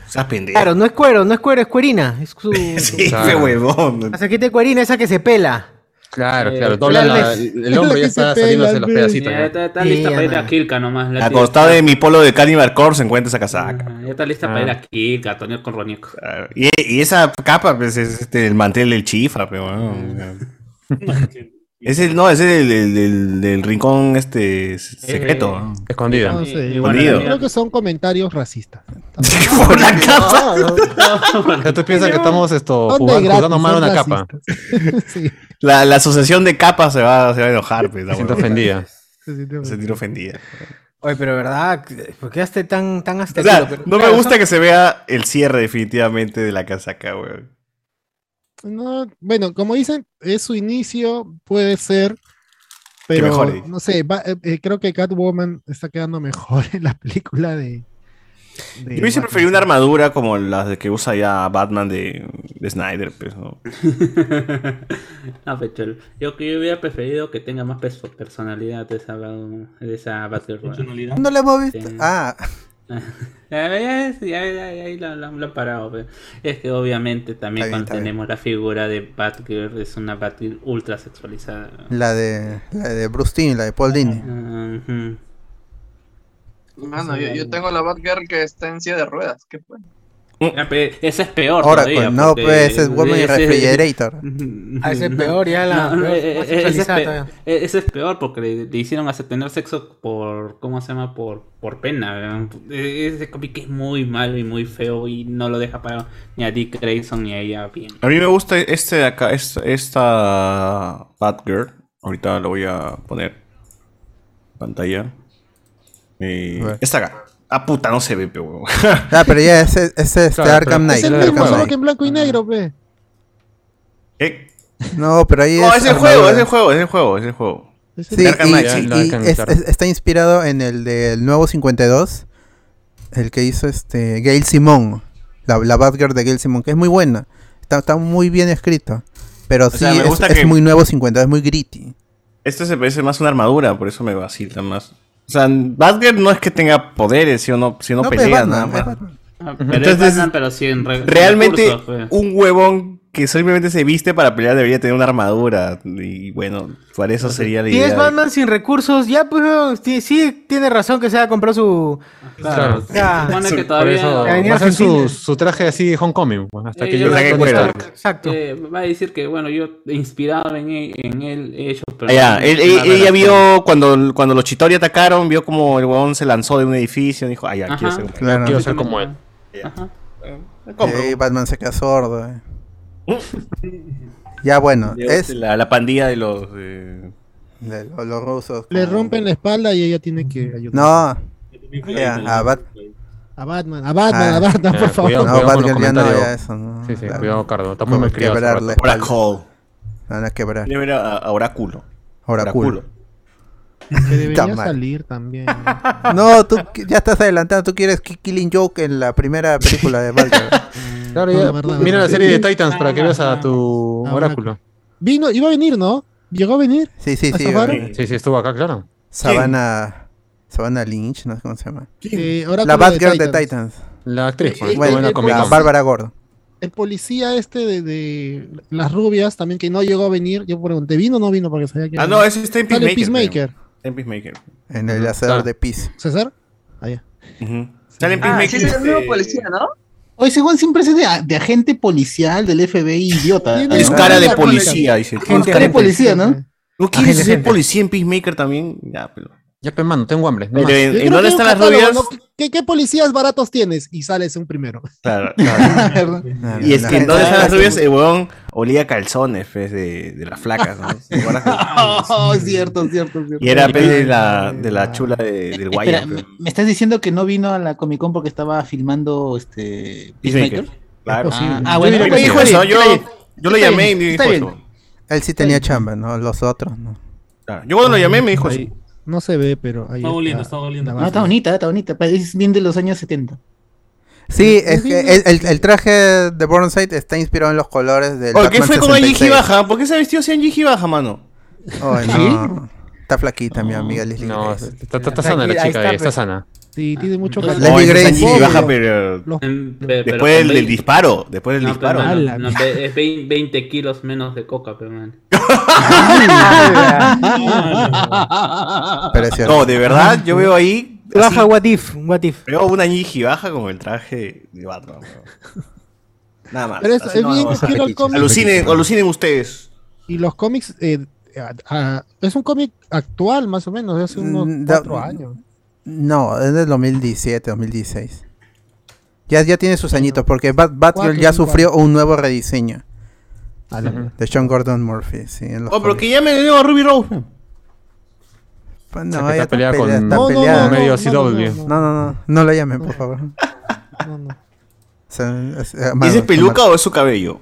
C: esas pendejas.
L: Claro, no es cuero, no es cuero, es cuerina. Es su,
C: Sí, fue huevón.
L: La saquita de cuerina, esa que se pela.
D: Claro,
L: Eh,
D: claro. dobla la-
L: Flandes.
D: el hombro ya está saliéndose los pedacitos.
F: Ya
D: ¿no?
F: está, está lista
L: Sí,
F: para ir
L: Ana.
F: a Kilka nomás. la
C: Al
F: tía
C: costado
F: está-
C: de mi polo de Cannibal Corpse se encuentra esa casaca.
F: Ya está lista para ir
D: Ah.
F: a Kilka, Antonio con Ronico.
C: Y, y esa capa, pues, es este, el mantel del chifa, pero bueno, o sea. Es el, no, es el del, del- del rincón este secreto. ¿no?
D: Escondido.
I: no sé,
C: Escondido.
I: creo que son comentarios racistas.
L: Eh,
D: O sea, tú piensas que estamos esto,
I: Son de
D: jugando,
I: gratis,
D: jugando mal
I: son
D: una
I: racistas.
D: capa.
C: La, la asociación de capas se va, se va a enojar. Pues, la
D: siento
C: huevona.
D: ofendida.
I: Se
C: siente ofendida.
L: Oye, pero verdad, ¿por qué haste tan, tan hasta
C: O sea, no me gusta que se vea el cierre definitivamente de la casaca, weón.
I: No, bueno, como dicen, es su inicio, puede ser, pero
C: mejore.
I: no sé, va- eh, eh, creo que Catwoman está quedando mejor en la película de... de
C: Yo hubiese
I: Batman.
C: preferido una armadura como las de que usa ya Batman de, de Snyder, pues, ¿no?
F: Ah, pechol. Yo que yo hubiera preferido que tenga más perso- personalidad de esa, de esa Batgirl.
B: ¿No la hemos visto? Ah,
F: Ya, ya, ya, ya, ya, ahí lo, lo- lo han parado. pero Es que obviamente también cuando tenemos la figura de Batgirl, es una Batgirl ultra sexualizada.
B: la de, la de Bruce Timm, la de Paul Dini.
F: Ujú.
E: Mano, yo, yo tengo la Batgirl que está en silla de ruedas. ¿Qué fue?
F: Ah, pe- Esa es peor.
B: Ahora,
F: todavía,
B: pues, no,
F: porque
B: pues, ese es Woman
F: ese-
B: Refrigerator.
L: Ah, ese es peor, ya la-
F: No, no,
L: más
F: eh, eh, ese es
L: sexualizada
F: pe-
L: todavía.
F: eh, ese es peor porque le, le hicieron hacer tener sexo por. ¿Cómo se llama? Por, por pena. ¿verdad? E- Ese cómic es muy malo y muy feo y no lo deja para ni a Dick Grayson ni a ella bien.
C: A mí me gusta este de acá, es- esta Batgirl. Ahorita lo voy a poner en pantalla. Eh,
B: Bueno.
C: esta acá. Ah, puta, no se ve, pero weón.
B: Ah, pero ya, ese, ese es
C: Claro,
B: Arkham Knight.
C: pero- Es el
B: Arkham
C: mismo, solo
B: Knight.
I: Que en blanco y negro, ve.
B: No, pero ahí
C: No,
B: es.
C: Oh, es el
B: armadura.
C: juego, es el juego, es el juego, es el juego.
B: Sí,
C: Arkham
B: y-
C: Knight,
B: y-
C: sí.
B: y es- es- está inspirado en el del nuevo 52, el que hizo este Gail Simón, la, la Batgirl de Gail Simón, que es muy buena, está, está muy bien escrito, pero sí
C: sea, me
B: es-
C: gusta
B: es,
C: que-
B: muy nuevo 52, es muy gritty.
C: Este se parece más a una armadura, por eso me vacila más. O sea, Batgirl no es que tenga poderes, si no, si no,
B: No, pero es
C: pelea
B: Batman,
C: nada
B: es
C: más.
F: Ah,
C: Ujú.
F: Pero es
C: Entonces,
F: Batman, pero sin re-
C: Realmente,
F: recursos, pues.
C: un huevón que simplemente se viste para pelear debería tener una armadura. Y bueno, para eso sería la
L: Y
C: idea.
L: es Batman sin recursos, ya pues weón, sí, sí tiene razón que se haya comprado su.
D: Claro.
L: Ya.
F: Supone que
D: Por
F: todavía-
D: eso
L: Ya venía
D: va a ser
L: Argentina.
D: su, su traje así de homecoming, bueno, hasta que
F: Eh,
D: llegue
F: yo-
D: Tony Stark.
L: Exacto.
C: Eh,
F: va a decir que, bueno, yo inspirado en él, en él he hecho. pero
C: Ah, ya,
F: no-
C: él-
F: no
C: él-
F: la
C: ella
F: relación.
C: vio cuando, cuando los Chitori atacaron, vio como el huevón se lanzó de un edificio y dijo, ay, ya, quiero
F: Ajá.
C: ser como él".
B: Claro. Eh,
D: Quiero ser como él.
F: Ajá.
B: Y ahí Batman se queda sordo. eh. ya bueno,
C: De-
B: es
C: La, la pandilla de los... eh,
B: de lo- los rusos.
I: Le rompen la espalda y ella tiene que ayudar.
B: No, ya, a Bat-
I: A Batman, a Batman,
B: Ah.
I: a Batman, por
D: Eh,
I: favor.
D: cuidado,
B: No,
D: cuidado con los
B: Batgirl ya no,
D: comentarios.
B: ya eso, no,
D: Sí, sí,
B: claro.
D: cuidado, Cardo. Está muy
B: Como
D: malcriado. hace
B: quebrarle.
D: rato.
C: Black Hole.
B: van a quebrar.
C: Debe ver a, a Oráculo.
B: Oráculo.
I: Que debería
B: Está mal.
I: salir también.
B: No, tú qui- ya estás adelantando. Tú quieres Ki- Killing Joke en la primera película de Batman.
D: Claro, ya,
I: No, verdad,
D: mira la
I: verdad.
D: serie de Titans para que veas a tu
I: Ah,
D: oráculo.
I: Vino, iba a venir, ¿no? ¿Llegó a venir?
B: Sí, sí,
I: ¿A
B: sí.
I: zafar?
B: eh,
D: Sí, sí, estuvo acá, claro.
B: Savannah, Savannah Lynch, no sé cómo se llama.
I: Eh,
B: la
I: Oráculo
B: Batgirl de Titans.
D: La actriz,
I: Eh,
D: bueno, estuvo en la
I: eh,
D: Comic
B: La
D: Con.
B: Bárbara Gordo.
I: El policía este de, de las rubias también que no llegó a venir. Yo pregunté, ¿vino o no vino? Porque sabía que
C: Ah, no, ese está en
I: Sale
C: Peacemaker.
I: Peacemaker.
C: creo. Está en Peacemaker.
B: En el hacedor
D: Ah.
B: de Peace.
I: ¿César? Allá.
C: Ujú. Sale en
E: Ah,
C: Peacemaker.
E: sí, es el nuevo
C: este,
E: policía, ¿no?
P: Oye, ese weón siempre es de, de agente policial del FBI, idiota.
C: Es cara de policía, dice.
P: Es cara de policía, ¿no?
C: ¿No quieres
P: Agente,
C: ser
P: agente.
C: policía en Peacemaker también? Ya, pero...
D: Ya, pe, mano, tengo hambre. no
C: Pero
D: más.
C: en-
I: Yo
C: ¿en
I: creo
C: dónde
I: que hay un
C: están las
I: catálogo,
C: rubias?
I: ¿no? ¿qué, qué policías baratos tienes? Y sales un primero.
C: Claro, claro.
B: Ah,
C: y es que en todas las lluvias el huevón olía calzones pues, de, de las flacas, ¿no? ¿Te acuerdas?
G: Oh, cierto, cierto, cierto.
C: Y era pues, de, la, de la chula de- del guayo.
G: Espera,
C: pues.
G: ¿me estás diciendo que no vino a la Comic Con porque estaba filmando este
C: Peacemaker. Claro.
G: Ah, ah,
C: Yo
G: bueno,
C: diría que
G: bueno,
C: sí.
G: está bien,
C: Eso, yo-
G: está bien.
C: yo lo
G: Está
C: llamé
G: bien,
C: y me
G: está
C: dijo
G: bien.
C: eso.
B: Él sí tenía chamba, ¿no? Los otros, ¿no?
C: Claro. Yo cuando lo llamé me dijo
I: Ahí-
C: eso.
I: No se ve, pero ahí
G: Está oliendo,
I: volviendo, está
G: Ah, No,
I: volviendo.
G: está bonita, está bonita. Pues, Es bien de los años 70.
B: Sí, es que el, el- el traje de Burnside está inspirado en los colores del
C: Oye, ¿qué
B: Batman
C: fue con Angie
B: 66.
C: Gibaja? ¿Por qué se vistió así Angie Gibaja, mano?
B: Ay, no. Está flaquita, mi amiga Leslie
D: No,
B: Grace.
D: está, está- está sana la chica ahí, está sana.
I: Sí,
G: Ah,
I: tiene mucho calor.
B: Leslie
C: esa es
B: Grace.
C: Angie Gibaja, pero...
F: Em,
C: después del, del disparo, después del
F: No, pero,
C: disparo.
F: mano,
C: Ala,
F: no, ve- es vein- 20 kilos menos de coca, pero man.
B: Ah,
C: No, de
F: Ah.
C: verdad, yo veo ahí.
L: Baja What If, What If.
C: Veo una Niji baja con el traje de Batman. bro. Nada más.
I: Pero es-
C: Así
I: es
C: no,
I: bien
C: no,
I: que
C: no.
I: quiero el cómic.
C: alucinen, alucinen ustedes.
I: Y los cómics, eh, a- a- es un cómic actual, más o menos, de hace unos
B: Mm, da-
I: cuatro años.
B: No, es del 2017, 2016. Ya, ya tiene sus añitos, porque Bat- Batgirl
I: Cuatro,
B: ya
I: cinco
B: sufrió un nuevo rediseño.
I: la-
B: De Sean Gordon Murphy, sí. en los
C: Ah, Oh, pero
B: cómics.
C: que llamen de nuevo a Ruby Rose. man.
B: Pues
D: O sea,
B: no,
D: que
B: ella
D: está peleada con-
B: está
D: No, no, no,
B: peleada.
D: no, medio no, CW.
B: No, no, no, no la llamen, por favor. O sea, es- eh,
C: ¿Y
B: amado,
C: ¿Ese es peluca
B: amado.
C: o es su cabello?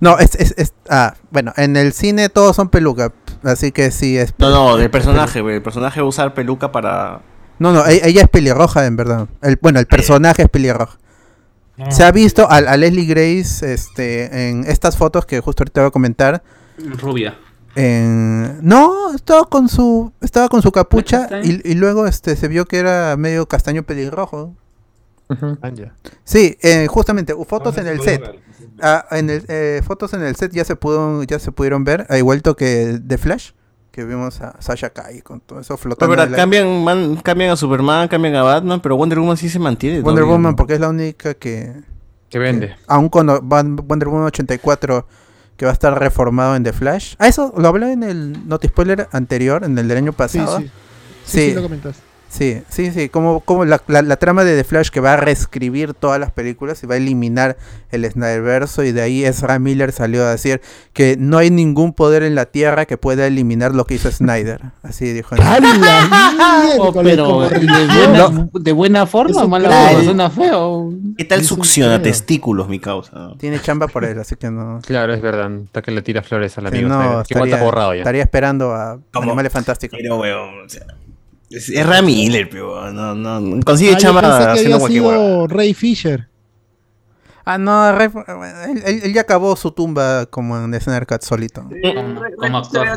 B: No, es, es, es- Ah, bueno, en el cine todos son peluca, así que sí es.
C: No, no, del personaje, güey. El personaje va a usar peluca para.
B: No, no, e- ella es pelirroja, en verdad. El, bueno, el personaje es pelirroja.
C: Ah.
B: Se ha visto a, a Leslie Grace este, en estas fotos que justo ahorita voy a comentar.
F: Rubia.
B: En- No, estaba con su estaba con su capucha y, y luego este se vio que era medio castaño pelirrojo. Sí, eh, justamente u- fotos en el set. Ah, en el, eh, fotos en el set ya se pudo ya se pudieron ver, al igual que de Flash, que vimos a Sasha Kai con todo eso
C: Pero,
B: flotando.
C: verdad,
B: en el aire.
C: cambian, man- cambian a Superman, cambian a Batman, pero Wonder Woman sí se mantiene.
B: Wonder
C: todavía,
B: Woman
C: ¿no?
B: porque es la única que
D: Que vende.
B: aún cuando Van- Wonder Woman 84 que va a estar reformado en The Flash. Ah, eso lo hablé en el Not Spoiler anterior, en el del año pasado.
I: sí. Sí, sí, lo comentaste.
B: Sí, sí, sí, como, como la, la- la trama de The Flash que va a reescribir todas las películas y va a eliminar el Snyderverso y de ahí Ezra Miller salió a decir que no hay ningún poder en la Tierra que pueda eliminar lo que hizo Snyder. Así dijo.
G: Oh, pero de
I: Ah,
G: buena, de buena forma, o mala forma, suena feo.
C: ¿Qué tal succiona testículos, mi causa?
B: Tiene chamba por él, así que no.
D: Claro, es verdad. Hasta que le tira flores al
B: que
D: amigo.
B: no,
D: No, que igual
B: estaría,
D: está borrado ya.
B: estaría esperando a Animales Fantásticos.
C: Pero, weón, o sea, es, es Ram Miller, pero no, no, no. Consigue
I: Ah, yo
C: chamba
I: pensé que
C: haciendo
I: había
C: cualquier
I: sido
C: huevo.
I: Ray Fisher.
B: Ah, no, Ref- bueno, él, él- él ya acabó su tumba como en Snyder Cut solito.
F: Eh, Como actor.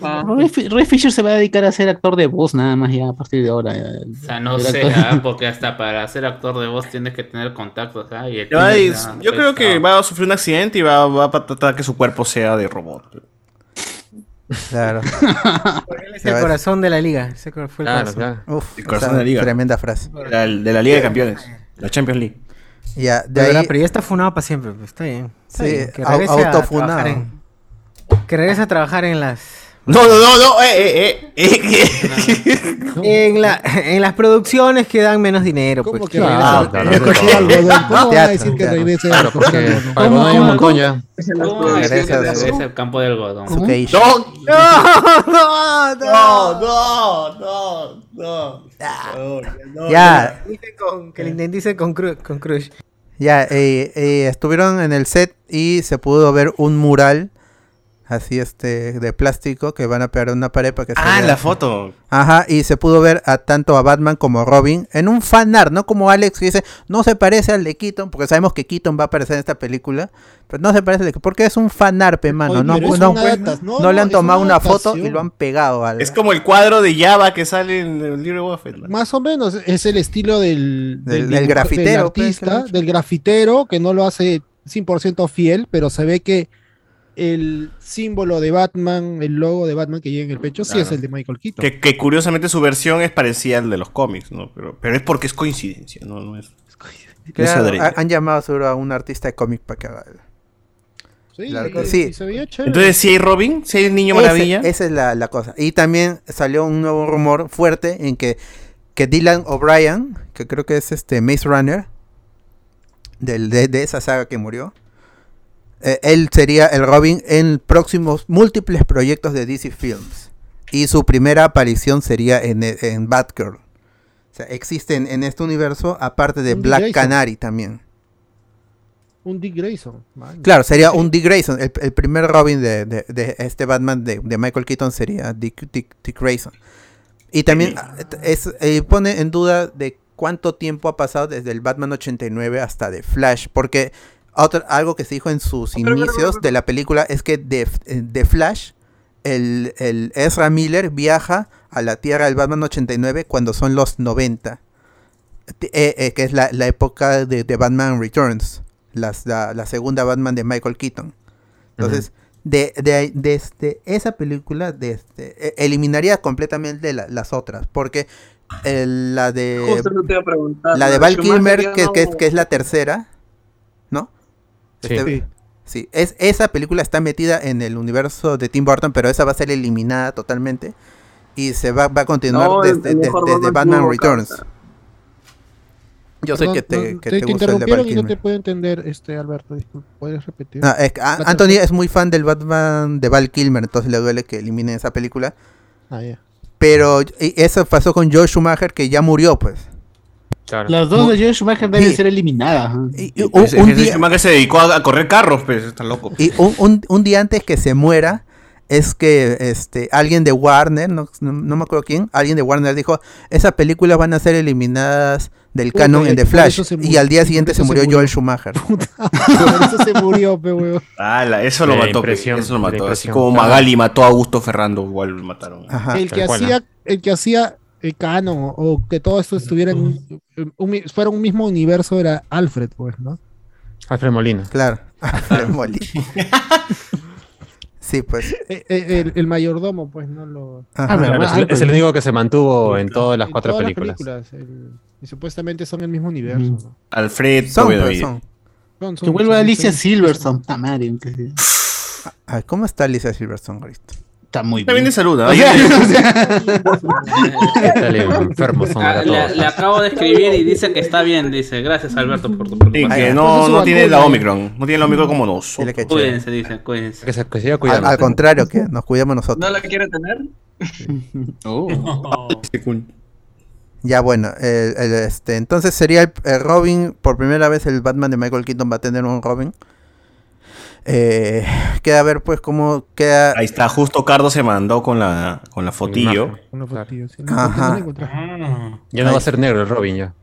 G: Ray, Fi- Ray Fisher se va a dedicar a ser actor de voz nada más ya a partir de ahora. ya.
F: O sea, no
G: Ser
F: sé,
G: actor-
F: ah, porque hasta para ser actor de voz tienes que tener contactos. ah, y el
C: Le va a
F: Tinder,
C: dis-
F: ah,
C: yo
F: pues,
C: creo que va a sufrir un accidente y va, va a pa- tratar que su cuerpo sea de robot.
B: Claro.
L: Es el corazón de la liga. ese cor- fue el
C: Claro,
L: corazón.
C: claro. El corazón de la liga.
B: Tremenda frase.
C: La- de la Liga de Campeones, la Champions League.
B: Ya, de
L: Pero,
B: ahí-
L: ya- pero ya está funado para siempre. pues, está bien. Está
B: Sí,
L: bien, que
B: au-
L: regrese a
B: autofunado.
L: trabajar en- Que regrese a trabajar en las.
C: No, no, no, no, eh, eh, eh, eh,
L: En, la, en las producciones que dan menos dinero. Pues,
I: que regrese a- a recoger algodón? ¿Cómo van a decir que regrese a
L: Claro,
I: recoger
L: porque
I: algodón?
L: para algodón hay un montón
F: ¿Cómo?
L: ya.
F: ¿Cómo va a decir que
B: Gracias.
F: regresa al campo del algodón?
B: ¿Cómo?
C: No,
L: no, no,
C: no, no, no.
B: no. Ya.
L: Dice con- Que le indemnice con, Cru- con Crush.
B: Ya, eh, eh, estuvieron en el set y se pudo ver un mural, así este, de plástico, que van a pegar en una pared para que se
C: Ah,
B: vea.
C: la foto.
B: Ajá, y se pudo ver a tanto a Batman como a Robin en un fanart, no como Alex que dice, no se parece al de Keaton, porque sabemos que Keaton va a aparecer en esta película, pero no se parece al de porque es un fanart, pe, mano,
I: Oye,
B: no,
I: pero es
B: no-
I: una adaptas- no,
B: no le
I: no,
B: han
I: es una
B: tomado una, foto y
I: adaptación.
B: lo han pegado al...
C: Es como el cuadro de Java que sale en el libro de Buffett. man.
I: Más o menos es el estilo del,
B: Del- del
I: dibujo-
B: grafitero,
I: del
B: pues, que
I: artista,
B: lo-
I: del grafitero que no lo hace 100% fiel, pero se ve que el símbolo de Batman, el logo de Batman que lleva en el pecho, sí
C: Claro.
I: es el de Michael Keaton.
C: Que, que curiosamente su versión es parecida al de los cómics, ¿no? Pero, pero es porque es coincidencia, no, no es. no es
B: Claro,
C: adrede.
B: ha- han llamado seguro a un artista de cómic para que haga el-
I: Sí,
B: claro que
I: y-
B: sí.
I: y se veía chévere.
C: Entonces, si hay Robin, si hay el niño
B: Ese-
C: maravilla.
B: esa es la, la cosa. Y también salió un nuevo rumor fuerte en que que Dylan O'Brien, que creo que es este Maze Runner, del, de, de esa saga que murió, eh, él sería el Robin en próximos múltiples proyectos de DC Films. Y su primera aparición sería en, en Batgirl. O sea, existe en, en este universo, aparte de
I: Un
B: Black
I: Jason.
B: Canary también.
I: Un Dick Grayson. man.
B: Claro, sería un Dick Grayson. El, el primer Robin de, de- de este Batman de, de Michael Keaton sería Dick, Dick- Dick Grayson. Y también ah, es, eh, pone en duda de cuánto tiempo ha pasado desde el Batman 89 hasta The Flash. Porque otro- algo que se dijo en sus
E: Ah, pero, pero,
B: inicios de la película es que The, eh, The Flash, el, el Ezra Miller viaja a la Tierra del Batman 89 cuando son los 90 t- eh, eh, que es la, la época de, de Batman Returns, las- la, la segunda Batman de Michael Keaton. Entonces, de, de ahí- desde esa película, desde- eh, eliminaría completamente la- las otras, porque eh, la de
E: Justo eso te iba a preguntar.
B: la de
E: ¿no?
B: Val
E: Schumacher
B: Kilmer,
E: ya
B: que,
E: no-
B: que es, que es la tercera, ¿no?
E: Sí.
B: Este-
E: Sí.
B: sí, es, esa película está metida en el universo de Tim Burton, pero esa va a ser eliminada totalmente y se va, va a continuar
E: No, el-
B: desde,
E: el
B: desde-
E: mejor
B: desde este,
E: Batman
B: Batman
E: tuvo
B: Returns.
E: causa.
B: Yo sé
I: Perdón,
B: que te,
I: no,
B: que
I: te,
B: te gusta el
I: te
B: de
I: interrumpieron
B: Val
I: y no
B: Kilmer.
I: te puedo entender, este Alberto. Disculpa, ¿puedes repetir?
B: Ah, es que a-
I: La
B: Anthony
I: tercera-
B: es muy fan del Batman de Val Kilmer, entonces le duele que eliminen esa película.
I: Ah, ya.
B: Pero y eso pasó con Joe Schumacher, que ya murió, pues.
G: Las dos de Joe Schumacher deben
B: Sí.
G: ser eliminadas. ¿eh?
B: un-
C: Ese-
B: un
C: ese
B: día-
C: Schumacher se dedicó a, a correr carros, pues, está loco.
B: Y un, un- un día antes que se muera, es que este alguien de Warner, no, no- no me acuerdo quién, alguien de Warner dijo, esas películas van a ser eliminadas del
I: Puta,
B: canon
I: y
B: en The
I: por
B: Flash.
I: eso se
B: Y
I: murió,
B: al día
I: por
B: siguiente
I: eso
B: se
I: se
B: murió,
I: murió.
B: Joel Schumacher.
I: Por eso se murió, pe, weón.
C: Ala, eso lo
I: La
C: mató. pe,
I: impresión,
C: Eso lo
I: la
C: mató. Así
I: impresión.
C: como Magali mató a Augusto Ferrando, igual lo mataron.
D: Ah,
I: el que hacía el que hacía el canon o- o que todo esto estuviera en un, un- fuera un mismo universo era Alfred pues no
D: Alfred Molina.
B: Claro. Alfred Molina. sí pues
I: Eh, eh, el, el mayordomo pues no lo
D: Claro, es, el- es el único que se mantuvo en todas las
I: En
D: cuatro
I: todas las
D: películas.
I: películas, el- y supuestamente son el mismo universo ¿no?
C: Alfred
B: Son,
C: Toledo.
B: pues, son.
I: Son- son-
G: Que vuelva
I: son-
G: Alicia
I: son-
G: Silverstone. puta madre, aunque sea.
B: Ah, ¿Cómo está Alicia Silverstone ahorita?
G: Está muy
C: Está bien de salud, ¿ah?
G: O sea,
C: Bien.
G: o sea,
D: Dale, enfermos son
F: Ah,
D: ahora
F: le,
D: todos.
F: le acabo de escribir y dice que está bien. Dice, gracias Alberto por tu preocupación.
C: que no, no tiene la Omicron. No tiene la Omicron como nosotros.
F: Cuídense, dice, cuídense.
D: Que se, que siga
B: Al,
D: cuidando.
B: al contrario, que nos cuidamos nosotros.
E: ¿No la quiere tener?
B: Ya bueno, el- el, este, entonces sería el, el Robin, por primera vez el Batman de Michael Keaton va a tener un Robin. Eh, queda a ver pues cómo queda...
C: Ahí está, justo Cardo se mandó con la, con la fotillo.
I: Una fotillo, sí,
B: Ajá.
I: no, no la encontré.
D: Ya no va a ser negro el Robin ya.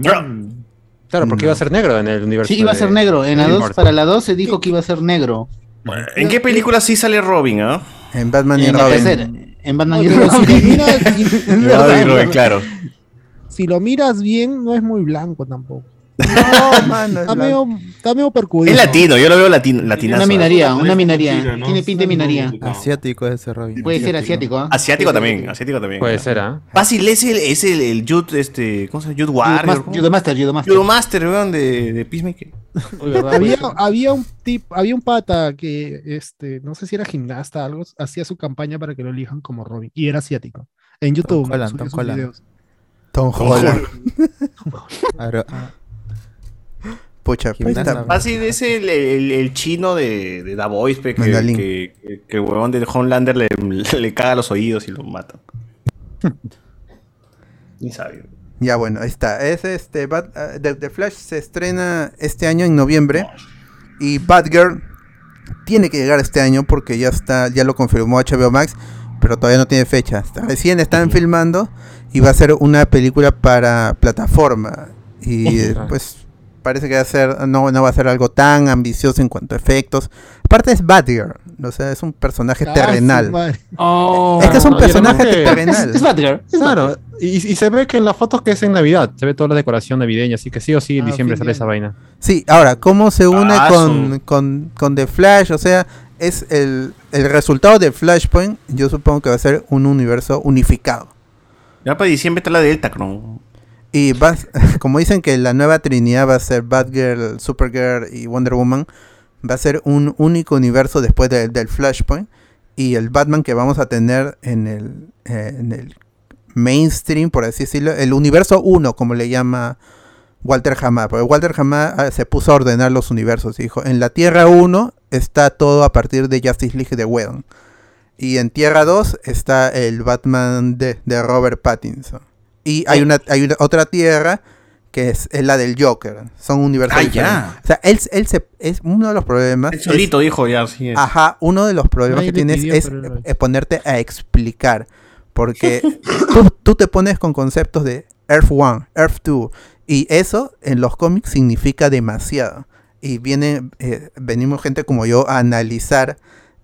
D: Claro, porque
B: No.
D: iba a ser negro en el universo.
G: Sí, iba a
D: de-
G: ser negro. En la
D: de
G: dos-
D: Marvel.
G: para la 2 se dijo que iba a ser negro.
C: ¿En qué película sí sale Robin, ah?
B: En Batman y
G: En la tercera.
B: Robin.
G: En Batman y
I: No, pero si
G: Robin.
I: lo miras-
G: Es
C: En
G: verdad,
C: Robin, Robin,
G: verdad.
C: claro.
I: si lo miras bien no es muy blanco tampoco
B: No, mano, es
I: está
B: blanco.
I: medio está medio percudido
C: Es latino, yo lo veo latino.
G: Una minoría, una minoría. Tiene pinta de minoría.
Q: Asiático es ese Robin.
G: Puede ser asiático, ¿ah?
C: Asiático también, asiático también.
D: Puede ser, ¿ah?
C: Fácil, es el, es el, el Jude, este, ¿cómo se llama? Jude Warrior. ¿cómo?
G: Judo Master, Judo Master.
C: Judo Master, weón, de, de Peacemaker.
D: Pues,
I: había, había un tip, había un pata que este, no sé si era gimnasta o algo, hacía su campaña para que lo elijan como Robin y era asiático. En YouTube
Q: Holland,
I: subía
Q: Tom
I: sus
Q: Holland.
I: videos.
B: Tom
I: Tom
B: Holland. ah.
Q: Claro.
B: Pucha, pues,
Q: Gimnasta,
B: está-
C: Fácil es el, el, el chino de, de Da Voice, pe, que,
B: Mandalín.
C: que, que, que el huevón de Homelander le, le caga los oídos y lo mata. Ni sabio.
B: Ya bueno, ahí está. Es este Bat- ah, The, The Flash se estrena este año en noviembre y Batgirl tiene que llegar este año porque ya está, ya lo confirmó HBO Max, pero todavía no tiene fecha. Está- Recién están filmando y va a ser una película para plataforma y eh,
Q: Ajá.
B: pues parece que va a ser no, no va a ser algo tan ambicioso en cuanto a efectos. Aparte es Batgirl, o sea, es un personaje
I: Ah, su
B: terrenal.
I: madre.
B: Es que es un
D: Claro, y además
B: personaje
D: que-
B: terrenal.
D: Claro, y, y se ve que en las fotos que es en Navidad, se ve toda la decoración navideña, así que sí o sí, en diciembre sale esa vaina.
B: Sí, ahora, ¿cómo se une
D: Ah,
B: con, con, con The Flash? O sea, es el, el resultado de Flashpoint, yo supongo que va a ser un universo unificado.
C: Ya para diciembre está la de Deltacron.
B: Y vas, como dicen que la nueva Trinidad va a ser Batgirl, Supergirl y Wonder Woman, va a ser un único universo después de- del Flashpoint. Y el Batman que vamos a tener en el, eh, en el mainstream, por así decirlo, el universo 1, como le llama Walter Hamada, porque Walter Hamada ah, se puso a ordenar los universos, y dijo, en la Tierra 1 está todo a partir de Justice League de Whedon, y en Tierra 2 está el Batman de, de Robert Pattinson, y hay una, hay una- otra Tierra que es, es la del Joker, son universos
C: Ah, ya.
B: diferentes. O sea, él, él se, es uno de los problemas.
C: Él solito
B: es-
C: dijo ya, así es.
B: Ajá, uno de los problemas que
C: Nadie le
B: tienes
C: pidió,
B: es
C: pero él lo
B: eh, ponerte a explicar. Porque tú, tú te pones con conceptos de Earth 1, Earth 2. Y eso en los cómics significa demasiado. Y viene, eh, venimos gente como yo a analizar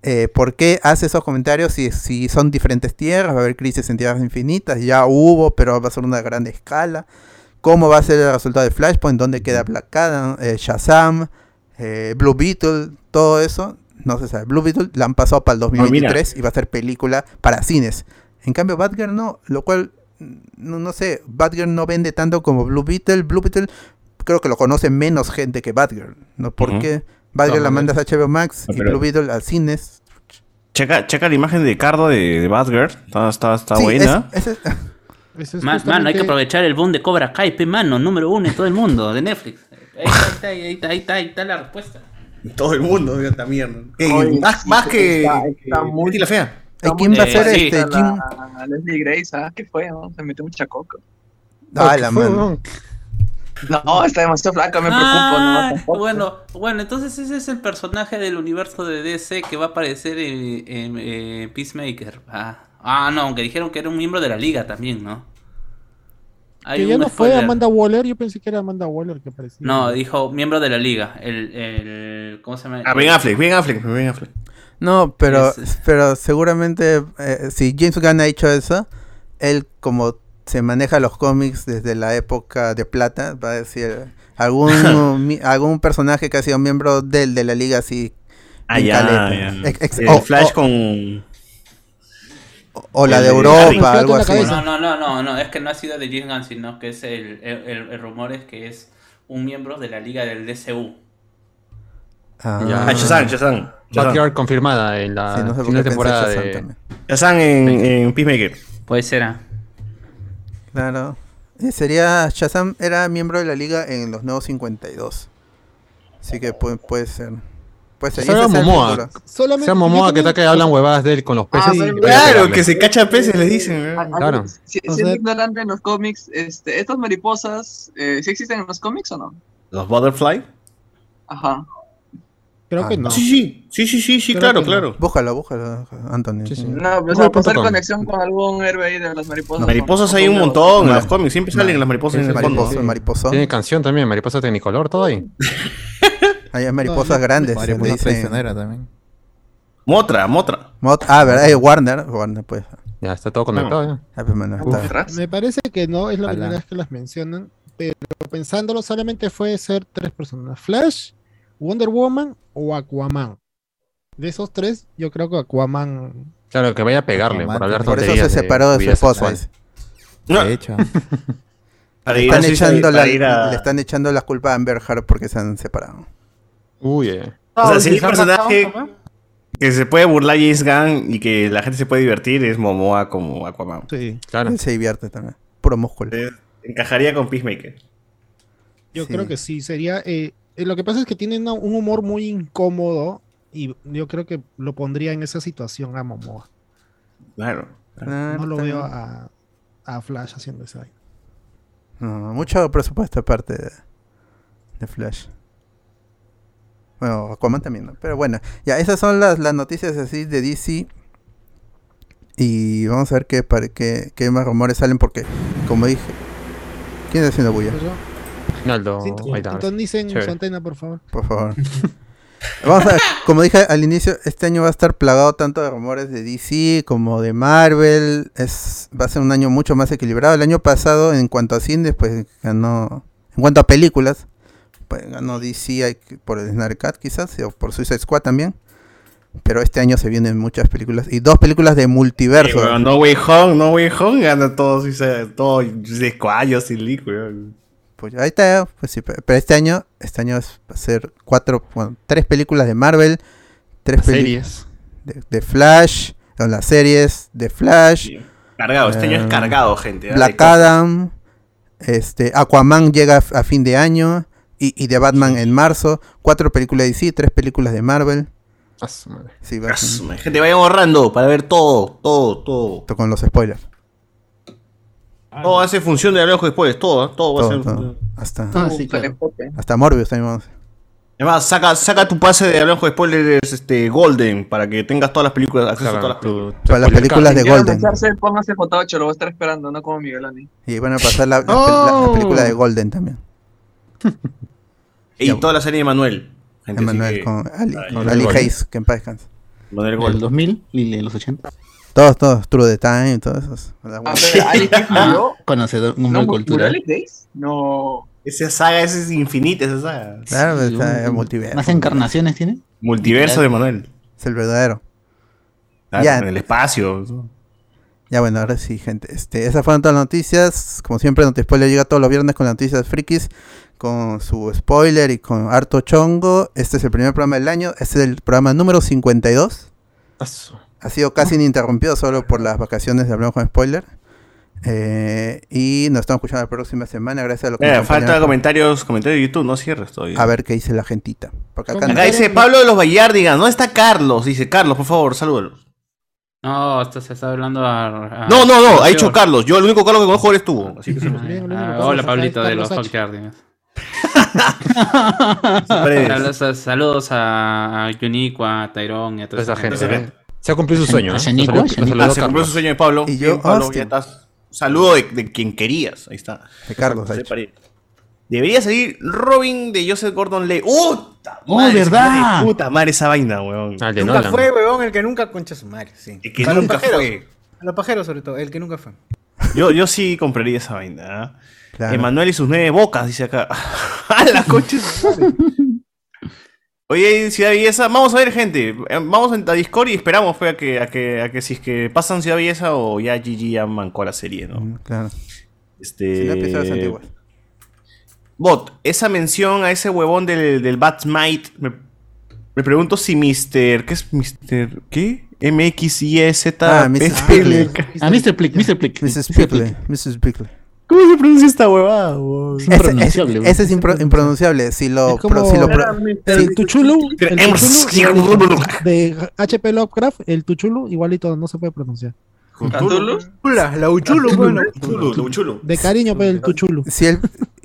B: eh, por qué hace esos comentarios si, si son diferentes tierras, va a haber crisis en tierras infinitas, ya hubo, pero va a ser una gran escala. ¿Cómo va a ser el resultado de Flashpoint? ¿Dónde queda Black Adam? Eh, Shazam, eh, Blue Beetle, todo eso, no se sabe. Blue Beetle la han pasado para el 2023 y va a ser película para cines. En cambio, Batgirl no, lo cual, mm, no, no sé, Batgirl no vende tanto como Blue Beetle. Blue Beetle creo que lo conoce menos gente que Batgirl, ¿no? Porque
C: Ujú.
B: Batgirl la
C: Totalmente.
B: mandas a HBO Max
C: No,
B: y
C: pero-
B: Blue Beetle a cines.
C: Checa, checa la imagen de Cardo de, de Batgirl. Está, está, está
B: Sí,
C: buena.
B: es- es-
J: Man- Mano, hay que aprovechar el boom de Cobra Kai, pe, mano, número uno en todo el mundo, de Netflix. Ahí está, ahí está, ahí está, ahí está la respuesta.
C: Todo el mundo, mira, esta mierda. Que-
J: Oye,
C: más, más que.
E: está- está
C: que
E: muy-
C: Betty la fea.
B: ¿Y quién va a ser este?
E: La-
B: ¿Quién-
E: la Leslie Grace, ¿ah? ¿Qué fue? no? Se metió mucha coca.
B: Ah, la mano.
E: No, está demasiado flaca, me
J: Ah,
E: preocupo. No,
J: bueno, bueno, entonces ese es el personaje del universo de DC que va a aparecer en, en- en Peacemaker. Ah, Ah, no, aunque dijeron que era un miembro de la liga también, ¿no? Hay
I: Que ya
J: un
I: no fue
J: spoiler.
I: Amanda Waller, yo pensé que era Amanda Waller que aparecía.
J: No, dijo miembro de la liga. El, el- ¿Cómo se llama?
C: Ah, Ben Affleck, Ben Affleck, Ben Affleck.
B: No, pero, pero seguramente eh, si James Gunn ha hecho eso, él como se maneja los cómics desde la época de plata, va a decir algún, mi- algún personaje que ha sido miembro del de la liga así.
C: Ah,
B: en
C: ya,
B: caleta.
C: ya. oh,
B: Ex- ex-
C: El
B: o-
C: Flash
B: o-
C: con.
B: o la de
C: el-
B: Europa, algo
I: Ah,
B: así.
J: No, no, no, no, no, es que no ha sido de James Gunn, sino que es el, el, el- el rumor es que es un miembro de la liga del DCU.
B: Ah.
C: Ah, Shazam, Shazam.
D: Batgirl confirmada en la
C: Sí, no sé por
D: final
C: qué pensé
D: temporada
C: Shazam
D: de...
C: también. Shazam en, en Peacemaker.
J: Puede ser. ah.
B: Claro. Eh, Sería Shazam era miembro de la liga en los nuevos 52. Así que puede, puede ser. Puede ser.
D: Que salga
B: Ese es el
D: Momoa.
B: futuro.
D: Solamente, sea Momoa que está que hablan huevadas de él con los peces.
E: Ah,
D: y-
E: pero-
D: Claro,
C: que se cacha peces, le dicen.
E: Ah, ah,
D: Claro.
E: Si,
D: O
E: siendo
D: sea-
E: ignorante en los cómics, este, ¿estas mariposas eh, sí existen en los cómics o no?
C: ¿Los Butterfly?
E: Ajá.
I: Creo
B: que no.
C: Sí, sí, sí, sí, sí, sí,
B: Creo que
C: claro,
B: no.
C: claro.
B: Búscalo, búscalo, Anthony.
E: No, pero o sea, puede ser conexión con algún héroe ahí de las mariposas.
C: Mariposas
E: Con-
C: hay
E: con
C: un
E: huevos.
C: montón en los cómics, siempre salen las mariposas en el fondo.
B: Mariposa, mariposa.
D: Tiene canción también, mariposa tecnicolor, todo ahí.
B: Hay Ah, mariposas grandes.
D: Mariposa
B: dicen.
D: traicionera
B: también.
C: Motra, Motra.
B: Mot- ah, verdad, eh, Warner. Warner, pues.
D: Ya está todo
I: conectado,
D: ya.
B: Ah, pero, mano,
I: Uf,
B: está-
I: me parece que no es la
B: Ala.
I: primera vez que las mencionan, pero pensándolo solamente fue ser tres personas: Flash, Wonder Woman o Aquaman. De esos tres, yo creo que Aquaman.
D: Claro, que vaya a pegarle por hablar
B: Por eso se
D: tonterías
B: separó de su
D: vida
B: esposa,
D: sexual.
B: dice.
D: De hecho.
B: le, están echando la- le están echando las culpas a Amber Heard porque se han separado.
D: Uy, eh.
C: O sea, si
B: Ah,
C: hay un personaje que se puede burlar James Gunn y que la gente se puede divertir es Momoa como Aquaman.
I: Sí,
D: claro.
B: Él se divierte también. Puro músculo.
C: Encajaría con Peacemaker.
I: Yo
B: Sí.
I: creo que sí, sería. eh, eh, lo que pasa es que tiene una- un humor muy incómodo y yo creo que lo pondría en esa situación a Momoa.
C: Claro.
B: Ah,
I: no lo veo a, a Flash haciendo esa vaina.
B: No, mucho presupuesto aparte de, de Flash. Bueno, Aquaman también, ¿no? Pero bueno, ya, esas son las, las noticias así de DC. Y vamos a ver qué, para, qué, qué más rumores salen porque, como dije... ¿Quién está haciendo bulla?
D: Ronaldo,
I: Sí,
D: ahí está.
I: sintonicen
D: Chévere.
I: su antena, por favor.
B: Por favor. Vamos a, como dije al inicio, este año va a estar plagado tanto de rumores de DC como de Marvel. Es, va a ser un año mucho más equilibrado. El año pasado, en cuanto a cines, pues ganó. En cuanto a películas, pues ganó DC hay que- por el Snyder Cut, quizás, o por Suicide Squad también. Pero este año se vienen muchas películas. Y dos películas de multiverso.
C: Eh, weón, no Way Home, No Way Home gana todo, sí, se- todo de cuallos y líquido.
B: Pues ahí está, pues sí, pe- pero este año, este año es- va a ser cuatro, bueno, tres películas de Marvel, tres
D: Las
B: peli-
D: series.
B: de, de Flash, no, las series de Flash,
C: Cargado, este año
B: Eh,
C: es cargado, gente. ¿ah? De
B: Black
C: cosas.
B: Adam, este, Aquaman llega a, a fin de año y, y The Batman en marzo, cuatro películas de DC, tres películas de Marvel.
D: Ah,
B: Sí, va a ser-
C: Asume. Gente, vayan ahorrando para ver todo, todo, todo.
B: Con los spoilers.
C: Todo hace función de alejo después, todo, ¿ah? todo va a
B: Todo,
C: ser.
B: todo. Hasta,
C: Ah, sí, claro.
B: hasta Morbius también vamos.
C: Además, saca, saca tu pase de Alejo de Spoilers este, Golden para que tengas todas las películas, acceso a todas las películas.
B: Para las películas de
E: Si quieren
B: Golden.
E: meterse, pónganse J8, lo voy a estar esperando, no como Miguelani.
B: Y van a pasar la, la pel-
E: Oh.
B: la- la película de Golden también.
C: Y toda la serie de Manuel. gente,
B: Emanuel
C: así que-
B: con Ali,
C: Ay,
B: con Ali Hayes, que en paz descanse.
C: Manuel
G: Del
C: Golden.
G: 2000 y de los 80.
B: Todos, todos, True the Time, todos esos.
G: Ah, Conocedor, un hombre cultural.
E: No.
C: Esa saga esa es infinita, esa saga.
B: Claro, está en multiverso.
G: ¿Más encarnaciones tiene?
C: Multiverso de Manuel.
B: Es el verdadero.
C: Ah,
B: Ya.
C: En el espacio.
B: Ya bueno, ahora sí, gente. Este, esas fueron todas las noticias. Como siempre, Noti Spoiler llega todos los viernes con las noticias frikis, con su spoiler y con harto chongo. Este es el primer programa del año. Este es el programa número 52.
C: Eh,
B: Ha sido
C: Ah.
B: casi ininterrumpido solo por las vacaciones de Hablamos con Spoiler. Eh, y nos estamos escuchando la próxima semana. Gracias a los que
C: Mira,
B: nos
C: Eh, falta
B: acompañaron.
C: comentarios, comentarios de YouTube, no cierres todavía.
B: A ver qué dice la gentita. Porque acá,
C: Acá dice Pablo de los Vallar, diga, ¿no está Carlos? Dice, Carlos, por favor, salúdalo.
F: No, esto se está hablando a. a-
C: No, no, no, ha dicho
F: George.
C: Carlos. Yo el único Carlos que conozco eres tú. Así que saludos.
F: Ah,
C: Carlos
F: hola,
C: acá
F: Pablito
C: es
F: de los
C: Carlos
F: Fuck Jardines.
C: Paredes.
F: saludos, a- saludos a, a Yunico, a Tyrone y a toda esa gente.
C: gente.
D: Se ha cumplido su sueño. ¿eh? Lo salió- lo
C: Ah,
D: saludó
C: se cumplió
D: Carlos.
C: su sueño de Pablo.
B: Y
C: Y
B: yo,
C: yo, Pablo,
B: Austin.
C: ya estás. Saludo de, de quien querías. Ahí está.
B: De Carlos,
C: José Paredes. Debería salir Robin de Joseph Gordon Lee. ¡Oh!
I: ¡Oh, verdad!
C: Puta madre esa vaina, weón.
D: Ah.
I: nunca fue, huevón, el que nunca concha su madre, sí.
C: El que
I: Para los
C: nunca
I: pajeros.
C: fue.
I: A los pajeros, sobre todo, el que nunca fue.
C: Yo, yo sí compraría esa vaina. ¿ah?
B: Claro.
C: Emanuel y sus nueve bocas, dice acá. ¡A la concha! de su madre! Oye, Ciudad Belleza, vamos a ver, gente. Eh, Vamos a Discord y esperamos pues, a, que, a, que, a que si es que pasan Ciudad Belleza o ya GG ya mancó la serie, ¿no?
B: mm, Claro.
C: Este.
B: Si no, episodios antiguos.
C: Bot, esa mención a ese huevón del, del Batmite. Me, me pregunto si Mr. ¿Qué es Mr. ¿Qué? MXYZ.
B: Ah, Mrs. Pickle.
G: Ah, Mr. Plick, Mr. Plick.
B: Mrs. Pickle. Mrs. Pickle.
G: ¿Cómo se pronuncia esta huevada?
B: Ese- Ese, ese es impro- impronunciable. Si lo, pro- si lo pro-
I: el
B: si-
I: Tuchulu, el Tuchulu de HP Lovecraft, el Tuchulu, igualito, no se puede pronunciar.
B: Ula, La Uchulu, bueno.
I: De cariño, pero el Tuchulu.
B: Si él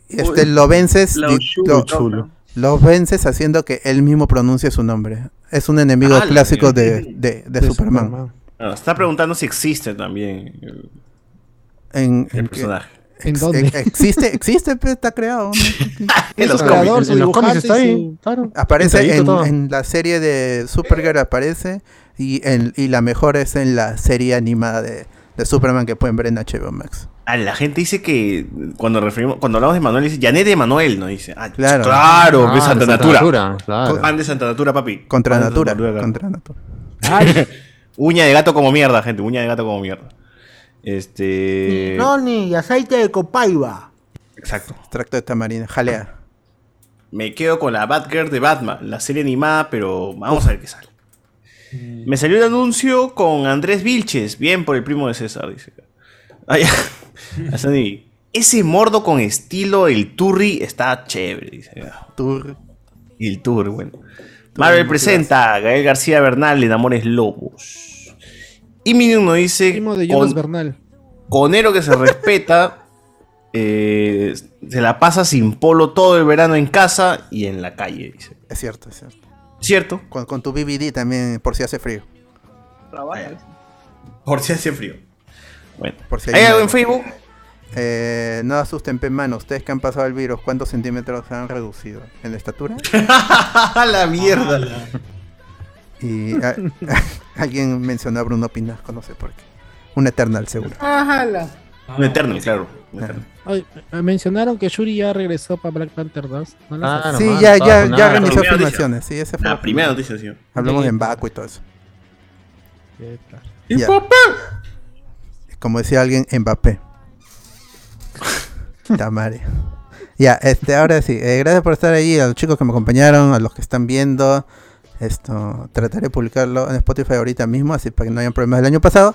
B: este, lo vences,
I: La
B: di-
I: Uchulu.
B: lo,
I: Uchulu.
B: lo vences haciendo que él mismo pronuncie su nombre. Es un enemigo
C: Ah, la
B: clásico de, de-
C: mierda.
B: de Superman.
C: Ah, está preguntando si existe también el,
B: En,
C: el personaje.
B: ¿En dónde? existe, existe, pero está creado. ¿no?
C: En los cómics, en los cómics está ahí, claro.
B: Aparece en,
C: Pintadito
D: Ah,
C: todo.
B: en la serie de Supergirl, aparece. Y, en- y la mejor es en la serie animada de, de Superman que pueden ver en HBO Max.
C: Ah, la gente dice que cuando referimos, cuando hablamos de Manuel, dice Janet de Manuel, ¿no? Dice, ah,
B: Claro.
C: claro,
B: Ah,
C: de
B: de
C: Santa
B: Santa
C: Natura.
B: Natura, claro.
C: Fan de Santa Natura, papi.
B: Contra
C: Fan de
B: Natura.
C: Santa
B: Contra Natura.
C: uña de gato como mierda, gente, uña de gato como mierda. Este.
L: No, ni aceite de copaiba.
C: Exacto.
B: Extracto de tamarina, jalea.
C: Me quedo con la Batgirl de Batman, la serie animada, pero vamos a ver qué sale.
I: Mm.
C: Me salió el anuncio con Andrés Vilches, bien por el primo de César, dice. Ay, a Sandy, Ese mordo con estilo, el Turri, está chévere, dice.
B: Turri.
C: El Turri, bueno. Marvel presenta a Gael García Bernal en Amores Lobos. Y Minion nos dice.
I: Primo de Jonas
C: Con,
I: Bernal.
C: conero que se respeta. eh, se la pasa sin polo todo el verano en casa y en la calle, dice.
B: Es cierto, es cierto.
C: ¿Cierto?
B: Con, con tu BBD también, por si hace frío.
C: Por si hace frío. Bueno.
B: Por si
C: ¿Hay algo en Facebook?
B: Eh, no asusten, pe mano. Ustedes que han pasado el virus, ¿cuántos centímetros se han reducido? ¿En la estatura?
C: ¡A la mierda!
B: Y a- alguien mencionó a Bruno Pinasco, no sé por qué. Un Eternal, seguro.
C: Ah,
L: Ajala.
C: Un Ah. Eternal, claro. un Eternal.
I: Ay, eh, mencionaron que Shuri ya regresó para Black Panther 2. ¿no lo
B: Ah,
I: sabía?
B: sí, ya,
C: no
B: ya,
C: pasa
B: ya realizó
C: nada. La primera
B: filmaciones.
C: noticia.
B: Sí, esa fue
C: La primera
B: primera.
C: noticia, sí.
B: Hablamos
C: Sí.
B: en Baco y todo eso.
I: ¿Qué tal?
B: Ya. Como decía alguien, Mbappé. Tamare. Ya, este, ahora sí. eh, gracias por estar ahí, a los chicos que me acompañaron, a los que están viendo. Esto trataré de publicarlo en Spotify ahorita mismo, así para que no hayan problemas del año pasado.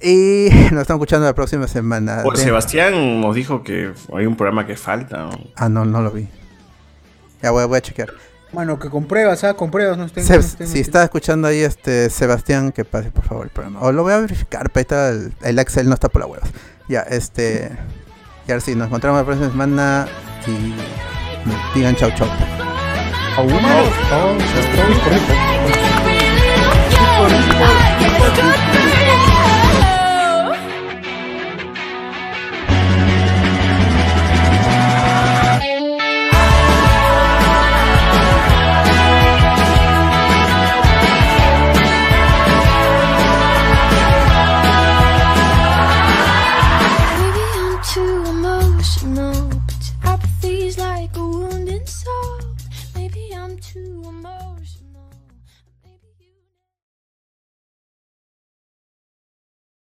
B: Y nos estamos escuchando la próxima semana.
C: Por
B: De-
C: Sebastián nos dijo que hay un programa que falta. ¿no?
B: Ah, no, no lo vi. Ya voy, voy a chequear.
N: Mano, que con pruebas, ah, con pruebas, no estén.
B: Sebs,
N: no estén-
B: si está escuchando ahí este Sebastián, que pase por favor el programa. O lo voy a verificar, pero ahí está el, el Axel no está por la huevas. Ya, este. Y ahora sí, nos encontramos la próxima semana y digan chau chau.
D: Oh, oh, oh, oh, correcto.
R: I get struck